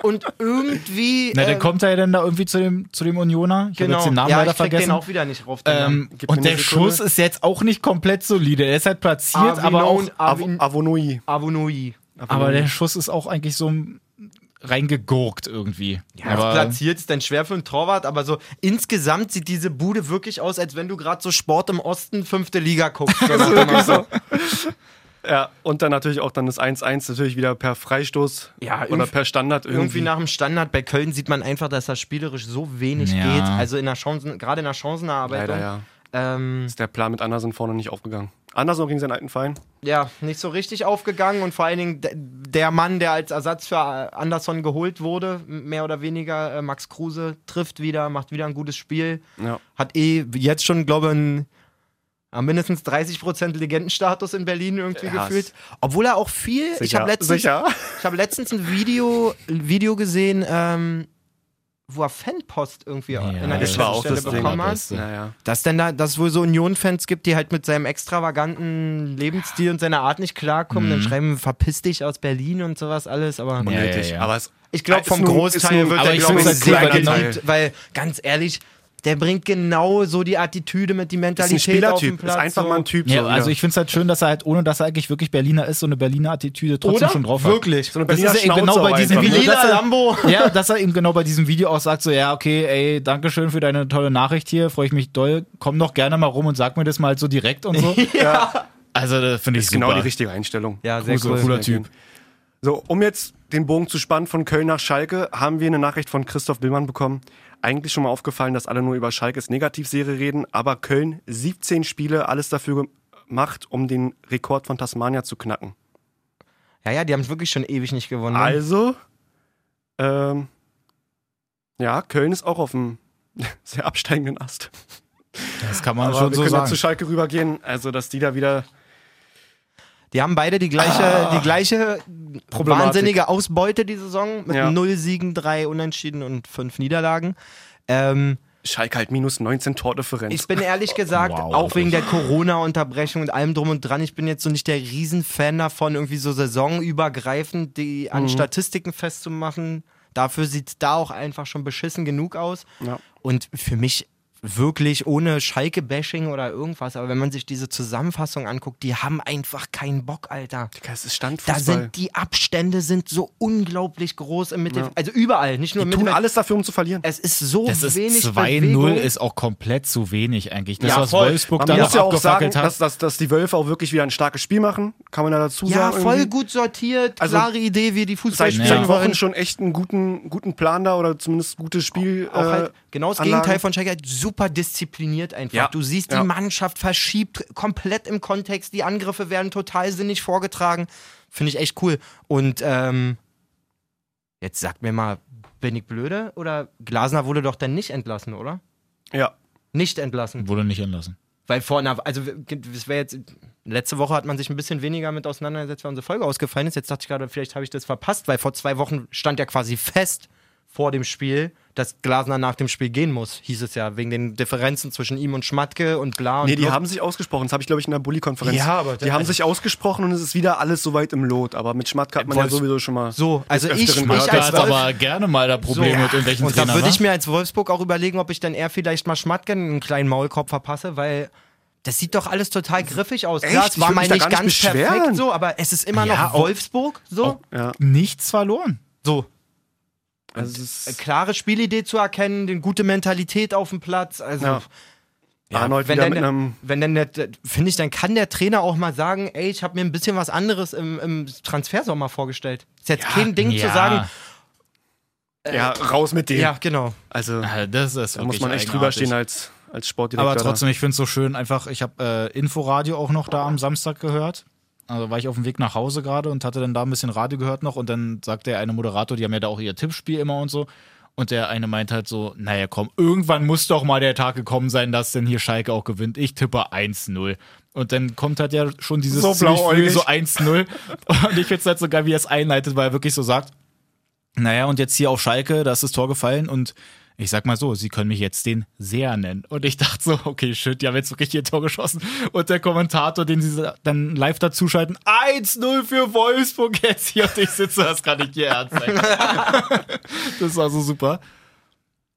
Speaker 2: Und irgendwie.
Speaker 3: Na, der
Speaker 2: äh,
Speaker 3: kommt da ja dann da irgendwie zu dem, zu dem Unioner. Ich habe
Speaker 2: genau.
Speaker 3: jetzt den Namen
Speaker 2: ja,
Speaker 3: leider
Speaker 2: ich krieg den
Speaker 3: vergessen.
Speaker 2: auch wieder nicht rauf. Den
Speaker 3: Ähm,
Speaker 1: Gib mir
Speaker 3: und
Speaker 1: eine
Speaker 3: der
Speaker 1: Sekunde.
Speaker 3: Schuss ist jetzt auch nicht komplett solide. Der ist halt platziert,
Speaker 2: Namen.
Speaker 3: aber auch
Speaker 2: Avignon,
Speaker 1: Av-
Speaker 2: Avin,
Speaker 1: Avonui.
Speaker 2: Avonoi.
Speaker 3: Aber der Schuss ist auch eigentlich so reingegurkt irgendwie. Ja, aber
Speaker 2: Platziert ist dann schwer für einen Torwart, aber so insgesamt sieht diese Bude wirklich aus, als wenn du gerade so Sport im Osten, fünfte Liga guckst. So nach dem
Speaker 3: genau.
Speaker 2: Motto.
Speaker 1: Ja, und dann natürlich auch dann das 1-1 natürlich wieder per Freistoß
Speaker 2: Ja,
Speaker 1: oder
Speaker 2: irgendwie-
Speaker 1: per Standard irgendwie.
Speaker 2: Irgendwie nach dem Standard bei Köln sieht man einfach, dass das spielerisch so wenig
Speaker 3: Ja.
Speaker 2: geht. Also in der Chancen, gerade in der Chancenarbeitung.
Speaker 1: Leider ja.
Speaker 2: Ähm,
Speaker 1: Ist der Plan mit Andersen vorne nicht aufgegangen. Andersen auch gegen seinen alten Verein.
Speaker 2: ja, nicht so richtig aufgegangen und vor allen Dingen de- der Mann, der als Ersatz für äh, Anderson geholt wurde, m- mehr oder weniger, äh, Max Kruse, trifft wieder, macht wieder ein gutes Spiel,
Speaker 1: Ja.
Speaker 2: hat eh jetzt schon, glaube ich, einen- ja, mindestens 30% Legendenstatus in Berlin irgendwie
Speaker 1: Ja,
Speaker 2: gefühlt.
Speaker 1: ist-
Speaker 2: Obwohl er auch viel, ich habe letztens,
Speaker 1: Sicher.
Speaker 2: ich hab letztens ein Video, ein Video gesehen, ähm, wo er Fanpost irgendwie
Speaker 3: Ja,
Speaker 2: an der
Speaker 1: das war auch
Speaker 2: Stelle
Speaker 1: das Ding.
Speaker 2: bekommen hat.
Speaker 1: Naja.
Speaker 2: Dass denn da, dass es wohl so Union-Fans gibt, die halt mit seinem extravaganten Lebensstil und seiner Art nicht klarkommen, dann schreiben, verpiss dich aus Berlin und sowas alles, aber
Speaker 3: Ja,
Speaker 1: Unnötig.
Speaker 3: ja, ja.
Speaker 1: Aber es
Speaker 2: ich glaube,
Speaker 1: Ist
Speaker 2: vom
Speaker 1: nun- ist
Speaker 2: Großteil
Speaker 1: nun-
Speaker 2: wird
Speaker 3: aber
Speaker 2: er,
Speaker 3: ich
Speaker 2: glaube ich,
Speaker 3: find's
Speaker 2: sehr
Speaker 3: halt cool, weil
Speaker 2: geliebt, weil, ganz ehrlich, der bringt genau so die Attitüde mit, die
Speaker 1: ist ein
Speaker 2: Mentalität auf den
Speaker 1: Spielertyp.
Speaker 2: Platz.
Speaker 1: Ist einfach
Speaker 2: so.
Speaker 1: mal ein Typ.
Speaker 3: Ja,
Speaker 1: so,
Speaker 3: also
Speaker 1: ja.
Speaker 3: ich finde es halt schön, dass er halt, ohne dass er eigentlich wirklich Berliner ist, so eine Berliner Attitüde trotzdem
Speaker 2: Oder?
Speaker 3: schon drauf hat.
Speaker 2: Wirklich.
Speaker 1: So eine
Speaker 3: Das
Speaker 1: Berliner
Speaker 3: ist ja eben
Speaker 1: Schnauze
Speaker 3: genau bei
Speaker 1: auch
Speaker 3: diesem
Speaker 1: einfach, ne?
Speaker 3: Video, dass
Speaker 2: Lila
Speaker 3: er,
Speaker 2: Lambo.
Speaker 3: ja, dass er eben genau bei diesem Video auch sagt, so, ja, okay, ey, danke schön für deine tolle Nachricht hier, freue ich mich doll, komm doch gerne mal rum und sag mir das mal halt so direkt und so.
Speaker 1: Ja.
Speaker 3: Also, das finde ich
Speaker 1: Ist
Speaker 3: super.
Speaker 1: genau die richtige Einstellung.
Speaker 2: Ja, sehr
Speaker 1: Kruse,
Speaker 2: cool.
Speaker 1: cooler Typ. So, um jetzt den Bogen zu spannen von Köln nach Schalke, haben wir eine Nachricht von Christoph Billmann bekommen. Eigentlich schon mal aufgefallen, dass alle nur über Schalkes Negativserie reden, aber Köln 17 Spiele, alles dafür gemacht, um den Rekord von Tasmania zu knacken.
Speaker 2: Ja, ja, die haben wirklich schon ewig nicht gewonnen.
Speaker 1: Also, ähm, ja, Köln ist auch auf einem sehr absteigenden Ast.
Speaker 3: Das kann man
Speaker 1: Aber
Speaker 3: schon
Speaker 1: wir
Speaker 3: so
Speaker 1: können ja
Speaker 3: sagen.
Speaker 1: zu Schalke rübergehen. Also, dass die da wieder.
Speaker 2: Die haben beide die gleiche, die gleiche
Speaker 1: Ah. Problematik.
Speaker 2: wahnsinnige Ausbeute die Saison mit
Speaker 1: Ja.
Speaker 2: null Siegen, drei Unentschieden und fünf Niederlagen. Ähm,
Speaker 1: Schalke halt minus 19 Tordifferenz.
Speaker 2: ich bin ehrlich gesagt,
Speaker 3: Wow.
Speaker 2: auch wegen der Corona-Unterbrechung und allem drum und dran, ich bin jetzt so nicht der Riesenfan davon, irgendwie so saisonübergreifend die an Statistiken festzumachen. Dafür sieht es da auch einfach schon beschissen genug aus.
Speaker 1: Ja.
Speaker 2: Und für mich wirklich ohne Schalke-Bashing oder irgendwas, aber wenn man sich diese Zusammenfassung anguckt, die haben einfach keinen Bock, Alter.
Speaker 1: Es ist Standfußball.
Speaker 2: Da sind die Abstände sind so unglaublich groß im Mittelfeld. Also überall, nicht nur im
Speaker 1: die tun
Speaker 2: Mittelfeld.
Speaker 1: alles dafür, um zu verlieren.
Speaker 2: Es ist so
Speaker 3: Das ist
Speaker 2: wenig
Speaker 3: 2-0
Speaker 2: Bewegung.
Speaker 3: ist auch komplett zu wenig eigentlich. Das, was
Speaker 1: voll.
Speaker 3: Wolfsburg
Speaker 1: Man
Speaker 3: da
Speaker 1: muss
Speaker 3: noch
Speaker 1: ja auch sagen,
Speaker 3: abgefackelt
Speaker 1: dass,
Speaker 3: hat.
Speaker 1: dass, dass die Wölfe auch wirklich wieder ein starkes Spiel machen. Kann man ja dazu
Speaker 2: ja,
Speaker 1: sagen.
Speaker 2: voll
Speaker 1: irgendwie.
Speaker 2: gut sortiert,
Speaker 1: Also,
Speaker 2: klare Idee, wie die Fußball
Speaker 1: Seit,
Speaker 3: Ja.
Speaker 1: seit
Speaker 2: spielen
Speaker 1: Wochen
Speaker 2: wollen.
Speaker 1: schon echt einen guten, guten Plan da oder zumindest gutes Spiel.
Speaker 2: Auch halt
Speaker 1: äh,
Speaker 2: genau das
Speaker 1: Anlagen.
Speaker 2: Gegenteil von Schalke, halt super diszipliniert einfach.
Speaker 1: Ja.
Speaker 2: Du siehst, die
Speaker 1: Ja.
Speaker 2: Mannschaft verschiebt komplett im Kontext, die Angriffe werden total sinnig vorgetragen. Finde ich echt cool. Und ähm, jetzt sagt mir mal, bin ich blöde? Oder Glasner wurde doch dann nicht entlassen, oder?
Speaker 1: Ja.
Speaker 2: Nicht entlassen.
Speaker 3: Wurde nicht entlassen.
Speaker 2: Weil vor einer, also das wäre jetzt, letzte Woche hat man sich ein bisschen weniger mit auseinandergesetzt, weil unsere Folge ausgefallen ist. Jetzt dachte ich gerade, vielleicht habe ich das verpasst, weil vor zwei Wochen stand ja quasi fest vor dem Spiel, dass Glasner nach dem Spiel gehen muss, hieß es ja, wegen den Differenzen zwischen ihm und Schmatke und bla und
Speaker 1: Nee, die
Speaker 2: blub.
Speaker 1: haben sich ausgesprochen. Das habe ich, glaube ich, in der Bulli-Konferenz.
Speaker 2: Ja, aber
Speaker 1: die haben sich ausgesprochen und es ist wieder alles soweit im Lot. Aber mit Schmatke hat man ja
Speaker 2: Wolfs-
Speaker 1: sowieso schon mal.
Speaker 2: So, also
Speaker 1: des
Speaker 2: ich,
Speaker 1: Öfteren
Speaker 2: ich
Speaker 1: gehört,
Speaker 3: Da
Speaker 2: als
Speaker 3: hat
Speaker 1: dass-
Speaker 2: Wolf,
Speaker 3: aber gerne mal da Probleme
Speaker 2: So.
Speaker 3: mit irgendwelchen
Speaker 2: und da
Speaker 3: Trainern. ne?
Speaker 2: würde ich
Speaker 3: wa?
Speaker 1: ne?
Speaker 2: mir als Wolfsburg auch überlegen, ob ich dann eher vielleicht mal Schmatke einen kleinen Maulkorb verpasse, weil das sieht doch alles total griffig aus.
Speaker 1: Echt?
Speaker 2: Klar, es
Speaker 1: Ich
Speaker 2: war
Speaker 1: würd
Speaker 2: mal
Speaker 1: mich da
Speaker 2: nicht
Speaker 1: gar nicht
Speaker 2: ganz
Speaker 1: beschweren.
Speaker 2: perfekt so, aber es ist immer
Speaker 3: Ja,
Speaker 2: noch
Speaker 3: auch-
Speaker 2: Wolfsburg so.
Speaker 3: auch-
Speaker 1: Ja,
Speaker 3: Nichts verloren.
Speaker 2: so.
Speaker 1: also es ist
Speaker 2: Äh, klare Spielidee zu erkennen, den gute Mentalität auf dem Platz. Also
Speaker 1: Ja. Arnold
Speaker 2: wenn
Speaker 1: wieder
Speaker 2: dann,
Speaker 1: mit einem.
Speaker 2: wenn dann der, finde ich, dann kann der Trainer auch mal sagen, ey, ich habe mir ein bisschen was anderes im, im Transfersommer vorgestellt. Ist jetzt kein Ding zu
Speaker 3: Ja.
Speaker 2: sagen.
Speaker 1: äh, Ja, raus mit dem.
Speaker 2: Ja, genau.
Speaker 1: Also, da
Speaker 3: Ja, Das ist wirklich
Speaker 1: muss man echt
Speaker 3: eigenartig.
Speaker 1: drüber stehen als, als Sportdirektor.
Speaker 3: Aber trotzdem, ich finde es so schön, einfach, ich habe äh, Inforadio auch noch da am Samstag gehört. Also war ich auf dem Weg nach Hause gerade und hatte dann da ein bisschen Radio gehört noch und dann sagte der eine Moderator, die haben ja da auch ihr Tippspiel immer und so. Und der eine meint halt so, naja komm, irgendwann muss doch mal der Tag gekommen sein, dass denn hier Schalke auch gewinnt. Ich tippe 1-0. Und dann kommt halt ja schon dieses
Speaker 1: So
Speaker 3: Zwischenspiel,
Speaker 1: blauäugig.
Speaker 3: so 1-0. Und ich finde es halt so geil, wie er es einleitet, weil er wirklich so sagt, naja, und jetzt hier auf Schalke, da ist das Tor gefallen und ich sag mal so, sie können mich jetzt den Seher nennen. Und ich dachte so, okay, shit, die haben jetzt so richtig ihr Tor geschossen. Und der Kommentator, den sie dann live dazuschalten, 1-0 für Wolfsburg jetzt hier. Und ich sitze, das kann nicht ihr Ernst sein. das war so super.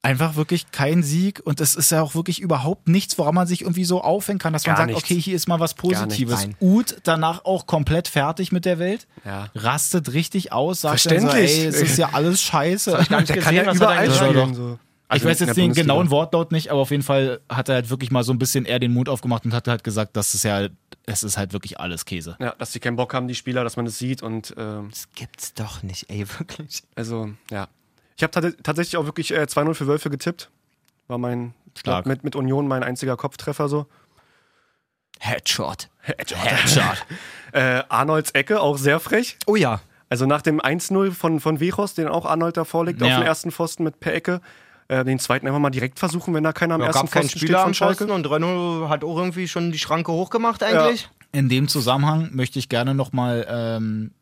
Speaker 3: Einfach wirklich kein Sieg und es ist ja auch wirklich überhaupt nichts, woran man sich irgendwie so aufhängen kann, dass man
Speaker 1: Gar
Speaker 3: sagt,
Speaker 1: nichts.
Speaker 3: okay, hier ist mal was Positives.
Speaker 2: nichts.
Speaker 3: Ut danach auch komplett fertig mit der Welt,
Speaker 1: Ja.
Speaker 3: rastet richtig aus, sagt Dann so,
Speaker 1: Verständlich.
Speaker 3: ey, es ist ja alles scheiße.
Speaker 1: der kann ja Also genau
Speaker 2: was er da
Speaker 1: überall
Speaker 2: eigentlich-
Speaker 1: spielen. So.
Speaker 3: ich weiß jetzt den genauen Wortlaut nicht, aber auf jeden Fall hat er halt wirklich mal so ein bisschen eher den Mund aufgemacht und hat halt gesagt, das ist ja, es ist halt wirklich alles Käse.
Speaker 1: Ja, dass die keinen Bock haben, die Spieler, dass man das sieht und ähm,
Speaker 2: Das gibt's doch nicht, ey, wirklich.
Speaker 1: also, ja. Ich habe tats tatsächlich auch wirklich äh, 2-0 für Wölfe getippt. War mein
Speaker 3: Stark.
Speaker 1: Mit, mit Union mein einziger Kopftreffer so.
Speaker 2: Headshot.
Speaker 3: Headshot.
Speaker 1: Äh, Arnolds Ecke, auch sehr frech.
Speaker 2: Oh ja.
Speaker 1: Also nach dem 1-0 von, von Vejos, den auch Arnold davor legt auf
Speaker 3: Ja.
Speaker 1: dem ersten Pfosten mit per Ecke, äh, den zweiten einfach mal direkt versuchen, wenn da keiner am
Speaker 2: Da
Speaker 1: ersten
Speaker 2: gab keinen
Speaker 1: Pfosten
Speaker 2: Spieler am
Speaker 1: steht von
Speaker 2: Pfosten
Speaker 1: Schalke.
Speaker 2: und Renault hat auch irgendwie schon die Schranke hochgemacht eigentlich.
Speaker 3: In dem Zusammenhang möchte ich gerne nochmal ähm,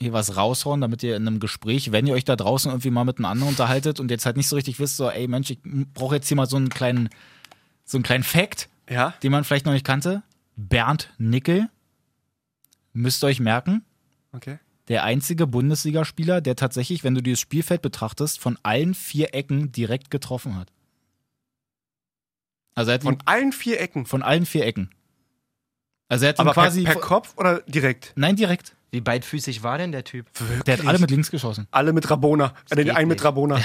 Speaker 3: hier was raushauen, damit ihr in einem Gespräch, wenn ihr euch da draußen irgendwie mal mit einem anderen unterhaltet und jetzt halt nicht so richtig wisst, so, ey Mensch, ich brauche jetzt hier mal so einen kleinen, so einen kleinen Fact,
Speaker 1: Ja,
Speaker 3: den man vielleicht noch nicht kannte. Bernd Nickel, müsst ihr euch merken,
Speaker 1: okay.
Speaker 3: der einzige Bundesligaspieler, der tatsächlich, wenn du dieses Spielfeld betrachtest, von allen vier Ecken direkt getroffen hat. Also er hat ihn
Speaker 1: Von allen vier Ecken.
Speaker 3: von allen vier Ecken. Also er hat ihn
Speaker 1: Aber
Speaker 3: quasi.
Speaker 1: per, per Kopf oder direkt?
Speaker 3: nein, direkt.
Speaker 2: Wie beidfüßig war denn der Typ?
Speaker 3: Der hat alle mit links geschossen.
Speaker 1: Alle mit Rabona. Äh, den
Speaker 2: geht
Speaker 1: einen mit
Speaker 2: nicht.
Speaker 1: Rabona.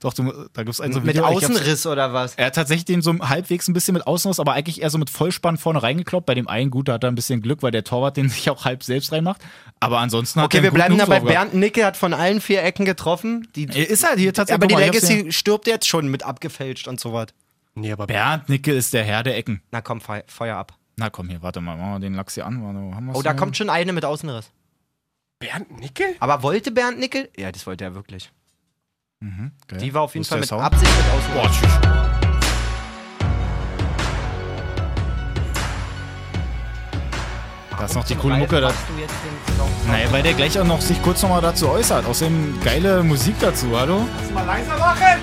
Speaker 3: Doch, du, da gibt es einen so ein
Speaker 2: Mit
Speaker 3: Video, ich hab's-
Speaker 2: Außenriss oder was?
Speaker 3: Er hat tatsächlich den so halbwegs ein bisschen mit Außenriss, aber eigentlich eher so mit Vollspann vorne reingekloppt. Bei dem einen gut, da hat er ein bisschen Glück, weil der Torwart den sich auch halb selbst reinmacht. Aber ansonsten hat
Speaker 2: Okay,
Speaker 3: er
Speaker 2: wir
Speaker 3: einen guten
Speaker 2: bleiben da bei
Speaker 3: Huf drauf gehabt.
Speaker 2: Bernd Nicke, hat von allen vier Ecken getroffen. Die,
Speaker 3: Er Ist halt hier tatsächlich.
Speaker 2: aber die
Speaker 3: guck mal, ich hab's hier.
Speaker 2: Legacy stirbt jetzt schon mit abgefälscht und so was.
Speaker 1: Nee, aber
Speaker 3: Bernd Nickel ist der Herr der Ecken.
Speaker 2: Na komm, Feu- Feuer ab.
Speaker 3: Na komm hier, warte mal, machen wir den Lachs hier an. Warte, wo haben wir's
Speaker 2: Oh, da
Speaker 3: denn?
Speaker 2: kommt schon eine mit Außenriss.
Speaker 1: Bernd Nickel?
Speaker 2: Aber wollte Bernd Nickel? Ja, das wollte er wirklich.
Speaker 3: Okay.
Speaker 2: Die war auf jeden
Speaker 3: Wo ist
Speaker 2: Fall
Speaker 3: der
Speaker 2: mit
Speaker 3: Sound?
Speaker 2: Absicht mit Außenriss.
Speaker 3: tschüss. Da ist noch die coole Mucke. Da, naja, weil der gleich auch noch sich kurz nochmal dazu äußert. Außerdem geile Musik dazu, hallo? Lass mal leiser machen!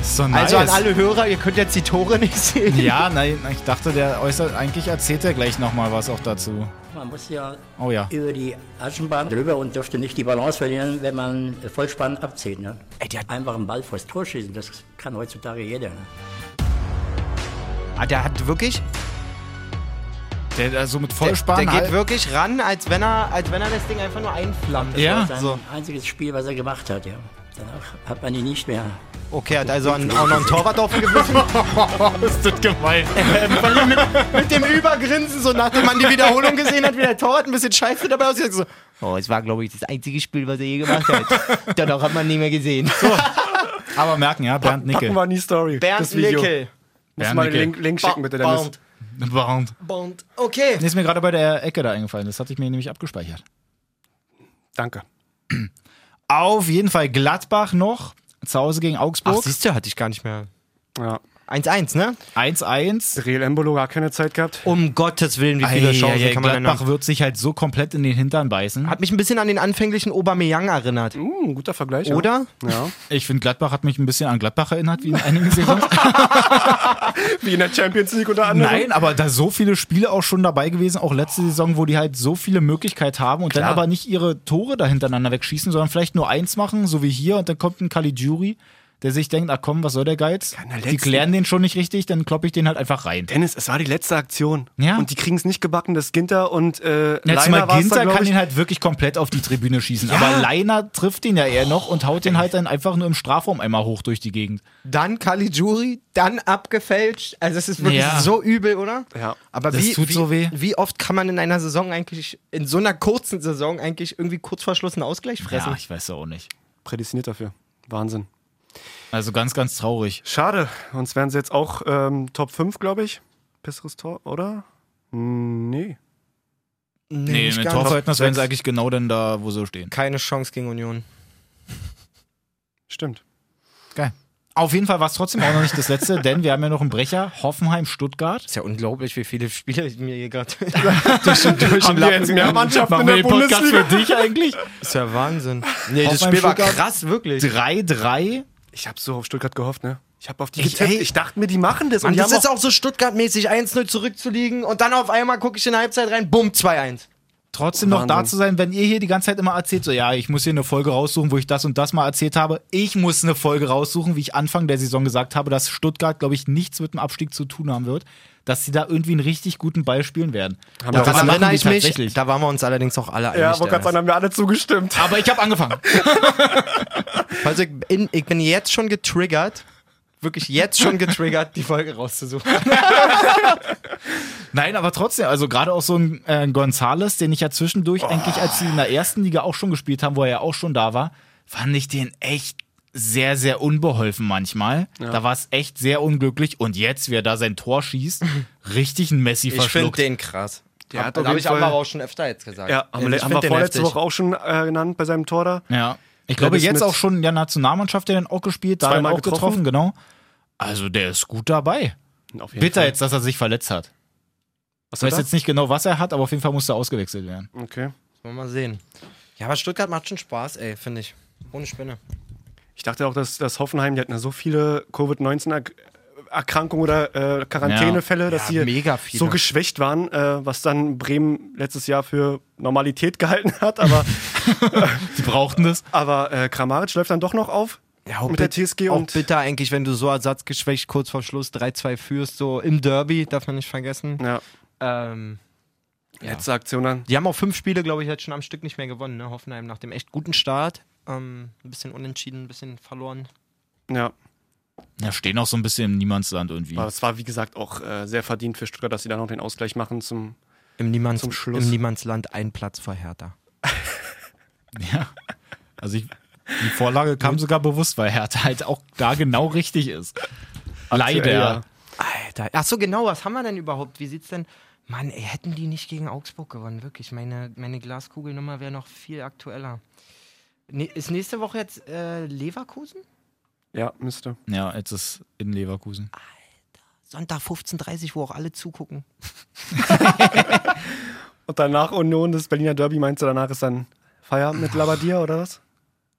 Speaker 2: Also
Speaker 3: So nice.
Speaker 2: an alle Hörer, ihr könnt jetzt die Tore nicht sehen.
Speaker 3: Ja, nein, ich dachte, der äußert, eigentlich erzählt er gleich nochmal was auch dazu.
Speaker 5: Man muss ja
Speaker 3: Oh ja.
Speaker 5: über die Aschenbahn drüber und dürfte nicht die Balance verlieren, wenn man äh, Vollspann abzieht. Ne?
Speaker 2: Ey, der hat-
Speaker 5: Einfach einen Ball vors Tor schießen, das kann heutzutage jeder. Ne?
Speaker 2: Ah, der hat wirklich,
Speaker 3: Der also mit
Speaker 2: der,
Speaker 3: Vollspann.
Speaker 2: der geht
Speaker 3: halt-
Speaker 2: wirklich ran, als wenn er, als wenn er das Ding einfach nur einflammt.
Speaker 3: Ja.
Speaker 5: Sein
Speaker 2: So.
Speaker 5: einziges Spiel, was er gemacht hat. Ja. Danach hat man ihn nicht mehr.
Speaker 2: Okay, er hat also an, auch noch einen Torwart aufgegriffen.
Speaker 3: ist das gemein.
Speaker 2: mit dem Übergrinsen, so nachdem man die Wiederholung gesehen hat, wie der Torwart ein bisschen scheiße dabei aussieht. So, oh, es war, glaube ich, das einzige Spiel, was er je gemacht hat. Danach hat man nie mehr gesehen.
Speaker 3: Aber merken, ja, Bernd
Speaker 1: Packen
Speaker 3: Nickel.
Speaker 1: wir in die Story.
Speaker 2: Bernd
Speaker 1: das Video.
Speaker 2: Nickel.
Speaker 1: Muss
Speaker 3: Bernd
Speaker 1: mal den
Speaker 3: Nickel.
Speaker 1: Link, Link schicken, bitte, Dennis.
Speaker 2: Bound.
Speaker 3: Bernd.
Speaker 2: Bound. Okay.
Speaker 3: Nee, ist mir gerade bei der Ecke da eingefallen. Das hatte ich mir nämlich abgespeichert.
Speaker 1: Danke.
Speaker 3: Auf jeden Fall Gladbach noch. Zu Hause gegen
Speaker 2: Ach,
Speaker 3: Augsburg.
Speaker 2: siehst du, hatte ich gar nicht mehr.
Speaker 1: Ja.
Speaker 2: 1-1, ne?
Speaker 3: 1-1.
Speaker 1: Real Embolo gar keine Zeit gehabt.
Speaker 2: Um Gottes Willen, wie viele
Speaker 3: Ei,
Speaker 2: Chancen
Speaker 3: ei, ei,
Speaker 2: kann man
Speaker 3: Gladbach
Speaker 2: denn
Speaker 3: wird sich halt so komplett in den Hintern beißen.
Speaker 2: Hat mich ein bisschen an den anfänglichen Aubameyang erinnert.
Speaker 1: Hm, guter Vergleich. ja.
Speaker 2: Oder?
Speaker 1: Ja.
Speaker 3: Ich finde, Gladbach hat mich ein bisschen an Gladbach erinnert, wie in einigen Saisons.
Speaker 1: Wie in der Champions League unter anderem.
Speaker 3: Nein, aber da so viele Spiele auch schon dabei gewesen, auch letzte Saison, wo die halt so viele Möglichkeiten haben und dann aber nicht ihre Tore da hintereinander wegschießen, sondern vielleicht nur eins machen, so wie hier, und dann kommt ein Caligiuri, der sich denkt, ach komm, was soll der Geiz?
Speaker 1: na,
Speaker 3: Die
Speaker 1: letzten-
Speaker 3: klären den schon nicht richtig, dann kloppe ich den halt einfach rein.
Speaker 1: Dennis, es war die letzte Aktion.
Speaker 3: Ja.
Speaker 1: Und die kriegen es nicht gebacken, dass Ginter und äh,
Speaker 3: Ja,
Speaker 1: Leiner
Speaker 3: zumal
Speaker 1: war's da,
Speaker 3: Ginter
Speaker 1: glaub
Speaker 3: kann
Speaker 1: ich.
Speaker 3: ihn halt wirklich komplett auf die Tribüne schießen, aber Leiner trifft ihn ja eher noch und haut den halt dann einfach nur im Strafraum einmal hoch durch die Gegend.
Speaker 2: Dann Caligiuri, dann abgefälscht. Also es ist wirklich
Speaker 3: Ja.
Speaker 2: so übel, oder?
Speaker 1: Ja.
Speaker 2: Aber
Speaker 3: Das
Speaker 2: wie,
Speaker 3: tut
Speaker 2: wie,
Speaker 3: so weh.
Speaker 2: wie oft kann man in einer Saison eigentlich, in so einer kurzen Saison eigentlich irgendwie kurz vor Schluss einen Ausgleich fressen?
Speaker 3: Ja, ich weiß ja auch nicht.
Speaker 1: Prädestiniert dafür. Wahnsinn.
Speaker 3: Also ganz, ganz traurig.
Speaker 1: Schade. Sonst wären sie jetzt auch ähm, Top 5, glaube ich. Besseres Tor, oder? Hm, Nee.
Speaker 3: Nee,
Speaker 2: nicht
Speaker 3: mit
Speaker 2: ganz.
Speaker 3: Torverhältnis wären sie
Speaker 1: Sechs.
Speaker 3: eigentlich genau dann da, wo sie stehen.
Speaker 2: Keine Chance gegen Union.
Speaker 1: Stimmt.
Speaker 3: Geil. Auf jeden Fall war es trotzdem auch noch nicht das letzte, denn wir haben ja noch einen Brecher, Hoffenheim, Stuttgart.
Speaker 2: Ist ja unglaublich, wie viele Spiele ich mir hier gerade.
Speaker 1: Haben wir jetzt mehr Mannschaften in der Bundesliga?
Speaker 3: für dich eigentlich?
Speaker 2: ist ja Wahnsinn. Nee, das
Speaker 3: Hoffenheim,
Speaker 2: Spiel war
Speaker 3: Stuttgart.
Speaker 2: krass, wirklich.
Speaker 3: 3-3.
Speaker 1: Ich habe so auf Stuttgart gehofft, ne? Ich habe auf die
Speaker 2: Ich-
Speaker 1: getippt.
Speaker 2: ey.
Speaker 1: Ich dachte mir, die machen das.
Speaker 2: Und
Speaker 1: die
Speaker 2: das
Speaker 1: haben
Speaker 2: ist auch so Stuttgart-mäßig 1-0 zurückzuliegen und dann auf einmal gucke ich in der Halbzeit rein, bumm, 2-1.
Speaker 3: Trotzdem noch da
Speaker 1: Wahnsinn.
Speaker 3: zu sein, wenn ihr hier die ganze Zeit immer erzählt, so ja, ich muss hier eine Folge raussuchen, wo ich das und das mal erzählt habe. Ich muss eine Folge raussuchen, wie ich Anfang der Saison gesagt habe, dass Stuttgart, glaube ich, nichts mit dem Abstieg zu tun haben wird, dass sie da irgendwie einen richtig guten Ball spielen werden.
Speaker 1: Haben
Speaker 3: Und
Speaker 1: wir
Speaker 3: das
Speaker 1: auch
Speaker 2: Daran
Speaker 1: alle-
Speaker 3: machen
Speaker 2: erinnere
Speaker 3: die
Speaker 2: ich mich.
Speaker 3: tatsächlich.
Speaker 2: Da waren wir uns allerdings auch alle einig.
Speaker 1: ja, wollte gerade
Speaker 2: Dennis.
Speaker 1: sagen, haben wir alle zugestimmt.
Speaker 3: Aber ich habe angefangen.
Speaker 2: also ich bin, ich bin jetzt schon getriggert, wirklich jetzt schon getriggert, die Folge rauszusuchen.
Speaker 3: Nein, aber trotzdem, also gerade auch so ein äh, Gonzales, den ich ja zwischendurch
Speaker 1: Oh.
Speaker 3: eigentlich, als sie in der ersten Liga auch schon gespielt haben, wo er ja auch schon da war, fand ich den echt sehr, sehr unbeholfen manchmal. Da war es echt sehr unglücklich. Und jetzt, wie er da sein Tor schießt, richtig ein Messi
Speaker 2: Ich finde
Speaker 3: verschluckt.
Speaker 2: den krass.
Speaker 1: Der hat auf
Speaker 2: habe
Speaker 1: jeden
Speaker 2: ich aber
Speaker 1: Fall-
Speaker 2: auch schon öfter jetzt gesagt.
Speaker 1: Ja, haben,
Speaker 2: Also
Speaker 1: wir-
Speaker 2: ich
Speaker 1: haben
Speaker 2: find
Speaker 1: wir
Speaker 2: den
Speaker 1: vorletzte
Speaker 2: heftig.
Speaker 1: Woche auch schon äh, genannt bei seinem Tor da.
Speaker 3: Ja. Ich glaube,
Speaker 1: ist
Speaker 3: jetzt
Speaker 1: mit
Speaker 3: auch schon in der Nationalmannschaft, der dann auch gespielt, da dann
Speaker 1: zweimal
Speaker 3: auch
Speaker 1: getroffen.
Speaker 3: getroffen, genau. Also der ist gut dabei.
Speaker 1: Auf jeden
Speaker 3: Bitter
Speaker 1: Fall.
Speaker 3: jetzt, dass er sich verletzt hat.
Speaker 1: Was
Speaker 3: Ich weiß
Speaker 1: hat er?
Speaker 3: jetzt nicht genau, was er hat, aber auf jeden Fall musste er ausgewechselt werden.
Speaker 1: Okay.
Speaker 2: Wollen wir mal sehen. Ja, aber Stuttgart macht schon Spaß, ey, finde ich. Ohne Spinne.
Speaker 1: Ich dachte auch, dass, dass Hoffenheim, die hatten ja so viele Covid-19-Erkrankungen oder äh, Quarantänefälle, dass
Speaker 2: Ja,
Speaker 1: sie
Speaker 2: mega viele.
Speaker 1: so geschwächt waren, äh, was dann Bremen letztes Jahr für Normalität gehalten hat. Aber,
Speaker 3: Die brauchten das.
Speaker 1: aber äh, Kramaric läuft dann doch noch auf
Speaker 2: Ja, auch
Speaker 1: mit der
Speaker 2: bit-
Speaker 1: TSG
Speaker 2: auch
Speaker 1: und
Speaker 2: bitter eigentlich, wenn du so ersatzgeschwächt kurz vor Schluss 3-2 führst, so im Derby, darf man nicht vergessen.
Speaker 1: ja,
Speaker 2: Ähm,
Speaker 1: letzte Aktion dann.
Speaker 2: die haben auch fünf Spiele, glaube ich, jetzt schon am Stück nicht mehr gewonnen, ne? Hoffenheim nach dem echt guten Start. Ähm, ein bisschen unentschieden, ein bisschen verloren.
Speaker 1: Ja,
Speaker 3: Ja, stehen auch so ein bisschen im Niemandsland irgendwie.
Speaker 1: aber es war wie gesagt auch äh, sehr verdient für Stuttgart, dass sie dann noch den Ausgleich machen zum.
Speaker 2: Im, Niemands
Speaker 1: Zum Schluss.
Speaker 2: Im Niemandsland ein Platz vor Hertha.
Speaker 3: Ja. Also ich, die Vorlage kam sogar bewusst, weil Hertha halt auch da genau richtig ist. Leider.
Speaker 1: ja.
Speaker 2: Alter. Ach so, genau, was haben wir denn überhaupt? Wie sieht's denn? Mann, ey, hätten die nicht gegen Augsburg gewonnen, wirklich. Meine, meine Glaskugelnummer wäre noch viel aktueller. Ne, ist nächste Woche jetzt äh, Leverkusen?
Speaker 1: Ja, müsste.
Speaker 3: Ja, jetzt ist in Leverkusen.
Speaker 2: Sonntag 15.30 Uhr, wo auch alle zugucken.
Speaker 1: Und danach Union, das Berliner Derby, meinst du, danach ist dann Feierabend mit Labadier oder was?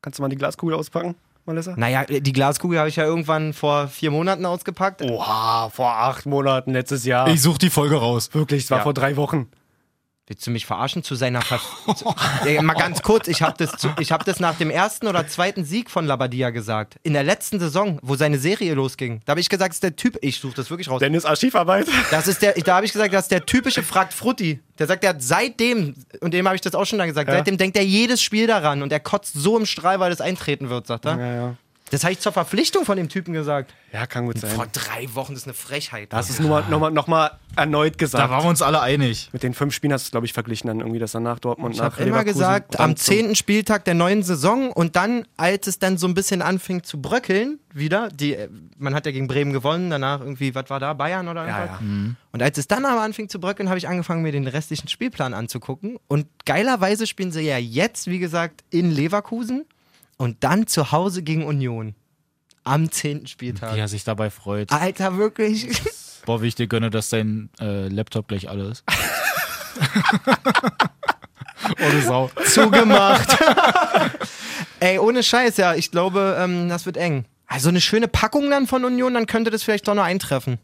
Speaker 1: Kannst du mal die Glaskugel auspacken, Malissa?
Speaker 2: Naja, äh, die Glaskugel habe ich ja irgendwann vor vier Monaten ausgepackt.
Speaker 1: Oha, vor acht Monaten letztes Jahr.
Speaker 3: Ich suche die Folge raus.
Speaker 1: Ah. wirklich, es war
Speaker 2: Ja.
Speaker 1: vor drei Wochen.
Speaker 2: Willst du mich verarschen zu seiner Ver zu Ey, Mal ganz kurz, ich habe das, zu- ich hab das nach dem ersten oder zweiten Sieg von Labadia gesagt. In der letzten Saison, wo seine Serie losging. Da habe ich gesagt, das ist der Typ, ich suche das wirklich raus.
Speaker 1: Dennis Archivarbeit.
Speaker 2: Das ist der, da habe ich gesagt, das ist der typische fragt Frutti. Der sagt, er hat seitdem, und dem habe ich das auch schon dann gesagt,
Speaker 1: Ja.
Speaker 2: seitdem denkt er jedes Spiel daran und er kotzt so im Strahl, weil das eintreten wird, sagt er.
Speaker 1: Ja, ja.
Speaker 2: Das habe ich zur Verpflichtung von dem Typen gesagt.
Speaker 1: ja, kann gut
Speaker 2: Vor
Speaker 1: sein.
Speaker 2: drei Wochen das ist eine Frechheit.
Speaker 1: Das ist nochmal noch mal, noch mal erneut
Speaker 3: Da
Speaker 1: gesagt.
Speaker 3: waren wir uns alle einig.
Speaker 1: mit den fünf Spielen hast du es, glaube ich, verglichen dann irgendwie, dass danach Dortmund
Speaker 2: Ich
Speaker 1: nach
Speaker 2: habe immer gesagt, am
Speaker 1: zehnten.
Speaker 2: 10. Spieltag der neuen Saison und dann, als es dann so ein bisschen anfing zu bröckeln, wieder, die, äh, man hat ja gegen Bremen gewonnen, danach irgendwie, was war da, Bayern oder
Speaker 1: Ja,
Speaker 2: irgendwas?
Speaker 1: ja.
Speaker 2: Und als es dann aber anfing zu bröckeln, habe ich angefangen, mir den restlichen Spielplan anzugucken. Und geilerweise spielen sie ja jetzt, wie gesagt, in Leverkusen und dann zu Hause gegen Union. Am 10. Spieltag.
Speaker 3: Wie er sich dabei
Speaker 1: Ah.
Speaker 3: freut.
Speaker 2: Alter, wirklich.
Speaker 3: Boah, wie ich dir gönne, dass dein äh, Laptop gleich alle ist. Ohne Sau.
Speaker 2: zugemacht. Ey, ohne Scheiß, ja. Ich glaube, ähm, das wird eng. Also eine schöne Packung dann von Union, dann könnte das vielleicht doch noch eintreffen.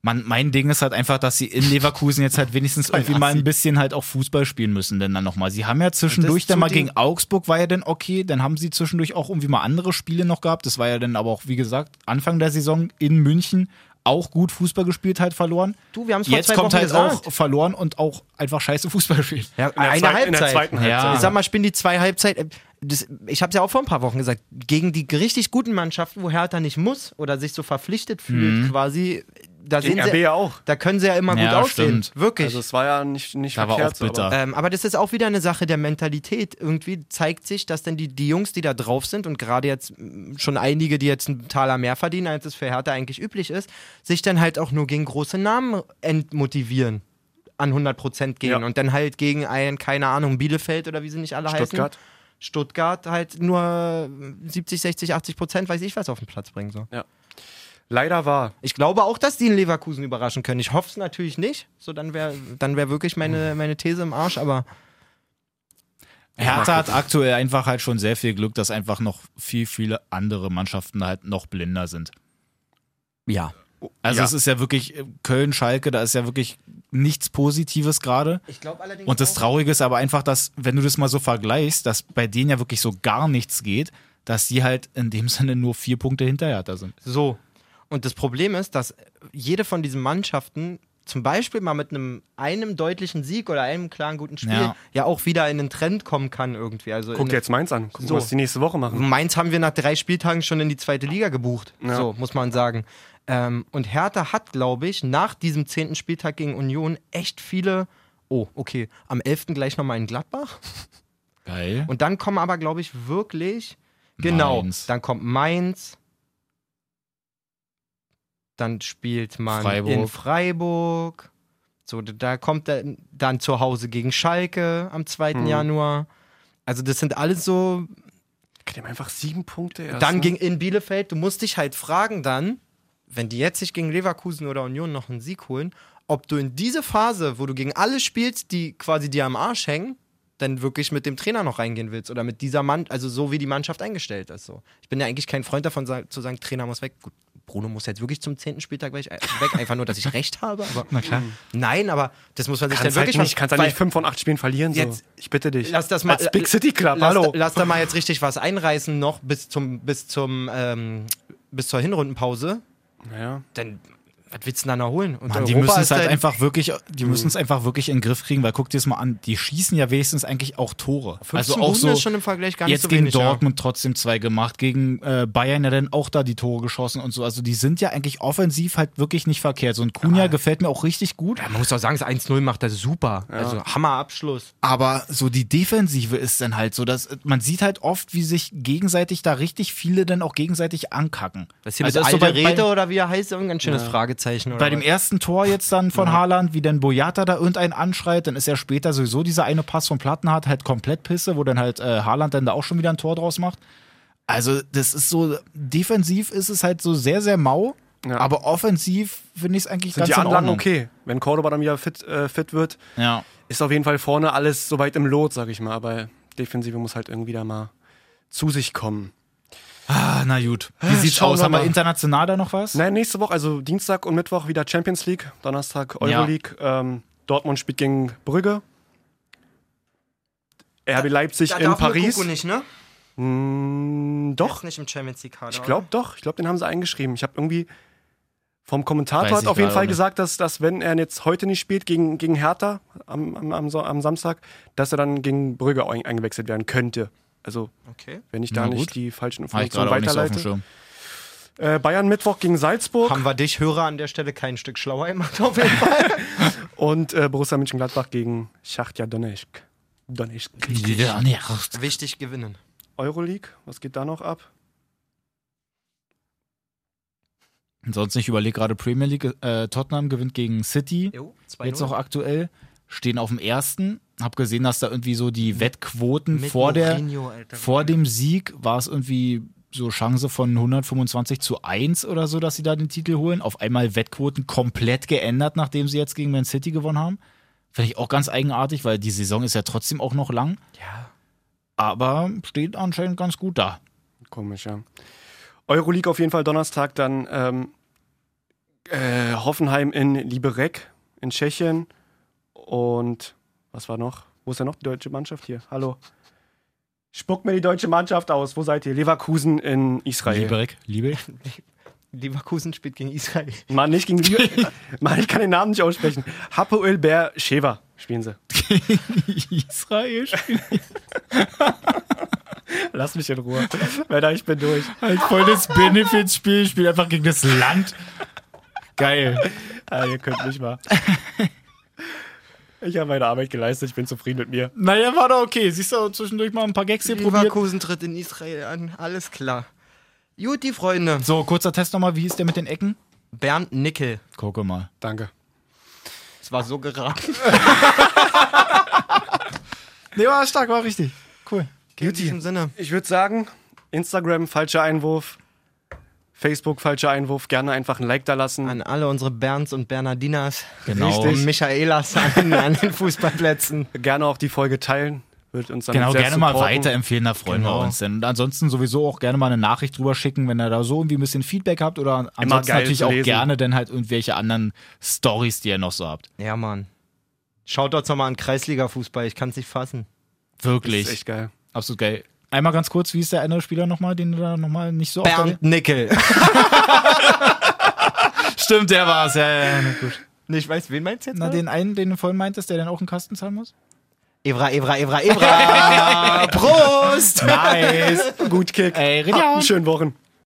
Speaker 3: Man, mein Ding ist halt einfach, dass sie in Leverkusen jetzt halt wenigstens irgendwie mal ein bisschen halt auch Fußball spielen müssen, denn dann nochmal. Sie haben ja
Speaker 2: Das
Speaker 3: zwischendurch
Speaker 2: ist
Speaker 3: dann
Speaker 2: zu
Speaker 3: mal
Speaker 2: ding-
Speaker 3: gegen Augsburg war ja dann okay, dann haben sie zwischendurch auch irgendwie mal andere Spiele noch gehabt. Das war ja dann aber auch, wie gesagt, Anfang der Saison in München auch gut Fußball gespielt, halt verloren.
Speaker 2: Du, wir haben's vor
Speaker 3: Jetzt
Speaker 2: zwei
Speaker 3: kommt
Speaker 2: Wochen
Speaker 3: halt
Speaker 2: gesagt.
Speaker 3: auch verloren und auch einfach scheiße Fußball spielen.
Speaker 2: Ja,
Speaker 1: In der
Speaker 2: eine
Speaker 1: zweiten-
Speaker 2: Halbzeit.
Speaker 1: In der zweiten Halbzeit.
Speaker 3: Ja.
Speaker 2: Ich sag mal, spielen die zwei Halbzeit. äh, Das, ich habe es ja auch vor ein paar Wochen gesagt. Gegen die richtig guten Mannschaften, wo Hertha nicht muss oder sich so verplichtet fühlt, quasi. Da
Speaker 1: Mhm. Gegen
Speaker 2: sehen sie,
Speaker 1: RB ja auch.
Speaker 2: Da können sie ja immer gut
Speaker 3: Ja,
Speaker 2: aussehen.
Speaker 3: stimmt.
Speaker 2: Wirklich.
Speaker 1: Also es war ja nicht, nicht
Speaker 3: Da war
Speaker 1: verkehrt.
Speaker 3: auch bitter.
Speaker 1: aber-
Speaker 2: Ähm, aber das ist auch wieder eine Sache der Mentalität. Irgendwie zeigt sich, dass dann die, die Jungs, die da drauf sind und gerade jetzt mh, schon einige, die jetzt einen Taler mehr verdienen, als es für Hertha eigentlich üblich ist, sich dann halt auch nur gegen große Namen entmotivieren. An 100% gehen
Speaker 1: Ja.
Speaker 2: und dann halt gegen einen, keine Ahnung, Bielefeld oder wie sie nicht alle
Speaker 1: Stuttgart.
Speaker 2: heißen. Stuttgart halt nur 70, 60, 80 Prozent, weiß ich was, auf den Platz bringen. So.
Speaker 1: Leider war.
Speaker 2: Ich glaube auch, dass die in Leverkusen überraschen können. Ich hoffe es natürlich nicht. So, dann wäre dann wär wirklich
Speaker 1: Hm.
Speaker 2: meine, meine These im Arsch, aber.
Speaker 3: Hertha hat aktuell einfach halt schon sehr viel Glück, dass einfach noch viel, viele andere Mannschaften halt noch blinder sind.
Speaker 2: Ja.
Speaker 3: Also
Speaker 1: Ja.
Speaker 3: es ist ja wirklich äh, Köln, Schalke, da ist ja wirklich nichts Positives gerade.
Speaker 2: Ich glaube allerdings.
Speaker 3: Und das Traurige ist aber einfach, dass, wenn du das mal so vergleichst, dass bei denen ja wirklich so gar nichts geht, dass die halt in dem Sinne nur vier Punkte hinter Hertha sind.
Speaker 2: So. Und das Problem ist, dass jede von diesen Mannschaften zum Beispiel mal mit einem, einem deutlichen Sieg oder einem klaren guten Spiel ja,
Speaker 3: Ja.
Speaker 2: auch wieder in den Trend kommen kann irgendwie. Also
Speaker 1: Guck
Speaker 2: in-
Speaker 1: dir jetzt Mainz an. Gucken,
Speaker 2: So. Mhm.
Speaker 1: was die nächste Woche machen.
Speaker 2: Mainz haben wir nach drei Spieltagen schon in die zweite Liga gebucht. So, muss man sagen. Ähm, und Hertha hat, glaube ich, nach diesem zehnten Spieltag gegen Union echt viele. Oh, okay. Am 11. gleich nochmal in Gladbach.
Speaker 3: Geil.
Speaker 2: Und dann kommen aber, glaube ich, wirklich. Genau.
Speaker 3: Mainz.
Speaker 2: Dann kommt Mainz. Dann spielt man
Speaker 3: Freiburg.
Speaker 2: in Freiburg. So, d- da kommt dann, dann zu Hause gegen Schalke am 2. Januar. Also, das sind alles so.
Speaker 1: Die haben einfach sieben Punkte erst.
Speaker 2: dann
Speaker 1: ne?
Speaker 2: ging in Bielefeld, du musst dich halt fragen, dann, wenn die jetzt sich gegen Leverkusen oder Union noch einen Sieg holen, ob du in diese Phase, wo du gegen alle spielst, die quasi dir am Arsch hängen, dann wirklich mit dem Trainer noch reingehen willst oder mit dieser Mann, also so wie die Mannschaft eingestellt ist. So. Ich bin ja eigentlich kein Freund davon sa- zu sagen, Trainer muss weg. Gut, Bruno muss jetzt wirklich zum 10. Spieltag weg, äh, weg, einfach nur, dass ich recht habe. Aber
Speaker 3: Na klar.
Speaker 2: nein, aber das muss man sich
Speaker 1: kannst
Speaker 2: dann
Speaker 1: halt
Speaker 2: wirklich
Speaker 1: nicht,
Speaker 2: mal-
Speaker 1: kannst halt
Speaker 2: weil-
Speaker 1: nicht fünf von acht Spielen verlieren. So.
Speaker 2: Jetzt-
Speaker 1: ich bitte dich.
Speaker 2: Lass das mal. äh,
Speaker 1: Als Big City Club,
Speaker 2: lass,
Speaker 1: hallo.
Speaker 2: Lass da mal jetzt richtig was einreißen noch bis zum bis zum ähm, bis zur Hinrundenpause.
Speaker 1: Naja.
Speaker 2: Dann was willst du denn da noch holen? Und
Speaker 3: Mann, die
Speaker 2: Europa
Speaker 3: müssen es
Speaker 2: ist Hm.
Speaker 3: halt
Speaker 2: dein-
Speaker 3: einfach wirklich, die müssen es einfach wirklich in den Griff kriegen, weil guck dir das mal an, die schießen ja wenigstens eigentlich auch Tore.
Speaker 2: 15
Speaker 3: Also auch
Speaker 2: Buden
Speaker 3: so
Speaker 2: ist schon im Vergleich gar nicht
Speaker 3: jetzt
Speaker 2: so
Speaker 3: gegen
Speaker 2: wenig,
Speaker 3: Dortmund trotzdem zwei gemacht, gegen äh, Bayern ja dann auch da die Tore geschossen und so. Also die sind ja eigentlich offensiv halt wirklich nicht verkehrt. So ein Kunja gefällt mir auch richtig gut,
Speaker 2: Ja. ja, man muss auch sagen, das 1-0 macht er super. Also Hammerabschluss.
Speaker 3: aber so die Defensive ist dann halt so, dass man sieht halt oft, wie sich gegenseitig da richtig viele dann auch gegenseitig ankacken.
Speaker 2: Was hier
Speaker 3: Also
Speaker 2: mit
Speaker 3: auch so
Speaker 2: Alde
Speaker 3: bei-
Speaker 2: Rede oder wie er heißt, irgendein schönes Fragezeichen oder
Speaker 3: Bei dem
Speaker 2: was?
Speaker 3: ersten Tor jetzt dann von Haaland, wie dann Boyata da irgendeinen anschreit, dann ist ja später sowieso dieser eine Pass von Plattenhardt halt komplett Pisse, wo dann halt äh, Haaland dann da auch schon wieder ein Tor draus macht. Also, das ist so, defensiv ist es halt so sehr, sehr mau,
Speaker 1: Ja.
Speaker 3: Aber offensiv finde ich es eigentlich
Speaker 1: Sind
Speaker 3: ganz
Speaker 1: die
Speaker 3: in
Speaker 1: Anlagen
Speaker 3: Ordnung.
Speaker 1: okay? Wenn Cordoba dann wieder fit, äh, fit wird,
Speaker 3: Ja.
Speaker 1: ist auf jeden Fall vorne alles soweit im Lot, sag ich mal. Aber Defensive muss halt irgendwie da mal zu sich kommen.
Speaker 3: Ah, na gut. Wie sieht's
Speaker 1: schauen
Speaker 3: aus?
Speaker 1: wir
Speaker 3: Haben wir
Speaker 1: mal.
Speaker 3: international da noch was?
Speaker 1: Nein, nächste Woche, also Dienstag und Mittwoch wieder Champions League, Donnerstag Euroleague. Ähm, Dortmund spielt gegen Brügge. RB Leipzig in Paris.
Speaker 2: Kuku nicht, ne?
Speaker 1: Mm,
Speaker 2: Ist
Speaker 1: doch,
Speaker 2: nicht im Champions League Kader.
Speaker 1: ich glaube doch. Ich glaube, den haben sie eingeschrieben. Ich habe irgendwie vom Kommentator
Speaker 3: Weiß
Speaker 1: hat
Speaker 3: ich
Speaker 1: auf jeden
Speaker 3: gerade
Speaker 1: Fall
Speaker 3: nicht.
Speaker 1: gesagt, dass, dass wenn er jetzt heute nicht spielt gegen, gegen Hertha am, am, am, Son- am Samstag, dass er dann gegen Brügge ein- eingewechselt werden könnte. Also,
Speaker 2: oder? Okay.
Speaker 1: wenn ich da
Speaker 3: Na
Speaker 1: nicht
Speaker 3: gut.
Speaker 1: die falschen
Speaker 3: Hab ich
Speaker 1: Informationen
Speaker 3: gerade auch nicht so auf dem
Speaker 1: weiterleite.
Speaker 3: Schirm.
Speaker 1: äh, Bayern Mittwoch gegen Salzburg.
Speaker 2: Haben wir dich, Hörer, an der Stelle kein Stück schlauer gemacht, auf jeden Fall.
Speaker 1: Und äh, Borussia Mönchengladbach gegen Schachtja Donetsk. Donetsk.
Speaker 3: Ja, nee, ach,
Speaker 2: Wichtig gewinnen.
Speaker 1: Euroleague, was geht da noch ab?
Speaker 3: Ansonsten, ich überlege gerade Premier League. Äh, Tottenham gewinnt gegen City.
Speaker 2: Jo, 2-0.
Speaker 3: Jetzt auch aktuell. Stehen auf dem ersten. Hab gesehen, dass da irgendwie so die Wettquoten vor, der,
Speaker 2: Mourinho, Alter.
Speaker 3: vor dem Sieg war es irgendwie so Chance von 125 zu 1 oder so, dass sie da den Titel holen. Auf einmal Wettquoten komplett geändert, nachdem sie jetzt gegen Man City gewonnen haben. Finde ich auch ganz eigenartig, weil die Saison ist ja trotzdem auch noch lang.
Speaker 2: Ja.
Speaker 3: Aber steht anscheinend ganz gut da.
Speaker 1: Komisch, ja. Euroleague auf jeden Fall Donnerstag, dann ähm, äh, Hoffenheim in Liberec in Tschechien. Und was war noch? Wo ist denn noch die deutsche Mannschaft hier? Hallo. Spuck mir die deutsche Mannschaft aus. Wo seid ihr? Leverkusen in Israel.
Speaker 3: Lieberich, Lieberich.
Speaker 2: Leverkusen spielt gegen Israel.
Speaker 1: Mann, nicht gegen Liber Mann, ich kann den Namen nicht aussprechen. Hapoel Ber Sheva spielen sie.
Speaker 3: Israel spielt
Speaker 1: Lass mich in Ruhe. Männer, ich bin durch.
Speaker 3: halt voll das Benefitspiel, spielt einfach gegen das Land. Geil.
Speaker 1: Ah, ihr könnt mich mal. Ich habe meine Arbeit geleistet, ich bin zufrieden mit mir.
Speaker 3: Naja, war doch okay. Siehst du, zwischendurch mal ein paar Gags hier probiert.
Speaker 2: Leverkusen tritt in Israel an. Alles klar. Gut, die Freunde.
Speaker 3: So, kurzer Test nochmal. Wie hieß der mit den Ecken?
Speaker 2: Bernd Nickel.
Speaker 3: Gucke mal.
Speaker 1: Danke.
Speaker 2: Es war so geraten.
Speaker 1: Nee, war stark, war richtig.
Speaker 3: Cool.
Speaker 2: In diesem Sinne.
Speaker 1: Ich würde sagen, Instagram falscher Einwurf, Facebook falscher Einwurf, gerne einfach ein Like da lassen.
Speaker 2: An alle unsere Bernds und Bernardinas.
Speaker 3: Genau.
Speaker 2: Und Michaelas an, an den Fußballplätzen.
Speaker 1: Gerne auch die Folge teilen, wird uns dann
Speaker 3: Genau,
Speaker 1: sehr
Speaker 3: gerne mal
Speaker 1: supporten.
Speaker 3: weiterempfehlen, da freuen
Speaker 2: Genau.
Speaker 3: wir uns. Denn. Und ansonsten sowieso auch gerne mal eine Nachricht drüber schicken, wenn ihr da so irgendwie ein bisschen Feedback habt oder ansonsten
Speaker 1: geil
Speaker 3: natürlich
Speaker 1: zu
Speaker 3: auch
Speaker 1: lesen.
Speaker 3: gerne dann halt irgendwelche anderen Stories, die ihr noch so habt.
Speaker 2: Ja, Mann. Schaut doch mal an Kreisliga-Fußball. Ich kann es nicht fassen.
Speaker 1: Das ist
Speaker 3: Wirklich.
Speaker 1: echt geil.
Speaker 3: Absolut geil. Einmal ganz kurz, wie ist der andere Spieler nochmal, den du da nochmal nicht so oft
Speaker 2: Bernd Nickel.
Speaker 3: Stimmt, der war's. Ja, ja, ja, gut.
Speaker 2: Nee, ich weiß, wen meinst du jetzt?
Speaker 3: Na,
Speaker 2: Na,
Speaker 3: den einen, den du vorhin meintest, der dann auch einen Kasten zahlen muss?
Speaker 2: Evra, Evra, Evra, Evra. Prost!
Speaker 3: Nice.
Speaker 1: Gut Kick.
Speaker 3: Ey,
Speaker 1: Habt
Speaker 3: Ritter.
Speaker 1: einen schönen Wochen.